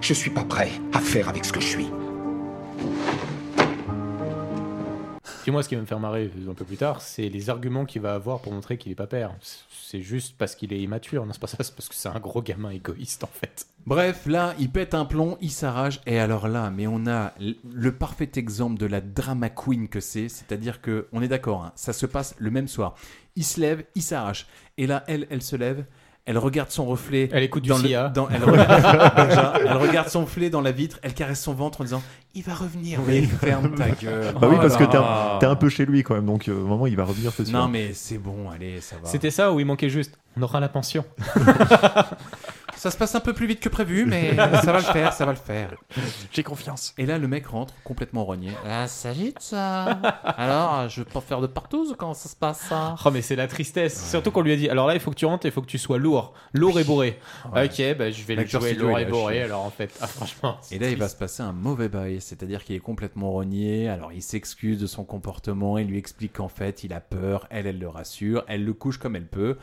[SPEAKER 7] Je suis pas prêt à faire avec ce que je suis.
[SPEAKER 11] Puis moi, ce qui va me faire marrer un peu plus tard, c'est les arguments qu'il va avoir pour montrer qu'il est pas père. C'est juste parce qu'il est immature, non, c'est pas ça, c'est parce que c'est un gros gamin égoïste en fait.
[SPEAKER 2] Bref, là, il pète un plomb, il s'arrache, et alors là, mais on a l- le parfait exemple de la drama queen que c'est, c'est-à-dire que, on est d'accord, hein, ça se passe le même soir. Il se lève, il s'arrache, et là, elle, elle se lève, elle regarde son reflet.
[SPEAKER 11] Elle écoute du
[SPEAKER 2] dans
[SPEAKER 11] Sia.
[SPEAKER 2] dans- elle, regarde, déjà, elle regarde son reflet dans la vitre, elle caresse son ventre en disant Il va revenir, mais ferme ta gueule.
[SPEAKER 9] Bah oui,
[SPEAKER 2] Oh là
[SPEAKER 9] parce que t'es
[SPEAKER 2] là.
[SPEAKER 9] un, t'es un peu chez lui quand même, donc euh, au moment où il va revenir, c'est sûr.
[SPEAKER 2] Non, mais c'est bon, allez, ça va.
[SPEAKER 11] C'était ça où il manquait juste on aura la pension.
[SPEAKER 2] Ça se passe un peu plus vite que prévu, mais ça va le faire, ça va le faire.
[SPEAKER 3] J'ai confiance.
[SPEAKER 2] Et là, le mec rentre complètement rogné. Ah, ça vite, ça Alors, je peux en faire de partout, ou comment ça se passe, ça
[SPEAKER 11] Oh, mais c'est la tristesse. Surtout qu'on lui a dit alors là, il faut que tu rentres et il faut que tu sois lourd. Lourd et bourré.
[SPEAKER 2] Ouais.
[SPEAKER 11] Ok, bah, je vais le
[SPEAKER 2] L'acteur
[SPEAKER 11] jouer
[SPEAKER 2] studio,
[SPEAKER 11] lourd
[SPEAKER 2] il
[SPEAKER 11] et
[SPEAKER 2] a
[SPEAKER 11] bourré
[SPEAKER 2] chié.
[SPEAKER 11] alors en fait. Ah, franchement.
[SPEAKER 2] Et là, il va se passer un mauvais bail, c'est-à-dire qu'il est complètement rogné. Alors, il s'excuse de son comportement, il lui explique qu'en fait, il a peur. Elle, elle le rassure, elle le couche comme elle peut.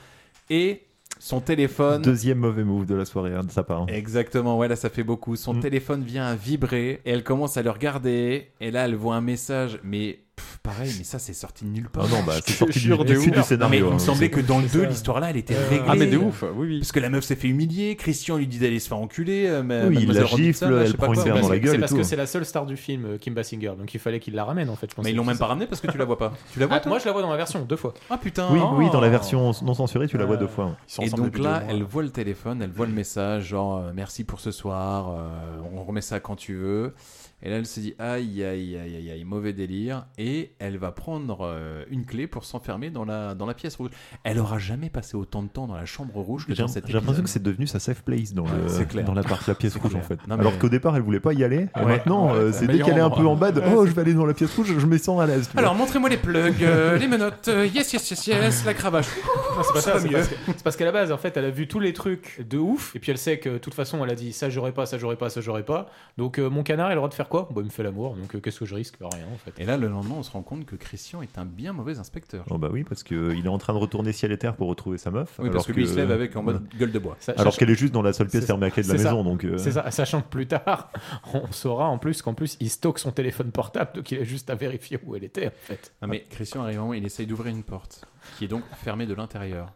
[SPEAKER 2] Et son téléphone.
[SPEAKER 9] Deuxième mauvais move de la soirée hein, de sa part. hein.
[SPEAKER 2] Exactement, ouais, là ça fait beaucoup. Son
[SPEAKER 9] Mm.
[SPEAKER 2] téléphone vient à vibrer et elle commence à le regarder. Et là, elle voit un message, mais pff, pareil, mais ça c'est sorti de nulle part.
[SPEAKER 9] Ah non, bah, c'est
[SPEAKER 2] Je
[SPEAKER 9] sorti
[SPEAKER 2] suis
[SPEAKER 9] du-
[SPEAKER 2] sûr de
[SPEAKER 9] c'est du
[SPEAKER 2] ouf.
[SPEAKER 9] scénario,
[SPEAKER 2] Mais il me
[SPEAKER 9] hein,
[SPEAKER 2] semblait
[SPEAKER 9] c'est-
[SPEAKER 2] que dans le
[SPEAKER 9] c'est
[SPEAKER 2] 2,
[SPEAKER 9] ça.
[SPEAKER 2] l'histoire là, elle était
[SPEAKER 9] Euh,
[SPEAKER 2] réglée.
[SPEAKER 3] ah, mais de ouf, oui, oui.
[SPEAKER 2] Parce que la meuf s'est fait humilier, Christian lui dit d'aller se faire enculer. euh, mais
[SPEAKER 9] Oui, il
[SPEAKER 2] Mademoiselle
[SPEAKER 9] la gifle,
[SPEAKER 2] Robinson, là, je
[SPEAKER 9] elle
[SPEAKER 2] sais pas
[SPEAKER 9] prend une
[SPEAKER 2] quoi.
[SPEAKER 9] verre
[SPEAKER 2] Ouais,
[SPEAKER 9] dans la
[SPEAKER 2] c'est-
[SPEAKER 9] gueule
[SPEAKER 11] C'est
[SPEAKER 9] et
[SPEAKER 11] parce
[SPEAKER 9] tout.
[SPEAKER 11] que c'est la seule star du film, euh, Kimba Singer, donc il fallait qu'il la ramène en fait. je
[SPEAKER 9] hein.
[SPEAKER 11] pense.
[SPEAKER 2] Mais ils l'ont même pas ramené parce que tu la vois pas. Tu la vois
[SPEAKER 11] Ah,
[SPEAKER 2] toi
[SPEAKER 11] moi je la vois dans la version deux fois.
[SPEAKER 2] Ah putain.
[SPEAKER 9] Oui, oui, dans la
[SPEAKER 2] Oh.
[SPEAKER 9] version non censurée, tu la vois
[SPEAKER 11] Euh,
[SPEAKER 9] deux fois. hein. ouais.
[SPEAKER 2] Et donc là, elle voit le téléphone, elle voit le message, genre euh, merci pour ce soir, euh, on remet ça quand tu veux. Et là, elle se dit aïe, aïe, aïe, aïe, aïe, mauvais délire. Et elle va prendre euh, une clé pour s'enfermer dans la, dans la pièce rouge. Elle aura jamais passé autant de temps dans la chambre rouge que
[SPEAKER 9] J'ai
[SPEAKER 2] dans cette
[SPEAKER 9] j'ai l'impression que c'est devenu sa safe place dans, le-
[SPEAKER 2] c'est clair.
[SPEAKER 9] dans la, part- la pièce rouge
[SPEAKER 2] clair.
[SPEAKER 9] en fait.
[SPEAKER 2] Non, mais-
[SPEAKER 9] Alors qu'au départ elle voulait pas y aller, et
[SPEAKER 2] Ouais.
[SPEAKER 9] maintenant
[SPEAKER 2] Ouais,
[SPEAKER 9] euh,
[SPEAKER 2] c'est
[SPEAKER 9] c'est
[SPEAKER 2] le
[SPEAKER 9] dès qu'elle est un
[SPEAKER 2] meilleur
[SPEAKER 9] peu en bas de
[SPEAKER 2] endroit.
[SPEAKER 9] oh je vais aller dans la pièce rouge, je me sens à l'aise. tu vois.
[SPEAKER 2] Alors, montrez-moi les plugs, euh, les menottes, euh, yes, yes, yes, yes, la cravache.
[SPEAKER 11] Non, c'est pas
[SPEAKER 2] C'est
[SPEAKER 11] ça,
[SPEAKER 2] pas
[SPEAKER 11] c'est
[SPEAKER 2] mieux.
[SPEAKER 11] parce que- c'est parce qu'à la base, en fait, elle a vu tous les trucs de ouf, et puis elle sait que de toute façon, elle a dit ça j'aurais pas, ça j'aurais pas, ça j'aurais pas. Donc euh, mon canard, il a le droit de faire quoi Bah, il me fait l'amour, donc euh, qu'est-ce que je risque Bah, Rien en fait.
[SPEAKER 2] Et là, le lendemain, on se rend compte que Christian est un bien mauvais inspecteur.
[SPEAKER 9] Oh bah oui, parce qu'il est en train de retourner ciel et terre pour retrouver sa meuf.
[SPEAKER 2] Oui, parce que lui, il se lève avec en mode gueule de bois.
[SPEAKER 11] Ça-
[SPEAKER 9] alors
[SPEAKER 11] ça-
[SPEAKER 9] qu'elle est juste dans la seule pièce
[SPEAKER 11] C'est ça.
[SPEAKER 9] fermée à clé de la
[SPEAKER 11] C'est ça.
[SPEAKER 9] maison. Donc, euh,
[SPEAKER 11] C'est ça, sachant que plus tard, on saura en plus qu'en plus, il stocke son téléphone portable, donc il a juste à vérifier où elle était en fait.
[SPEAKER 2] Non, Ah, mais Christian arrive vraiment, il essaye d'ouvrir une porte qui est donc fermée de l'intérieur.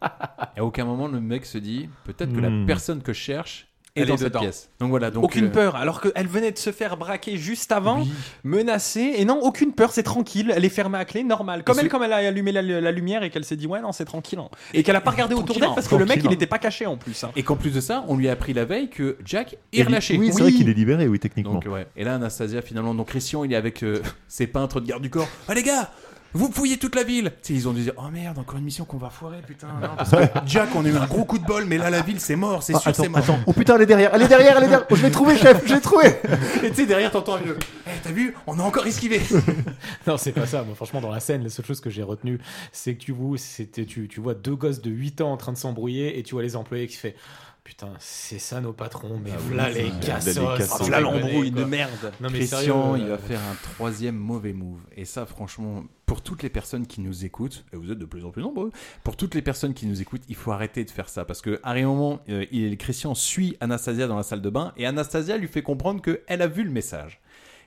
[SPEAKER 2] Et à aucun moment le mec se dit peut-être que
[SPEAKER 9] Hmm.
[SPEAKER 2] la personne que je cherche est
[SPEAKER 3] Elle
[SPEAKER 2] dans
[SPEAKER 3] est
[SPEAKER 2] cette
[SPEAKER 3] dedans.
[SPEAKER 2] pièce. Donc voilà, donc
[SPEAKER 3] aucune
[SPEAKER 2] euh,
[SPEAKER 3] peur, alors qu'elle venait de se faire braquer juste avant, menacée, et non, aucune peur, c'est tranquille, elle est fermée à clé, normal. Comme
[SPEAKER 2] Et
[SPEAKER 3] elle,
[SPEAKER 2] ce-
[SPEAKER 3] comme elle a allumé la, la lumière et qu'elle s'est dit, ouais, non, c'est tranquille. hein. Et, qu'elle a pas regardé autour
[SPEAKER 2] Tranquille,
[SPEAKER 3] d'elle
[SPEAKER 2] hein,
[SPEAKER 3] parce que le mec,
[SPEAKER 2] tranquille,
[SPEAKER 3] il
[SPEAKER 2] hein.
[SPEAKER 3] n'était pas caché en plus. hein.
[SPEAKER 2] Et qu'en plus de ça, on lui a appris la veille que Jack est
[SPEAKER 9] il-
[SPEAKER 2] relâché.
[SPEAKER 9] Oui, c'est vrai qu'il est libéré, oui, techniquement.
[SPEAKER 2] Donc, ouais. Et là, Anastasia, finalement, donc Christian, il est avec euh, ses peintres de garde du corps. Ah, les gars, vous fouillez toute la ville Tu sais, Ils ont dû dire Oh merde, encore une mission qu'on va foirer, putain. non, parce que Jack, on a eu un gros coup de bol, mais là, la ville, c'est mort, c'est
[SPEAKER 16] Ah,
[SPEAKER 2] sûr,
[SPEAKER 16] attends,
[SPEAKER 2] c'est mort.
[SPEAKER 16] attends. Oh putain, elle est derrière, elle est derrière, elle est derrière. Oh, je l'ai trouvé, chef, je l'ai trouvé.
[SPEAKER 2] Et tu sais, derrière, t'entends un vieux, Eh, t'as vu On a encore esquivé
[SPEAKER 11] Non, c'est pas ça. Moi, franchement, dans la scène, la seule chose que j'ai retenue, c'est que tu vois, c'était, tu, tu vois deux gosses de 8 ans en train de s'embrouiller et tu vois les employés qui fait. Putain, c'est ça nos patrons, mais voilà les cassos, sans
[SPEAKER 2] Voilà
[SPEAKER 11] déconner,
[SPEAKER 2] l'embrouille
[SPEAKER 11] quoi.
[SPEAKER 2] de merde.
[SPEAKER 11] Non, mais
[SPEAKER 2] Christian,
[SPEAKER 11] sérieux,
[SPEAKER 2] il va
[SPEAKER 11] euh,
[SPEAKER 2] faire un troisième mauvais move. Et ça, franchement, pour toutes les personnes qui nous écoutent, et vous êtes de plus en plus nombreux, pour toutes les personnes qui nous écoutent, il faut arrêter de faire ça. Parce que, à un moment, euh, il, Christian suit Anastasia dans la salle de bain et Anastasia lui fait comprendre qu'elle a vu le message.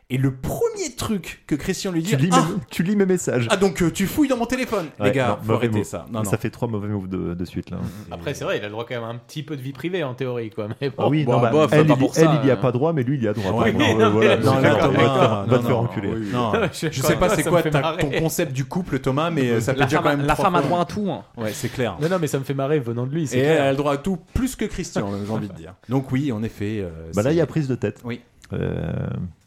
[SPEAKER 2] Et le premier truc que Christian lui dit,
[SPEAKER 9] tu, lis
[SPEAKER 2] ah,
[SPEAKER 9] mes, tu lis mes messages.
[SPEAKER 2] ah, donc euh, tu fouilles dans mon téléphone, les
[SPEAKER 9] Ouais,
[SPEAKER 2] gars,
[SPEAKER 9] non,
[SPEAKER 2] faut
[SPEAKER 9] mauvais
[SPEAKER 2] arrêter
[SPEAKER 9] move.
[SPEAKER 2] ça. Non, non.
[SPEAKER 9] Ça fait trois mauvais moves de, de suite là.
[SPEAKER 11] Après, c'est vrai, il a le droit quand même à un petit peu de vie privée en théorie, quoi. Mais bon,
[SPEAKER 9] Ah oui, non, bah, elle, il, elle, il y a pas droit, mais lui, il y a droit.
[SPEAKER 11] Oui,
[SPEAKER 9] Bon,
[SPEAKER 11] non, mais
[SPEAKER 9] voilà,
[SPEAKER 11] là,
[SPEAKER 9] je suis
[SPEAKER 11] non, là,
[SPEAKER 9] d'accord
[SPEAKER 11] Thomas,
[SPEAKER 9] avec toi.
[SPEAKER 11] non,
[SPEAKER 9] Va te
[SPEAKER 11] non,
[SPEAKER 9] faire
[SPEAKER 11] non,
[SPEAKER 9] enculer.
[SPEAKER 11] oui.
[SPEAKER 2] Non, je, sais
[SPEAKER 11] Je crois
[SPEAKER 2] pas
[SPEAKER 11] pas,
[SPEAKER 2] c'est
[SPEAKER 11] ça
[SPEAKER 2] quoi
[SPEAKER 11] me fait
[SPEAKER 2] ta-
[SPEAKER 11] marrer.
[SPEAKER 2] ton concept du couple, Thomas, mais euh, ça fait
[SPEAKER 11] La
[SPEAKER 2] déjà
[SPEAKER 11] femme a-
[SPEAKER 2] quand même.
[SPEAKER 11] la
[SPEAKER 2] trois
[SPEAKER 11] femme a
[SPEAKER 2] fois.
[SPEAKER 11] droit à tout, hein.
[SPEAKER 2] Ouais, c'est clair.
[SPEAKER 11] Non, non, mais ça me fait marrer venant de lui.
[SPEAKER 2] Et elle a le droit à tout plus que Christian, j'ai envie de dire. Donc oui, en effet. euh,
[SPEAKER 9] Bah là,
[SPEAKER 2] c'est-
[SPEAKER 9] il y a prise de tête.
[SPEAKER 2] Oui.
[SPEAKER 9] Euh,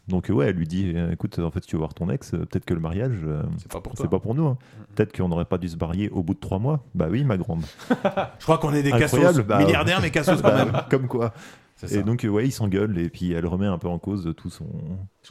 [SPEAKER 9] donc ouais, elle lui dit, euh, écoute, en fait, si tu veux voir ton ex, euh, peut-être que le mariage, euh,
[SPEAKER 2] c'est pas pour
[SPEAKER 9] toi. nous. hein. Peut-être qu'on n'aurait pas dû se marier au bout de trois mois. Bah oui, ma grande.
[SPEAKER 2] Je crois qu'on est des
[SPEAKER 9] Incroyable,
[SPEAKER 2] cassos.
[SPEAKER 9] bah,
[SPEAKER 2] Milliardaires, mais cassos quand
[SPEAKER 9] bah,
[SPEAKER 2] même.
[SPEAKER 9] Comme quoi.
[SPEAKER 2] C'est ça.
[SPEAKER 9] Et donc euh, ouais, ils s'engueulent et puis elle remet un peu en cause de tout son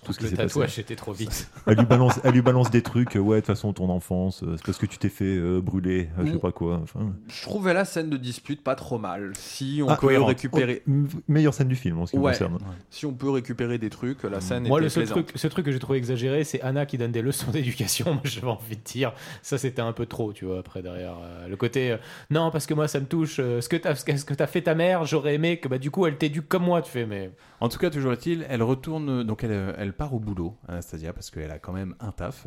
[SPEAKER 9] tout ce qui
[SPEAKER 11] le
[SPEAKER 9] s'est passé.
[SPEAKER 11] tatouage était trop vite.
[SPEAKER 9] Elle lui balance, elle lui balance des trucs. euh, Ouais, de toute façon, ton enfance, euh, c'est parce que tu t'es fait euh, brûler, euh, je sais
[SPEAKER 3] Ou-
[SPEAKER 9] pas quoi. Enfin,
[SPEAKER 3] Je trouvais la scène de dispute pas trop mal. Si on
[SPEAKER 9] Ah,
[SPEAKER 3] peut
[SPEAKER 9] cohérente.
[SPEAKER 3] récupérer.
[SPEAKER 9] Oh, m- meilleure scène du film en ce qui me
[SPEAKER 3] Ouais.
[SPEAKER 9] concerne.
[SPEAKER 3] Si on peut récupérer des trucs, la scène
[SPEAKER 11] Moi,
[SPEAKER 3] était
[SPEAKER 11] le seul
[SPEAKER 3] plaisante.
[SPEAKER 11] truc, ce truc que j'ai trouvé exagéré, c'est Anna qui donne des leçons d'éducation. Moi, j'avais envie de dire, ça c'était un peu trop, tu vois, après derrière. euh, le côté, euh, non, parce que moi, ça me touche. euh, ce que t'as ce que- ce que t'as fait ta mère, j'aurais aimé que bah, du coup, elle t'éduque comme moi, tu fais, mais.
[SPEAKER 2] En tout cas, toujours est-il, elle retourne, donc elle, euh, elle part au boulot, Anastasia, parce qu'elle a quand même un taf.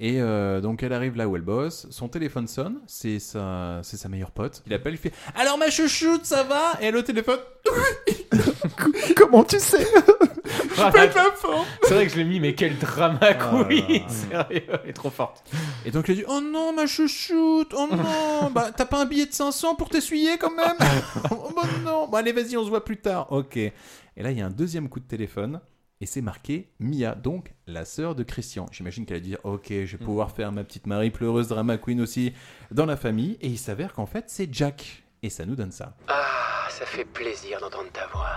[SPEAKER 2] Et euh, donc elle arrive là où elle bosse, son téléphone sonne, c'est sa, c'est sa meilleure pote. Il appelle, il fait Alors ma chouchoute, ça va Et le téléphone
[SPEAKER 9] Comment tu sais
[SPEAKER 11] Ah, C'est vrai que je l'ai mis, mais quel
[SPEAKER 9] Ah
[SPEAKER 11] drama, oui, sérieux, elle est trop forte.
[SPEAKER 2] Et donc elle dit Oh non, ma chouchoute, oh non, bah t'as pas un billet de 500 pour t'essuyer quand même Oh bah non, bon allez, vas-y, on se voit plus tard. Ok. Et là, il y a un deuxième coup de téléphone. Et c'est marqué Mia, donc la sœur de Christian. J'imagine qu'elle a dit Ok, je vais pouvoir faire ma petite Marie pleureuse, drama queen aussi, dans la famille. Et il s'avère qu'en fait, c'est Jack. Et ça nous donne ça.
[SPEAKER 1] Ah, ça fait plaisir d'entendre ta voix.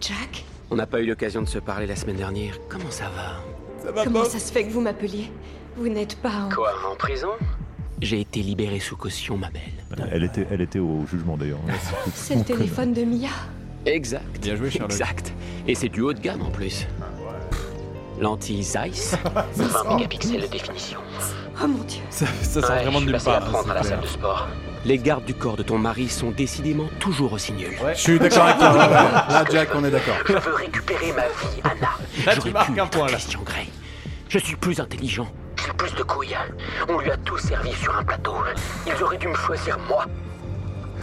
[SPEAKER 10] Jack
[SPEAKER 1] On n'a pas eu l'occasion de se parler la semaine dernière. Comment ça va
[SPEAKER 10] Comment ça se fait que vous m'appeliez Vous n'êtes pas en...
[SPEAKER 1] Ah bah, Quoi, en prison J'ai été libéré sous caution, ma belle.
[SPEAKER 9] Elle était, elle était au jugement d'ailleurs.
[SPEAKER 10] C'est le téléphone de Mia
[SPEAKER 1] Exact. Bien joué,
[SPEAKER 9] Sherlock.
[SPEAKER 1] Exact. Et c'est du haut de gamme en plus. Lentille Zeiss, 20 mégapixels de définition.
[SPEAKER 10] Oh mon dieu
[SPEAKER 3] Ça, ça sent
[SPEAKER 1] Ouais,
[SPEAKER 3] vraiment
[SPEAKER 1] je suis
[SPEAKER 3] nulle
[SPEAKER 1] passé
[SPEAKER 3] part.
[SPEAKER 1] la
[SPEAKER 3] hein,
[SPEAKER 1] prendre à la
[SPEAKER 3] c'est
[SPEAKER 1] salle
[SPEAKER 3] clair.
[SPEAKER 1] de sport. Les gardes du corps de ton mari sont décidément toujours aussi nuls.
[SPEAKER 2] Je suis d'accord avec toi. ouais, ouais. Là, Jack, on est d'accord.
[SPEAKER 1] Je veux récupérer ma vie, Anna. J'aurais pu être Christian Grey. Je suis plus intelligent. J'ai plus de couilles. On lui a tout servi sur un plateau. Ils auraient dû me choisir moi.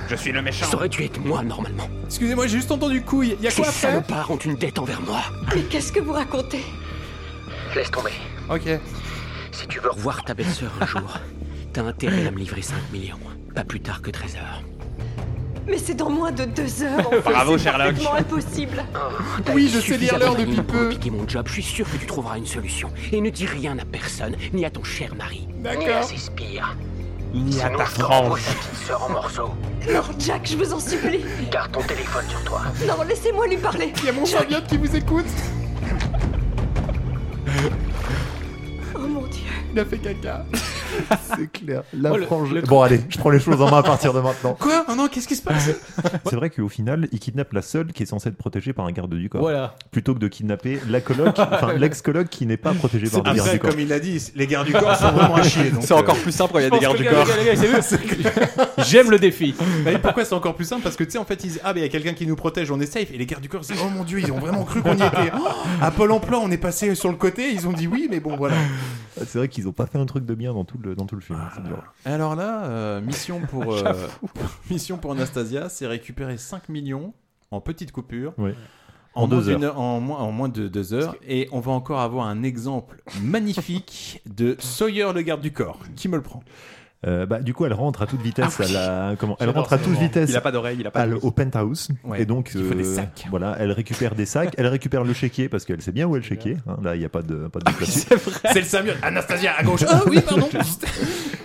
[SPEAKER 14] Je suis le méchant.
[SPEAKER 1] Ça aurait dû être moi normalement.
[SPEAKER 2] Excusez-moi, j'ai juste entendu couille. Y a
[SPEAKER 1] Ces
[SPEAKER 2] quoi après
[SPEAKER 1] salopards ont une dette envers moi.
[SPEAKER 10] Mais qu'est-ce que vous racontez
[SPEAKER 1] Laisse tomber.
[SPEAKER 2] Ok.
[SPEAKER 1] Si tu veux revoir ta belle-sœur un jour, t'as intérêt à me livrer 5 millions. Pas plus tard que 13 heures.
[SPEAKER 10] Mais c'est dans moins de deux heures enfin,
[SPEAKER 1] Bravo,
[SPEAKER 10] c'est
[SPEAKER 1] Sherlock.
[SPEAKER 10] parfaitement impossible
[SPEAKER 1] T'as été suffisamment maligne pour me piquer mon job. Je suis sûr que tu trouveras une solution. Et ne dis rien à personne, ni à ton cher mari. Ni à
[SPEAKER 10] D'accord.
[SPEAKER 1] ses spires.
[SPEAKER 10] Ni à
[SPEAKER 1] Sinon,
[SPEAKER 10] ta
[SPEAKER 1] je te renvoie
[SPEAKER 10] frange.
[SPEAKER 1] ta petite sœur en morceaux.
[SPEAKER 10] Non, Jack, je vous en supplie
[SPEAKER 1] Garde ton téléphone sur toi.
[SPEAKER 10] Non, laissez-moi lui parler Il y a mon
[SPEAKER 2] Charlotte qui vous écoute
[SPEAKER 10] Oh mon dieu Oh,
[SPEAKER 2] Il a fait caca
[SPEAKER 9] C'est clair. La
[SPEAKER 2] Oh, le-
[SPEAKER 9] frange-
[SPEAKER 2] le-
[SPEAKER 9] Bon, allez, je prends les choses en main à partir de maintenant.
[SPEAKER 2] Quoi Oh non, qu'est-ce qui se passe
[SPEAKER 9] C'est vrai qu'au final, il kidnappe la seule qui est censée être protégée par un garde du corps.
[SPEAKER 2] Voilà.
[SPEAKER 9] Plutôt que de kidnapper la coloc, enfin l'ex-coloc qui n'est pas protégée par le garde
[SPEAKER 2] Après,
[SPEAKER 9] du corps.
[SPEAKER 2] comme il l'a dit, les gardes du corps sont vraiment à chier. donc,
[SPEAKER 3] C'est encore plus simple quand il y a
[SPEAKER 2] je pense
[SPEAKER 3] des
[SPEAKER 2] que le gars,
[SPEAKER 3] gardes du corps.
[SPEAKER 2] le gars, le gars, c'est eux.
[SPEAKER 11] J'aime le défi.
[SPEAKER 2] Mais pourquoi c'est encore plus simple Parce que tu sais, en fait, ils disent Ah, mais il y a quelqu'un qui nous protège, on est safe. Et les gardes du corps ils disent Oh mon dieu, ils ont vraiment cru qu'on y était. Oh, à Pôle emploi, on est passé sur le côté, ils ont dit oui, mais bon, voilà.
[SPEAKER 9] C'est vrai qu'ils ont pas fait un truc de bien dans tout le, dans tout le film. C'est dur.
[SPEAKER 2] Alors là, euh, mission, pour, euh,
[SPEAKER 9] J'avoue.
[SPEAKER 2] mission pour Anastasia, c'est récupérer 5 millions en petite coupure.
[SPEAKER 9] Ouais.
[SPEAKER 2] En,
[SPEAKER 9] En deux
[SPEAKER 2] moins d'une
[SPEAKER 9] heures.
[SPEAKER 2] heure- en, moins, en moins de deux heures. Et on va encore avoir un exemple magnifique de Sawyer, le garde du corps. Qui me le prend
[SPEAKER 9] Euh, bah, du coup, elle rentre à toute vitesse.
[SPEAKER 2] Ah oui.
[SPEAKER 9] à la- comment, elle
[SPEAKER 2] J'adore
[SPEAKER 9] rentre à
[SPEAKER 2] ce
[SPEAKER 9] toute
[SPEAKER 2] moment.
[SPEAKER 9] vitesse.
[SPEAKER 2] Il a pas d'oreille, il a pas
[SPEAKER 9] à
[SPEAKER 2] de
[SPEAKER 9] Ah, le-
[SPEAKER 2] nez.
[SPEAKER 9] Au penthouse.
[SPEAKER 2] Ouais,
[SPEAKER 9] Et donc,
[SPEAKER 2] il faut des
[SPEAKER 9] euh,
[SPEAKER 2] sacs.
[SPEAKER 9] Voilà, elle récupère des sacs. elle récupère le chéquier parce qu'elle sait bien où est le chéquier. hein. Là, il n'y a pas de. Pas de doute là-dessus.
[SPEAKER 2] C'est le Samuel. Anastasia à gauche. Ah oui, pardon.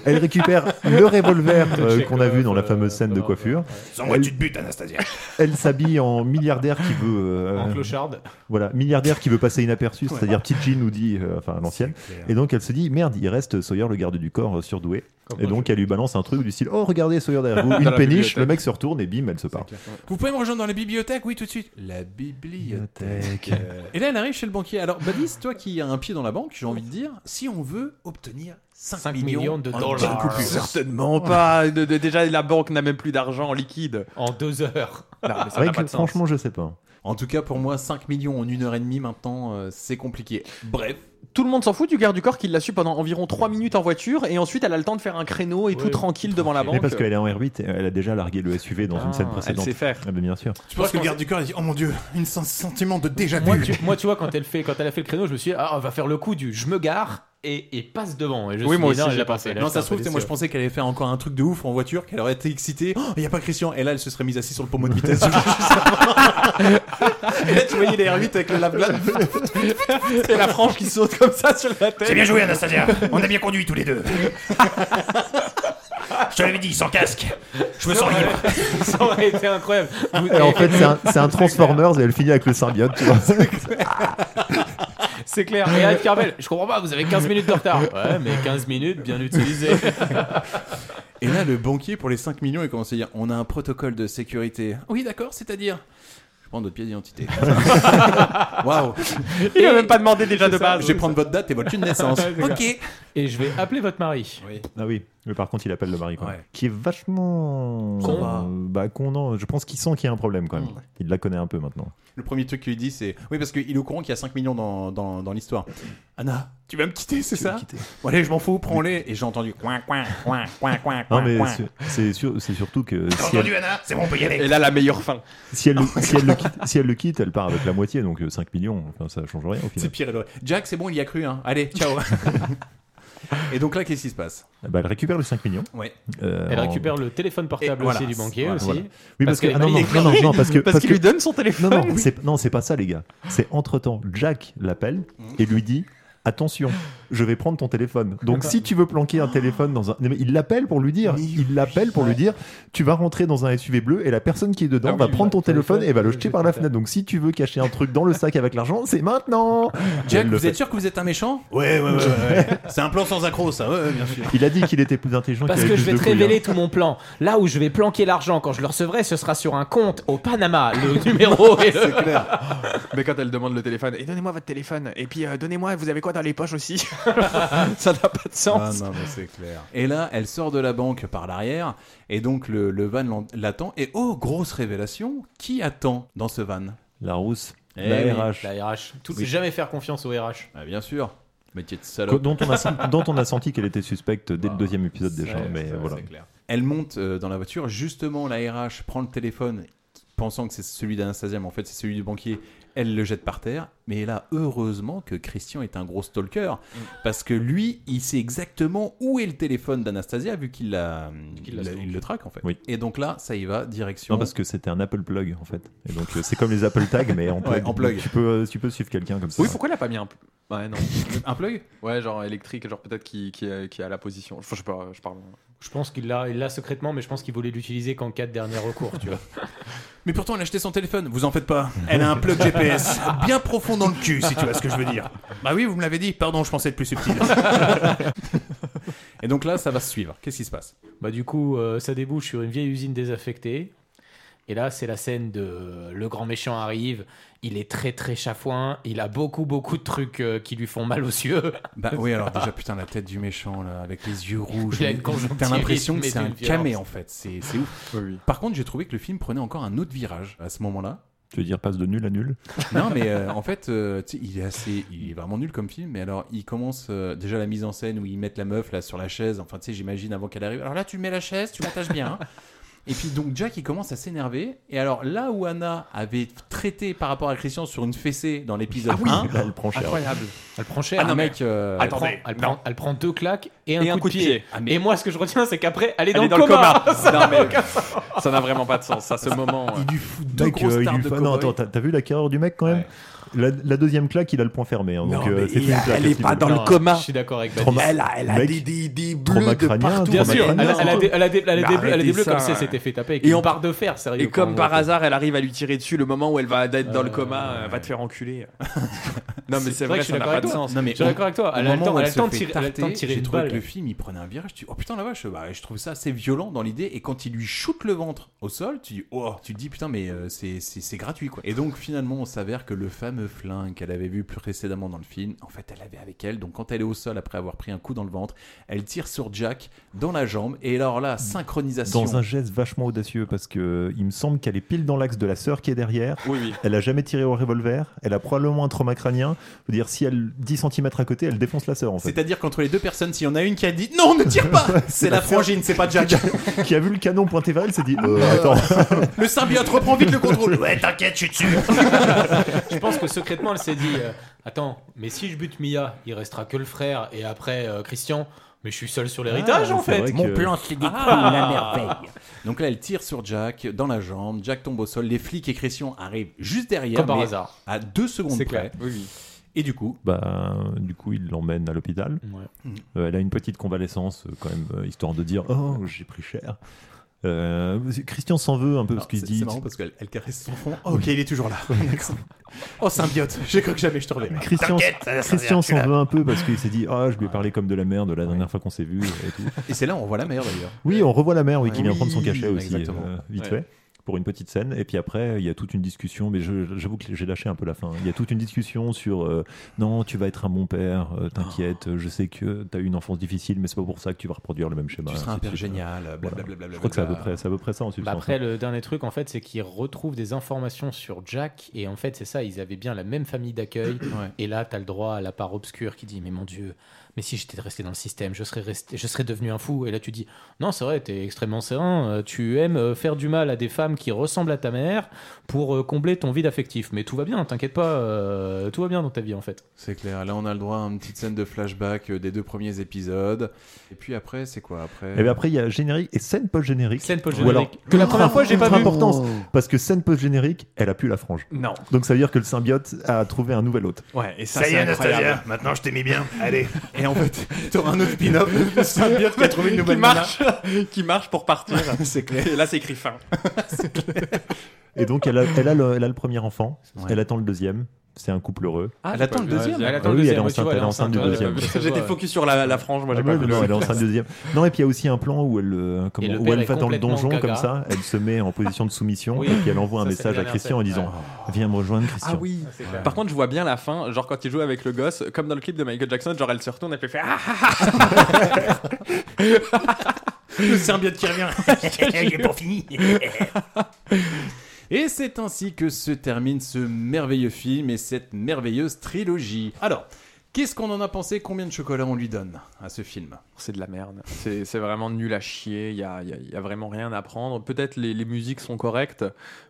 [SPEAKER 9] elle récupère le revolver euh, qu'on a vu dans la fameuse scène
[SPEAKER 11] euh,
[SPEAKER 9] de coiffure.
[SPEAKER 2] Sans moi, tu te butes, Anastasia.
[SPEAKER 9] Elle s'habille en milliardaire qui veut. euh,
[SPEAKER 11] En clocharde.
[SPEAKER 9] Voilà, milliardaire qui veut passer inaperçu, c'est-à-dire petite Jean nous dit, euh, enfin à l'ancienne. Et donc elle se dit, merde, il reste Sawyer, le garde du corps euh, surdoué. et donc elle lui balance un truc du style, oh regardez Sawyer derrière vous,
[SPEAKER 2] Dans
[SPEAKER 9] une
[SPEAKER 2] la
[SPEAKER 9] péniche,
[SPEAKER 2] bibliothèque.
[SPEAKER 9] le mec se retourne et bim, elle se part.
[SPEAKER 2] Vous pouvez me rejoindre dans la bibliothèque, oui, tout de suite. La bibliothèque. Et là, elle arrive chez le banquier. Alors, Badis, toi qui as un pied dans la banque, j'ai envie de dire, si on veut obtenir 5, millions, en petite coupure.
[SPEAKER 3] Certainement pas. De- de- déjà, la banque n'a même plus d'argent en liquide.
[SPEAKER 11] En deux heures.
[SPEAKER 3] Non, mais ça
[SPEAKER 9] Ouais,
[SPEAKER 3] n'a pas
[SPEAKER 9] que-
[SPEAKER 3] de sens.
[SPEAKER 9] franchement, je sais pas.
[SPEAKER 2] En tout cas, pour moi, 5 millions en une heure et demie maintenant, euh, c'est compliqué. Bref.
[SPEAKER 3] Tout le monde s'en fout du garde du corps qui l'a su pendant environ 3 minutes en voiture et ensuite elle a le temps de faire un créneau et tout tranquille devant la banque.
[SPEAKER 9] Mais parce qu'elle est en R8, elle a déjà largué le SUV dans
[SPEAKER 3] euh, Ah,
[SPEAKER 9] une scène
[SPEAKER 3] elle
[SPEAKER 9] précédente.
[SPEAKER 3] sait faire.
[SPEAKER 9] Ah, ben, bien sûr.
[SPEAKER 2] Tu penses que le garde du corps, il dit, oh mon dieu, un sentiment de déjà
[SPEAKER 11] Moi
[SPEAKER 2] vu.
[SPEAKER 11] tu, moi, tu vois, quand elle, fait, quand elle a fait le créneau, je me suis dit, ah, on va faire le coup du je me gare et, et passe devant. Et je me
[SPEAKER 2] Oui,
[SPEAKER 11] suis
[SPEAKER 2] moi aussi,
[SPEAKER 11] dit, non,
[SPEAKER 2] j'ai
[SPEAKER 11] elle l'a
[SPEAKER 2] pensé.
[SPEAKER 11] fait, elle a
[SPEAKER 2] Non,
[SPEAKER 11] fait
[SPEAKER 2] ça
[SPEAKER 11] un
[SPEAKER 2] se trouve,
[SPEAKER 11] peu
[SPEAKER 2] c'est moi je
[SPEAKER 11] déçu.
[SPEAKER 2] pensais qu'elle allait faire encore un truc de ouf en voiture, qu'elle aurait été excitée. Oh, il y a pas Christian. Et là, elle se serait mise assise sur le pommeau de vitesse. Et là, tu voyais les R8 avec le lave-glace.
[SPEAKER 3] Et la frange qui saute comme ça sur la tête.
[SPEAKER 4] C'est bien joué, Anastasia. On a bien conduit tous les deux. Je te l'avais dit, sans casque. Je me sens libre.
[SPEAKER 11] Ça aurait été incroyable. Vous-
[SPEAKER 9] Et en
[SPEAKER 11] et-
[SPEAKER 9] fait, c'est un, c'est un Transformers et elle finit avec le symbiote, tu vois.
[SPEAKER 11] C'est clair. Et Ed Carvel, je comprends pas, vous avez 15 minutes de retard. Ouais, mais 15 minutes bien utilisées.
[SPEAKER 2] Et là, le banquier, pour les 5 millions, il commence à dire On a un protocole de sécurité. Oui, d'accord, c'est-à-dire Je prends notre pièce d'identité. Waouh
[SPEAKER 3] Il a même pas demandé déjà de base.
[SPEAKER 2] Je vais prendre votre date et votre lieu de naissance. ok.
[SPEAKER 11] Et je vais appeler votre mari.
[SPEAKER 9] Ah oui, mais par contre, il appelle le mari, quoi.
[SPEAKER 11] Ouais.
[SPEAKER 9] Qui est vachement.
[SPEAKER 2] Ça va.
[SPEAKER 9] Euh, bah, con, non. Je pense qu'il sent qu'il y a un problème quand même. Il la connaît un peu maintenant.
[SPEAKER 2] Le premier truc qu'il lui dit, c'est Oui, parce qu'il est au courant qu'il y a 5 millions dans, dans, dans l'histoire. Anna, tu vas me quitter, c'est ça Bon, Allez, je m'en fous, prends-les. Et j'ai entendu Coin, coin, coin, coin, coin,
[SPEAKER 9] Non,
[SPEAKER 2] coin,
[SPEAKER 9] mais
[SPEAKER 2] coin.
[SPEAKER 9] c'est- c'est sûr- c'est surtout que.
[SPEAKER 2] T'as
[SPEAKER 9] si elle-
[SPEAKER 2] entendu, Anna C'est bon, on peut y aller.
[SPEAKER 3] Et là, la meilleure fin.
[SPEAKER 9] Si elle, le, si, elle le quitte, si elle le quitte, elle part avec la moitié, donc euh, 5 millions, enfin, ça change rien au
[SPEAKER 2] C'est
[SPEAKER 9] final.
[SPEAKER 2] pire. elle aurait- Jack, c'est bon, il y a cru. Hein. Allez, ciao. et donc là, qu'est-ce qui se passe
[SPEAKER 9] Ah bah, elle récupère les 5 millions.
[SPEAKER 2] Ouais.
[SPEAKER 9] Euh,
[SPEAKER 11] Elle
[SPEAKER 9] en-
[SPEAKER 11] récupère le téléphone portable
[SPEAKER 2] Et voilà.
[SPEAKER 11] aussi du banquier
[SPEAKER 2] Voilà,
[SPEAKER 11] aussi.
[SPEAKER 2] voilà.
[SPEAKER 9] Oui, parce, que,
[SPEAKER 11] qu'elle
[SPEAKER 9] ah,
[SPEAKER 11] est
[SPEAKER 9] non, non,
[SPEAKER 11] mal
[SPEAKER 9] non, non,
[SPEAKER 11] éclairée.
[SPEAKER 9] non, parce que.
[SPEAKER 11] Parce qu'il
[SPEAKER 9] que-
[SPEAKER 11] lui donne son téléphone.
[SPEAKER 9] Non, non, c'est, non, c'est pas ça, les gars. C'est entre-temps, Jack l'appelle et lui dit Attention, je vais prendre ton téléphone. Donc, si tu veux planquer un téléphone dans un. Non, mais il l'appelle pour lui dire Il l'appelle pour lui dire Tu vas rentrer dans un SUV bleu et la personne qui est
[SPEAKER 2] Ah
[SPEAKER 9] dedans va prendre ton téléphone et va le jeter par la fenêtre. Donc, si tu veux cacher un truc dans le sac avec l'argent, c'est maintenant
[SPEAKER 2] Jack,
[SPEAKER 9] Elle le
[SPEAKER 2] vous
[SPEAKER 9] fait.
[SPEAKER 2] êtes sûr que vous êtes un méchant
[SPEAKER 9] Ouais, ouais, ouais,
[SPEAKER 2] C'est un plan sans accro, ça, ouais, ouais, bien sûr.
[SPEAKER 9] Il a dit qu'il était plus intelligent
[SPEAKER 11] Parce
[SPEAKER 9] qu'il
[SPEAKER 11] que
[SPEAKER 9] avait
[SPEAKER 11] je
[SPEAKER 9] plus
[SPEAKER 11] vais te
[SPEAKER 9] de couilles,
[SPEAKER 11] révéler
[SPEAKER 9] hein.
[SPEAKER 11] tout mon plan. Là où je vais planquer l'argent quand je le recevrai, ce sera sur un compte au Panama. Le numéro et le...
[SPEAKER 3] Mais quand elle demande le téléphone, et donnez-moi votre téléphone, et puis euh, donnez-moi, vous avez quoi dans les poches aussi Ça n'a pas de sens.
[SPEAKER 2] Ah non, mais c'est clair. Et là, elle sort de la banque par l'arrière, et donc le, le van l'en- l'attend. Et oh, grosse révélation, qui attend dans ce van
[SPEAKER 9] hein. La rousse,
[SPEAKER 2] Eh
[SPEAKER 9] la
[SPEAKER 2] oui.
[SPEAKER 9] RH.
[SPEAKER 11] La RH. Tout,
[SPEAKER 2] Oui.
[SPEAKER 11] Jamais faire confiance au RH.
[SPEAKER 2] Ah, bien sûr, métier de
[SPEAKER 9] que-
[SPEAKER 2] salope.
[SPEAKER 9] dont on a senti, dont on a senti qu'elle était suspecte dès le deuxième épisode déjà.
[SPEAKER 2] Ouais,
[SPEAKER 9] mais
[SPEAKER 2] ça,
[SPEAKER 9] voilà.
[SPEAKER 2] Ah. c'est clair. Elle monte euh, dans la voiture, justement la RH prend le téléphone, pensant que c'est celui d'Anastasia, mais en fait c'est celui du banquier, elle le jette par terre, mais là heureusement que Christian est un gros stalker,
[SPEAKER 11] Mm.
[SPEAKER 2] parce que lui, il sait exactement où est le téléphone d'Anastasia, vu qu'il la-
[SPEAKER 11] qu'il la
[SPEAKER 2] il la-
[SPEAKER 11] stalk.
[SPEAKER 2] il le traque en fait.
[SPEAKER 9] Oui.
[SPEAKER 2] Et donc là, ça y va, direction...
[SPEAKER 9] Non, parce que c'était un Apple Plug en fait. Et donc euh, c'est comme les Apple Tags, mais en plug.
[SPEAKER 2] Ouais, en plug.
[SPEAKER 9] Tu peux, euh, tu peux suivre quelqu'un comme ça.
[SPEAKER 3] Oui, pourquoi elle a pas mis un. pl- Ouais, non.
[SPEAKER 2] un plug
[SPEAKER 3] Ouais, genre électrique, genre peut-être qui, qui, est- qui est à la position. Enfin, je, sais pas, je parle.
[SPEAKER 11] Je pense qu'il l'a il l'a secrètement, mais je pense qu'il voulait l'utiliser qu'en cas de dernier recours, tu vois.
[SPEAKER 2] Mais pourtant, elle a acheté son téléphone. Vous en faites pas. Elle a un plug GPS bien profond dans le cul, si tu vois ce que je veux dire. Bah oui, vous me l'avez dit. Pardon, je pensais être plus subtil. Et donc là, ça va se suivre. Qu'est-ce qui se passe
[SPEAKER 11] Bah du coup, euh, ça débouche sur une vieille usine désaffectée. Et là, c'est la scène de euh, le grand méchant arrive. Il est très très chafouin. Il a beaucoup beaucoup de trucs euh, qui lui font mal aux yeux.
[SPEAKER 2] Bah oui, alors déjà, putain, la tête du méchant, là, avec les yeux rouges.
[SPEAKER 11] Il a une
[SPEAKER 2] T'as
[SPEAKER 11] conjonctivite,
[SPEAKER 2] l'impression que
[SPEAKER 11] mais
[SPEAKER 2] c'est
[SPEAKER 11] d'une
[SPEAKER 2] un camé,
[SPEAKER 11] violence.
[SPEAKER 2] en fait. C'est c'est ouf. Par contre, j'ai trouvé que le film prenait encore un autre virage à ce moment-là.
[SPEAKER 9] Tu veux dire passe de nul à nul
[SPEAKER 2] Non, mais euh, en fait, euh, tu sais, il est assez, il est vraiment nul comme film. Mais alors, il commence euh, déjà la mise en scène où ils mettent la meuf là sur la chaise. Enfin, tu sais, j'imagine avant qu'elle arrive. Alors là, tu mets la chaise, tu l'attaches bien. hein. Et puis donc Jack il commence à s'énerver et alors là où Anna avait traité par rapport à Christian sur une fessée dans l'épisode
[SPEAKER 11] Ah oui,
[SPEAKER 2] 1
[SPEAKER 11] là, elle prend cher. Incroyable. Elle prend cher.
[SPEAKER 2] Ah non
[SPEAKER 11] mais-
[SPEAKER 2] mec euh,
[SPEAKER 11] elle, prend, elle, prend, elle prend deux claques et un, coup, de pied.
[SPEAKER 3] Ah, mais-
[SPEAKER 11] Et moi, ce que je retiens, c'est qu'après, elle est
[SPEAKER 3] Elle
[SPEAKER 11] dans,
[SPEAKER 3] est dans
[SPEAKER 11] le
[SPEAKER 3] le
[SPEAKER 11] coma.
[SPEAKER 3] coma.
[SPEAKER 11] Ça
[SPEAKER 3] Non,
[SPEAKER 11] n'a
[SPEAKER 3] mais-
[SPEAKER 11] aucun sens.
[SPEAKER 3] Ça n'a vraiment pas de sens. À ce moment.
[SPEAKER 2] Il lui fout
[SPEAKER 3] deux
[SPEAKER 9] Mec, euh, il lui fa- non, attends, t'as t'as vu la carrure du mec quand même la, la deuxième claque, il a le point fermé. hein, donc,
[SPEAKER 17] Non,
[SPEAKER 9] euh,
[SPEAKER 17] mais
[SPEAKER 9] c'est
[SPEAKER 17] il
[SPEAKER 9] une
[SPEAKER 17] a-
[SPEAKER 9] claque,
[SPEAKER 17] elle est
[SPEAKER 9] effectivement.
[SPEAKER 17] pas dans le Non, coma.
[SPEAKER 11] je suis d'accord avec
[SPEAKER 9] Trauma-
[SPEAKER 11] Baptiste. Elle a- elle a
[SPEAKER 9] mec,
[SPEAKER 11] des- des- des bleus
[SPEAKER 9] trauma
[SPEAKER 11] de
[SPEAKER 9] crânien,
[SPEAKER 11] partout.
[SPEAKER 9] trauma
[SPEAKER 11] Bien sûr, elle a-
[SPEAKER 9] crânien.
[SPEAKER 11] elle a des- elle a des- elle a des
[SPEAKER 3] Mais
[SPEAKER 11] bleus- elle a des
[SPEAKER 3] Bah, arrêtez
[SPEAKER 11] bleus
[SPEAKER 3] ça.
[SPEAKER 11] comme si elle s'était fait taper avec une
[SPEAKER 3] en-
[SPEAKER 11] barre de fer, sérieux,
[SPEAKER 3] Et comme
[SPEAKER 11] comment
[SPEAKER 3] par
[SPEAKER 11] on fait
[SPEAKER 3] hasard, elle arrive à lui tirer dessus le moment où elle va être dans le coma. euh, Va te faire enculer. non, mais c'est vrai,
[SPEAKER 11] que je suis
[SPEAKER 3] ça n'a
[SPEAKER 11] d'accord
[SPEAKER 3] pas
[SPEAKER 11] avec
[SPEAKER 3] de
[SPEAKER 11] toi.
[SPEAKER 3] sens.
[SPEAKER 11] Non, mais Je suis d'accord avec toi.
[SPEAKER 2] au
[SPEAKER 11] Elle a le
[SPEAKER 2] moment
[SPEAKER 11] temps-
[SPEAKER 2] où
[SPEAKER 11] elle a le
[SPEAKER 2] se
[SPEAKER 11] temps de
[SPEAKER 2] fait
[SPEAKER 11] tirer- elle a le temps de
[SPEAKER 2] tarter,
[SPEAKER 11] tirer
[SPEAKER 2] J'ai
[SPEAKER 11] une
[SPEAKER 2] trouvé
[SPEAKER 11] balle.
[SPEAKER 2] que le film il prenait un virage. Tu dis, oh putain la vache, bah, je trouve ça assez violent dans l'idée. Et quand il lui shoot le ventre au sol, tu dis oh, tu te dis putain mais euh, c'est- c'est c'est gratuit quoi. Et donc finalement on s'avère que le fameux flingue qu'elle avait vu plus précédemment dans le film, en fait elle l'avait avec elle. Donc quand elle est au sol après avoir pris un coup dans le ventre, elle tire sur Jack dans la jambe. Et alors là synchronisation.
[SPEAKER 9] Dans un geste vachement audacieux parce que euh, il me semble qu'elle est pile dans l'axe de la sœur qui est derrière.
[SPEAKER 3] Oui, oui.
[SPEAKER 9] Elle a jamais tiré au revolver. Elle a probablement un trauma crânien. Je veux dire, si elle 10 cm à côté, elle défonce la sœur en fait.
[SPEAKER 2] C'est-à-dire qu'entre les deux personnes, s'il y en a une qui a dit non ne tire pas, c'est la
[SPEAKER 9] sœur
[SPEAKER 2] frangine, c'est pas Jack.
[SPEAKER 9] qui a vu le canon pointé vers elle, s'est dit euh, attends.
[SPEAKER 2] Le symbiote reprend vite le contrôle. Ouais t'inquiète, je suis dessus.
[SPEAKER 11] Je pense que secrètement, elle s'est dit euh, Attends, mais si je bute Mia, il restera que le frère et après euh, Christian. Mais je suis seul sur l'héritage
[SPEAKER 2] Ah,
[SPEAKER 11] en
[SPEAKER 2] c'est vrai
[SPEAKER 11] fait.
[SPEAKER 2] que- Ah. Donc là, elle tire sur Jack dans la jambe. Jack tombe au sol. Les flics et Christian arrivent juste derrière.
[SPEAKER 11] Comme par
[SPEAKER 2] mais
[SPEAKER 11] hasard.
[SPEAKER 2] À deux secondes
[SPEAKER 11] C'est
[SPEAKER 2] près.
[SPEAKER 11] clair. Oui, oui.
[SPEAKER 2] Et du coup,
[SPEAKER 9] Bah, du coup, il l'emmène à l'hôpital.
[SPEAKER 11] Bah,
[SPEAKER 9] Euh, elle a une petite convalescence, euh, quand même, euh, histoire de dire Oh, j'ai pris cher. Euh, Christian s'en veut un peu parce
[SPEAKER 2] Alors,
[SPEAKER 9] qu'il
[SPEAKER 2] c'est-
[SPEAKER 9] dit
[SPEAKER 2] c'est marrant parce qu'elle elle caresse son front. Oh, ok, il est toujours là. D'accord. oh, symbiote. J'ai cru que jamais je te reverrai.
[SPEAKER 9] Christian,
[SPEAKER 2] T'inquiète, ça va servir,
[SPEAKER 9] Christian
[SPEAKER 2] tu l'as.
[SPEAKER 9] s'en veut un peu parce qu'il s'est dit Ah, je lui ai parlé comme de la merde la dernière fois qu'on s'est vu et tout.
[SPEAKER 2] Et c'est là où on voit la mère d'ailleurs.
[SPEAKER 9] Oui, on revoit la mère oui, qui
[SPEAKER 2] Oui,
[SPEAKER 9] vient prendre son cachet aussi,
[SPEAKER 2] exactement.
[SPEAKER 9] euh, vite
[SPEAKER 2] Ouais.
[SPEAKER 9] fait, pour une petite scène. Et puis après, il y a toute une discussion, mais je- j'avoue que j'ai lâché un peu la fin. Il y a toute une discussion sur euh, non, tu vas être un bon père, euh, t'inquiète, je sais que t'as eu une enfance difficile, mais c'est pas pour ça que tu vas reproduire le même schéma.
[SPEAKER 2] Tu seras
[SPEAKER 9] ainsi
[SPEAKER 2] un
[SPEAKER 9] de
[SPEAKER 2] père
[SPEAKER 9] suite.
[SPEAKER 2] génial,
[SPEAKER 9] Voilà.
[SPEAKER 2] blablabla,
[SPEAKER 9] Je crois que c'est à peu
[SPEAKER 2] blablabla.
[SPEAKER 9] près, c'est à peu près ça en
[SPEAKER 11] Bah
[SPEAKER 9] substance.
[SPEAKER 11] après, le dernier truc, en fait, c'est qu'ils retrouvent des informations sur Jack. Et en fait, c'est ça, ils avaient bien la même famille d'accueil. Et là, t'as le droit à la part obscure qui dit Mais mon Dieu, mais si j'étais resté dans le système, je serais, resté, je serais devenu un fou. Et là, tu dis Non, c'est vrai, t'es extrêmement serein. euh, Tu aimes euh, faire du mal à des femmes qui ressemblent à ta mère pour euh, combler ton vide affectif. Mais tout va bien, t'inquiète pas, euh, tout va bien dans ta vie, en fait.
[SPEAKER 2] C'est clair. Là, on a le droit à une petite scène de flashback euh, des deux premiers épisodes. Et puis après, c'est quoi après
[SPEAKER 9] Et bien Eh ben, après, il y a générique et scène post-générique.
[SPEAKER 11] Scène
[SPEAKER 2] post-générique.
[SPEAKER 11] Que la première fois, j'ai pas vu. Oh.
[SPEAKER 9] importance, parce que scène post-générique, elle a plus la frange.
[SPEAKER 3] Non.
[SPEAKER 9] Donc ça veut dire que le symbiote a trouvé un nouvel hôte.
[SPEAKER 3] Ouais, et ça,
[SPEAKER 4] Ça y
[SPEAKER 3] c'est
[SPEAKER 4] est,
[SPEAKER 3] incroyable.
[SPEAKER 4] Anastasia, maintenant je t'ai mis bien. Allez.
[SPEAKER 2] Et en fait, t'auras un autre spin-off de symbiote qui a trouvé une nouvelle
[SPEAKER 3] qui
[SPEAKER 2] nana.
[SPEAKER 3] marche, qui marche pour partir. c'est clair. Et là, c'est écrit fin.
[SPEAKER 9] Et donc, elle a, elle a, le, elle a le premier enfant,
[SPEAKER 3] Ouais.
[SPEAKER 9] elle attend le deuxième, c'est un couple heureux.
[SPEAKER 3] Ah, Elle attend le deuxième
[SPEAKER 9] Ah
[SPEAKER 3] Elle attend le
[SPEAKER 9] oui, elle est
[SPEAKER 3] deuxième, ouais, tu
[SPEAKER 9] enceinte,
[SPEAKER 3] vois,
[SPEAKER 9] elle est enceinte du
[SPEAKER 3] elle est
[SPEAKER 9] deuxième.
[SPEAKER 3] enceinte, ouais, J'étais ouais. focus sur la- la frange, moi, j'ai
[SPEAKER 9] Ah
[SPEAKER 3] pas
[SPEAKER 9] ouais,
[SPEAKER 3] vu
[SPEAKER 9] non,
[SPEAKER 3] le-
[SPEAKER 9] elle est enceinte du deuxième. Non, et puis il y a aussi un plan où elle, euh, comment-
[SPEAKER 3] Et le
[SPEAKER 9] où
[SPEAKER 3] père
[SPEAKER 9] elle
[SPEAKER 3] est
[SPEAKER 9] va dans le
[SPEAKER 3] complètement
[SPEAKER 9] donjon
[SPEAKER 3] gaga.
[SPEAKER 9] comme ça, elle se met en position de soumission
[SPEAKER 3] Oui.
[SPEAKER 9] et puis elle envoie un
[SPEAKER 3] Ça, c'est
[SPEAKER 9] message
[SPEAKER 3] la
[SPEAKER 9] à
[SPEAKER 3] dernière
[SPEAKER 9] Christian en
[SPEAKER 3] scène,
[SPEAKER 9] disant
[SPEAKER 3] ouais.
[SPEAKER 9] Oh, Viens me rejoindre, Christian.
[SPEAKER 3] Ah oui. Par contre, je vois bien la fin, genre quand il joue avec le gosse, comme dans le clip de Michael Jackson, genre elle se retourne et puis elle fait ah, ah, ah.
[SPEAKER 2] Le symbiote qui revient. Il est pas fini. Et c'est ainsi que se termine ce merveilleux film et cette merveilleuse trilogie. Alors, qu'est-ce qu'on en a pensé Combien de chocolat on lui donne à ce film
[SPEAKER 3] C'est de la merde. C'est c'est vraiment nul à chier. Il y a, y a- y a vraiment rien à prendre. Peut-être les, les musiques sont correctes,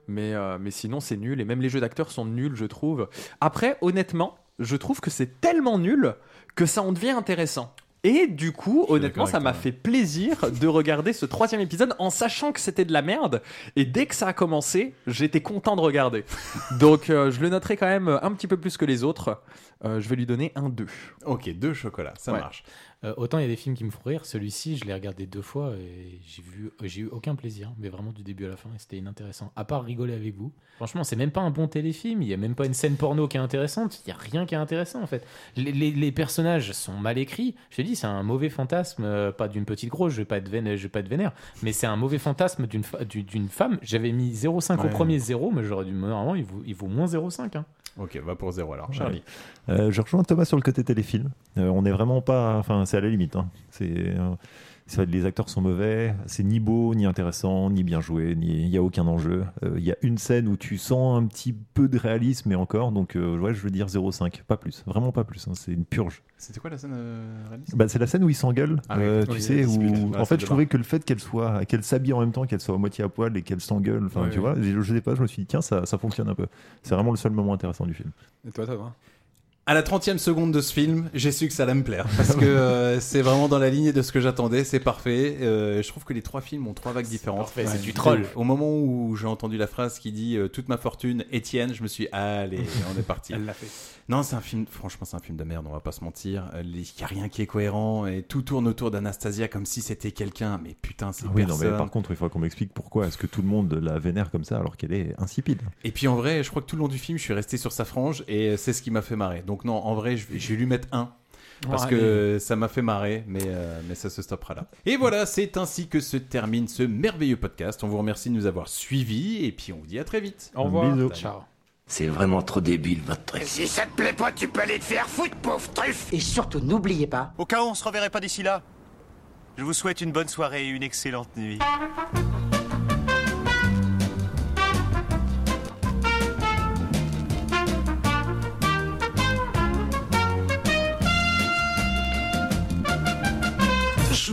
[SPEAKER 3] mais, euh, mais sinon c'est nul. Et même les jeux d'acteurs sont nuls, je trouve. Après, honnêtement, je trouve que c'est tellement nul que ça en devient intéressant. Et du coup, honnêtement,
[SPEAKER 2] d'accord
[SPEAKER 3] ça
[SPEAKER 2] avec
[SPEAKER 3] m'a fait plaisir de regarder ce troisième épisode en sachant que c'était de la merde. Et dès que ça a commencé, j'étais content de regarder. Donc, euh, je le noterai quand même un petit peu plus que les autres. Euh, je vais lui donner un 2.
[SPEAKER 2] Ok, 2 chocolats, ça
[SPEAKER 11] Ouais.
[SPEAKER 2] marche.
[SPEAKER 11] Euh, autant il y a des films qui me font rire, celui-ci je l'ai regardé deux fois et j'ai vu, j'ai eu aucun plaisir, mais vraiment du début à la fin et c'était inintéressant. À part rigoler avec vous, franchement c'est même pas un bon téléfilm, il y a même pas une scène porno qui est intéressante, il y a rien qui est intéressant en fait. Les, les- les personnages sont mal écrits, je te dis c'est un mauvais fantasme, euh, pas d'une petite grosse, je vais pas être vénère, je vais pas être vénère, mais c'est un mauvais fantasme d'une fa- du- d'une femme. J'avais mis 0,5 au
[SPEAKER 2] Ouais.
[SPEAKER 11] premier 0, mais j'aurais dû normalement il vaut, il vaut moins 0,5. hein.
[SPEAKER 2] Ok, va pour 0 alors, Charlie.
[SPEAKER 9] Euh, je rejoins Thomas sur le côté téléfilm. Euh, on n'est vraiment pas. Enfin, c'est à la limite. hein. C'est. euh, c'est- les acteurs sont mauvais, c'est ni beau, ni intéressant, ni bien joué, ni- il n'y a aucun enjeu. Euh, Il y a une scène où tu sens un petit peu de réalisme, mais encore, donc euh, ouais, je veux dire 0,5, pas plus, vraiment pas plus, hein. c'est une purge.
[SPEAKER 2] C'était quoi la scène euh, réaliste
[SPEAKER 9] Bah, c'est la scène où ils s'engueulent,
[SPEAKER 2] Ah oui,
[SPEAKER 9] euh,
[SPEAKER 2] oui,
[SPEAKER 9] tu
[SPEAKER 2] la
[SPEAKER 9] sais,
[SPEAKER 2] dispute.
[SPEAKER 9] où
[SPEAKER 2] Ouais,
[SPEAKER 9] en
[SPEAKER 2] c'est
[SPEAKER 9] fait
[SPEAKER 2] le
[SPEAKER 9] je trouvais que le fait qu'elle soit, qu'elle s'habille en même temps, qu'elle soit à moitié à poil et qu'elle s'engueule, enfin
[SPEAKER 3] Ouais,
[SPEAKER 9] tu
[SPEAKER 3] ouais.
[SPEAKER 9] vois, je, je sais pas, je me suis dit tiens ça, ça fonctionne un peu. C'est vraiment le seul moment intéressant du film.
[SPEAKER 3] Et toi, Thomas
[SPEAKER 2] À la 30 e seconde de ce film, j'ai su que ça allait me plaire. Parce que euh, c'est vraiment dans la lignée de ce que j'attendais, c'est parfait. Euh, je trouve que les trois films ont trois vagues différentes.
[SPEAKER 11] parfait, c'est du troll.
[SPEAKER 2] Au moment où j'ai entendu la phrase qui dit euh, Toute ma fortune, Étienne, je me suis dit, Allez, on est parti.
[SPEAKER 3] Elle l'a fait.
[SPEAKER 2] Non, c'est un film, franchement, c'est un film de merde, on va pas se mentir. Euh, Il y a rien qui est cohérent et tout tourne autour d'Anastasia comme si c'était quelqu'un. Mais putain, c'est
[SPEAKER 9] Ah oui, non,
[SPEAKER 2] personne.
[SPEAKER 9] mais par contre, il faudra qu'on m'explique pourquoi est-ce que tout le monde la vénère comme ça alors qu'elle est insipide.
[SPEAKER 2] Et puis en vrai, je crois que tout le long du film, je suis resté sur sa frange et euh, c'est ce qui m'a fait marrer. Donc non, en vrai, je vais, je vais lui mettre un. Parce
[SPEAKER 3] Ouais,
[SPEAKER 2] que ça m'a fait marrer, mais, euh, mais ça se stoppera là. Et voilà, c'est ainsi que se termine ce merveilleux podcast. On vous remercie de nous avoir suivis et puis on vous dit à très vite.
[SPEAKER 11] Au revoir. Bisous. Ciao.
[SPEAKER 18] C'est vraiment trop débile, votre truc.
[SPEAKER 8] Si ça te plaît pas, tu peux aller te faire foutre, pauvre truffe
[SPEAKER 17] Et surtout, n'oubliez pas.
[SPEAKER 19] Au cas où on se reverrait pas d'ici là, je vous souhaite une bonne soirée et une excellente nuit.
[SPEAKER 20] Je